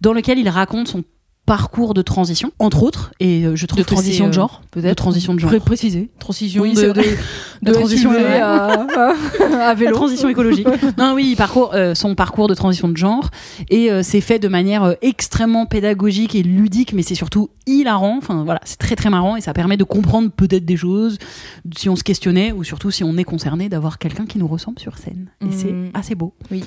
Speaker 3: dans lequel il raconte son parcours de transition entre autres et euh, je trouve
Speaker 2: de
Speaker 3: que
Speaker 2: transition
Speaker 3: c'est,
Speaker 2: de
Speaker 3: euh,
Speaker 2: genre, peut-être.
Speaker 3: de transition de genre.
Speaker 2: Pré- Préciser. Transition
Speaker 3: Oui, c'est
Speaker 2: de, de,
Speaker 3: vrai.
Speaker 2: de
Speaker 3: transition,
Speaker 2: SUV
Speaker 3: ouais.
Speaker 5: euh.
Speaker 2: à, à
Speaker 3: La
Speaker 2: vélo.
Speaker 3: transition écologique. non, oui, il parcourt, euh, son parcours de transition de genre. Et euh, c'est fait de manière euh, extrêmement pédagogique et ludique, mais c'est surtout hilarant. Enfin, voilà, c'est très très marrant et ça permet de comprendre peut-être des choses si on se questionnait ou surtout si on est concerné d'avoir quelqu'un qui nous ressemble sur scène. Et
Speaker 2: Mhm.
Speaker 3: c'est assez beau.
Speaker 2: Oui.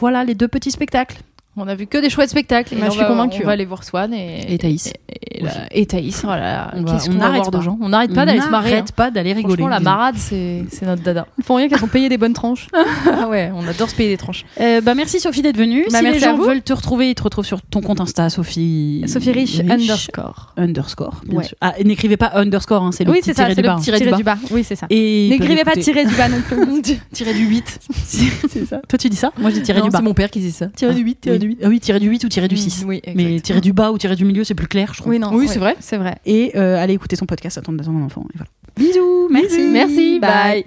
Speaker 3: Voilà les deux petits spectacles.
Speaker 2: On a vu que des chouettes spectacles. et
Speaker 5: Bah,
Speaker 2: là,
Speaker 5: je
Speaker 2: on
Speaker 5: suis
Speaker 2: va-
Speaker 5: convaincue.
Speaker 2: On va aller voir Swan et,
Speaker 3: Et Thaïs.
Speaker 2: Et, et la- et Thaïs, voilà.
Speaker 3: On va-
Speaker 2: Qu'est-ce
Speaker 3: on
Speaker 2: qu'on va
Speaker 3: n'arrête
Speaker 2: voir de
Speaker 3: pas.
Speaker 2: gens On n'arrête pas d'aller se marrer. hein.
Speaker 3: N'arrête pas d'aller rigoler.
Speaker 2: Franchement, la
Speaker 3: disons.
Speaker 2: marade, c'est c'est notre dada.
Speaker 5: Ils font rien qu'elles ont payé des bonnes tranches.
Speaker 2: Ah ouais, on adore se payer des tranches.
Speaker 3: Euh, bah, merci Sophie d'être venue.
Speaker 5: Bah,
Speaker 3: si les
Speaker 5: merci à
Speaker 3: gens
Speaker 5: vous.
Speaker 3: veulent te retrouver, ils te retrouvent sur ton compte Insta, Sophie.
Speaker 5: Sophie Rich, underscore.
Speaker 3: Underscore, bien
Speaker 5: Ouais.
Speaker 3: sûr. Ah, et n'écrivez pas underscore, hein, c'est le
Speaker 5: Oui,
Speaker 3: petit
Speaker 5: c'est ça,
Speaker 3: tiré
Speaker 5: c'est
Speaker 3: du bas.
Speaker 5: le petit tiré du bas. Oui, c'est ça.
Speaker 3: Et
Speaker 5: N'écrivez pas
Speaker 3: tiré
Speaker 5: tiré du bas non plus.
Speaker 3: Tirer du 8. c'est ça. Toi, tu dis ça Moi, j'ai tiré
Speaker 2: Non,
Speaker 3: du bas.
Speaker 2: C'est mon père qui dit ça.
Speaker 3: Tirer du 8, tirer du 8. Ah oui, tirer du 8 ou tirer du 6.
Speaker 2: Oui,
Speaker 3: Mais tirer du bas ou tirer du milieu, c'est plus clair, je trouve.
Speaker 5: Oui, non.
Speaker 2: Oui, c'est vrai.
Speaker 5: C'est vrai.
Speaker 3: Et euh, allez écouter son podcast, attendre d'attendre un enfant. Et voilà. Bisous, merci.
Speaker 2: Merci, bye.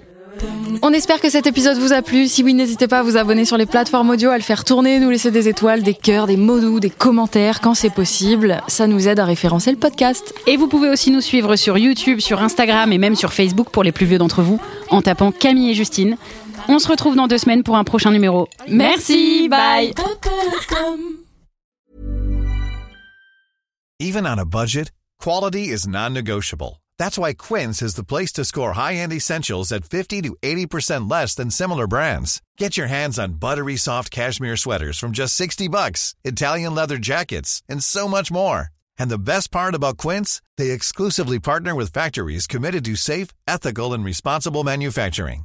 Speaker 7: On espère que cet épisode vous a plu. Si oui, n'hésitez pas à vous abonner sur les plateformes audio, à le faire tourner, nous laisser des étoiles, des cœurs, des mots doux, des commentaires quand c'est possible. Ça nous aide à référencer le podcast.
Speaker 3: Et vous pouvez aussi nous suivre sur YouTube, sur Instagram et même sur Facebook pour les plus vieux d'entre vous en tapant Camille et Justine. On se retrouve dans deux semaines pour un prochain numéro. Merci, bye.
Speaker 8: Even on a budget, quality is non-negotiable. That's why Quince is the place to score high-end essentials at 50 to 80% less than similar brands. Get your hands on buttery soft cashmere sweaters from just 60 bucks, Italian leather jackets, and so much more. And the best part about Quince, they exclusively partner with factories committed to safe, ethical, and responsible manufacturing.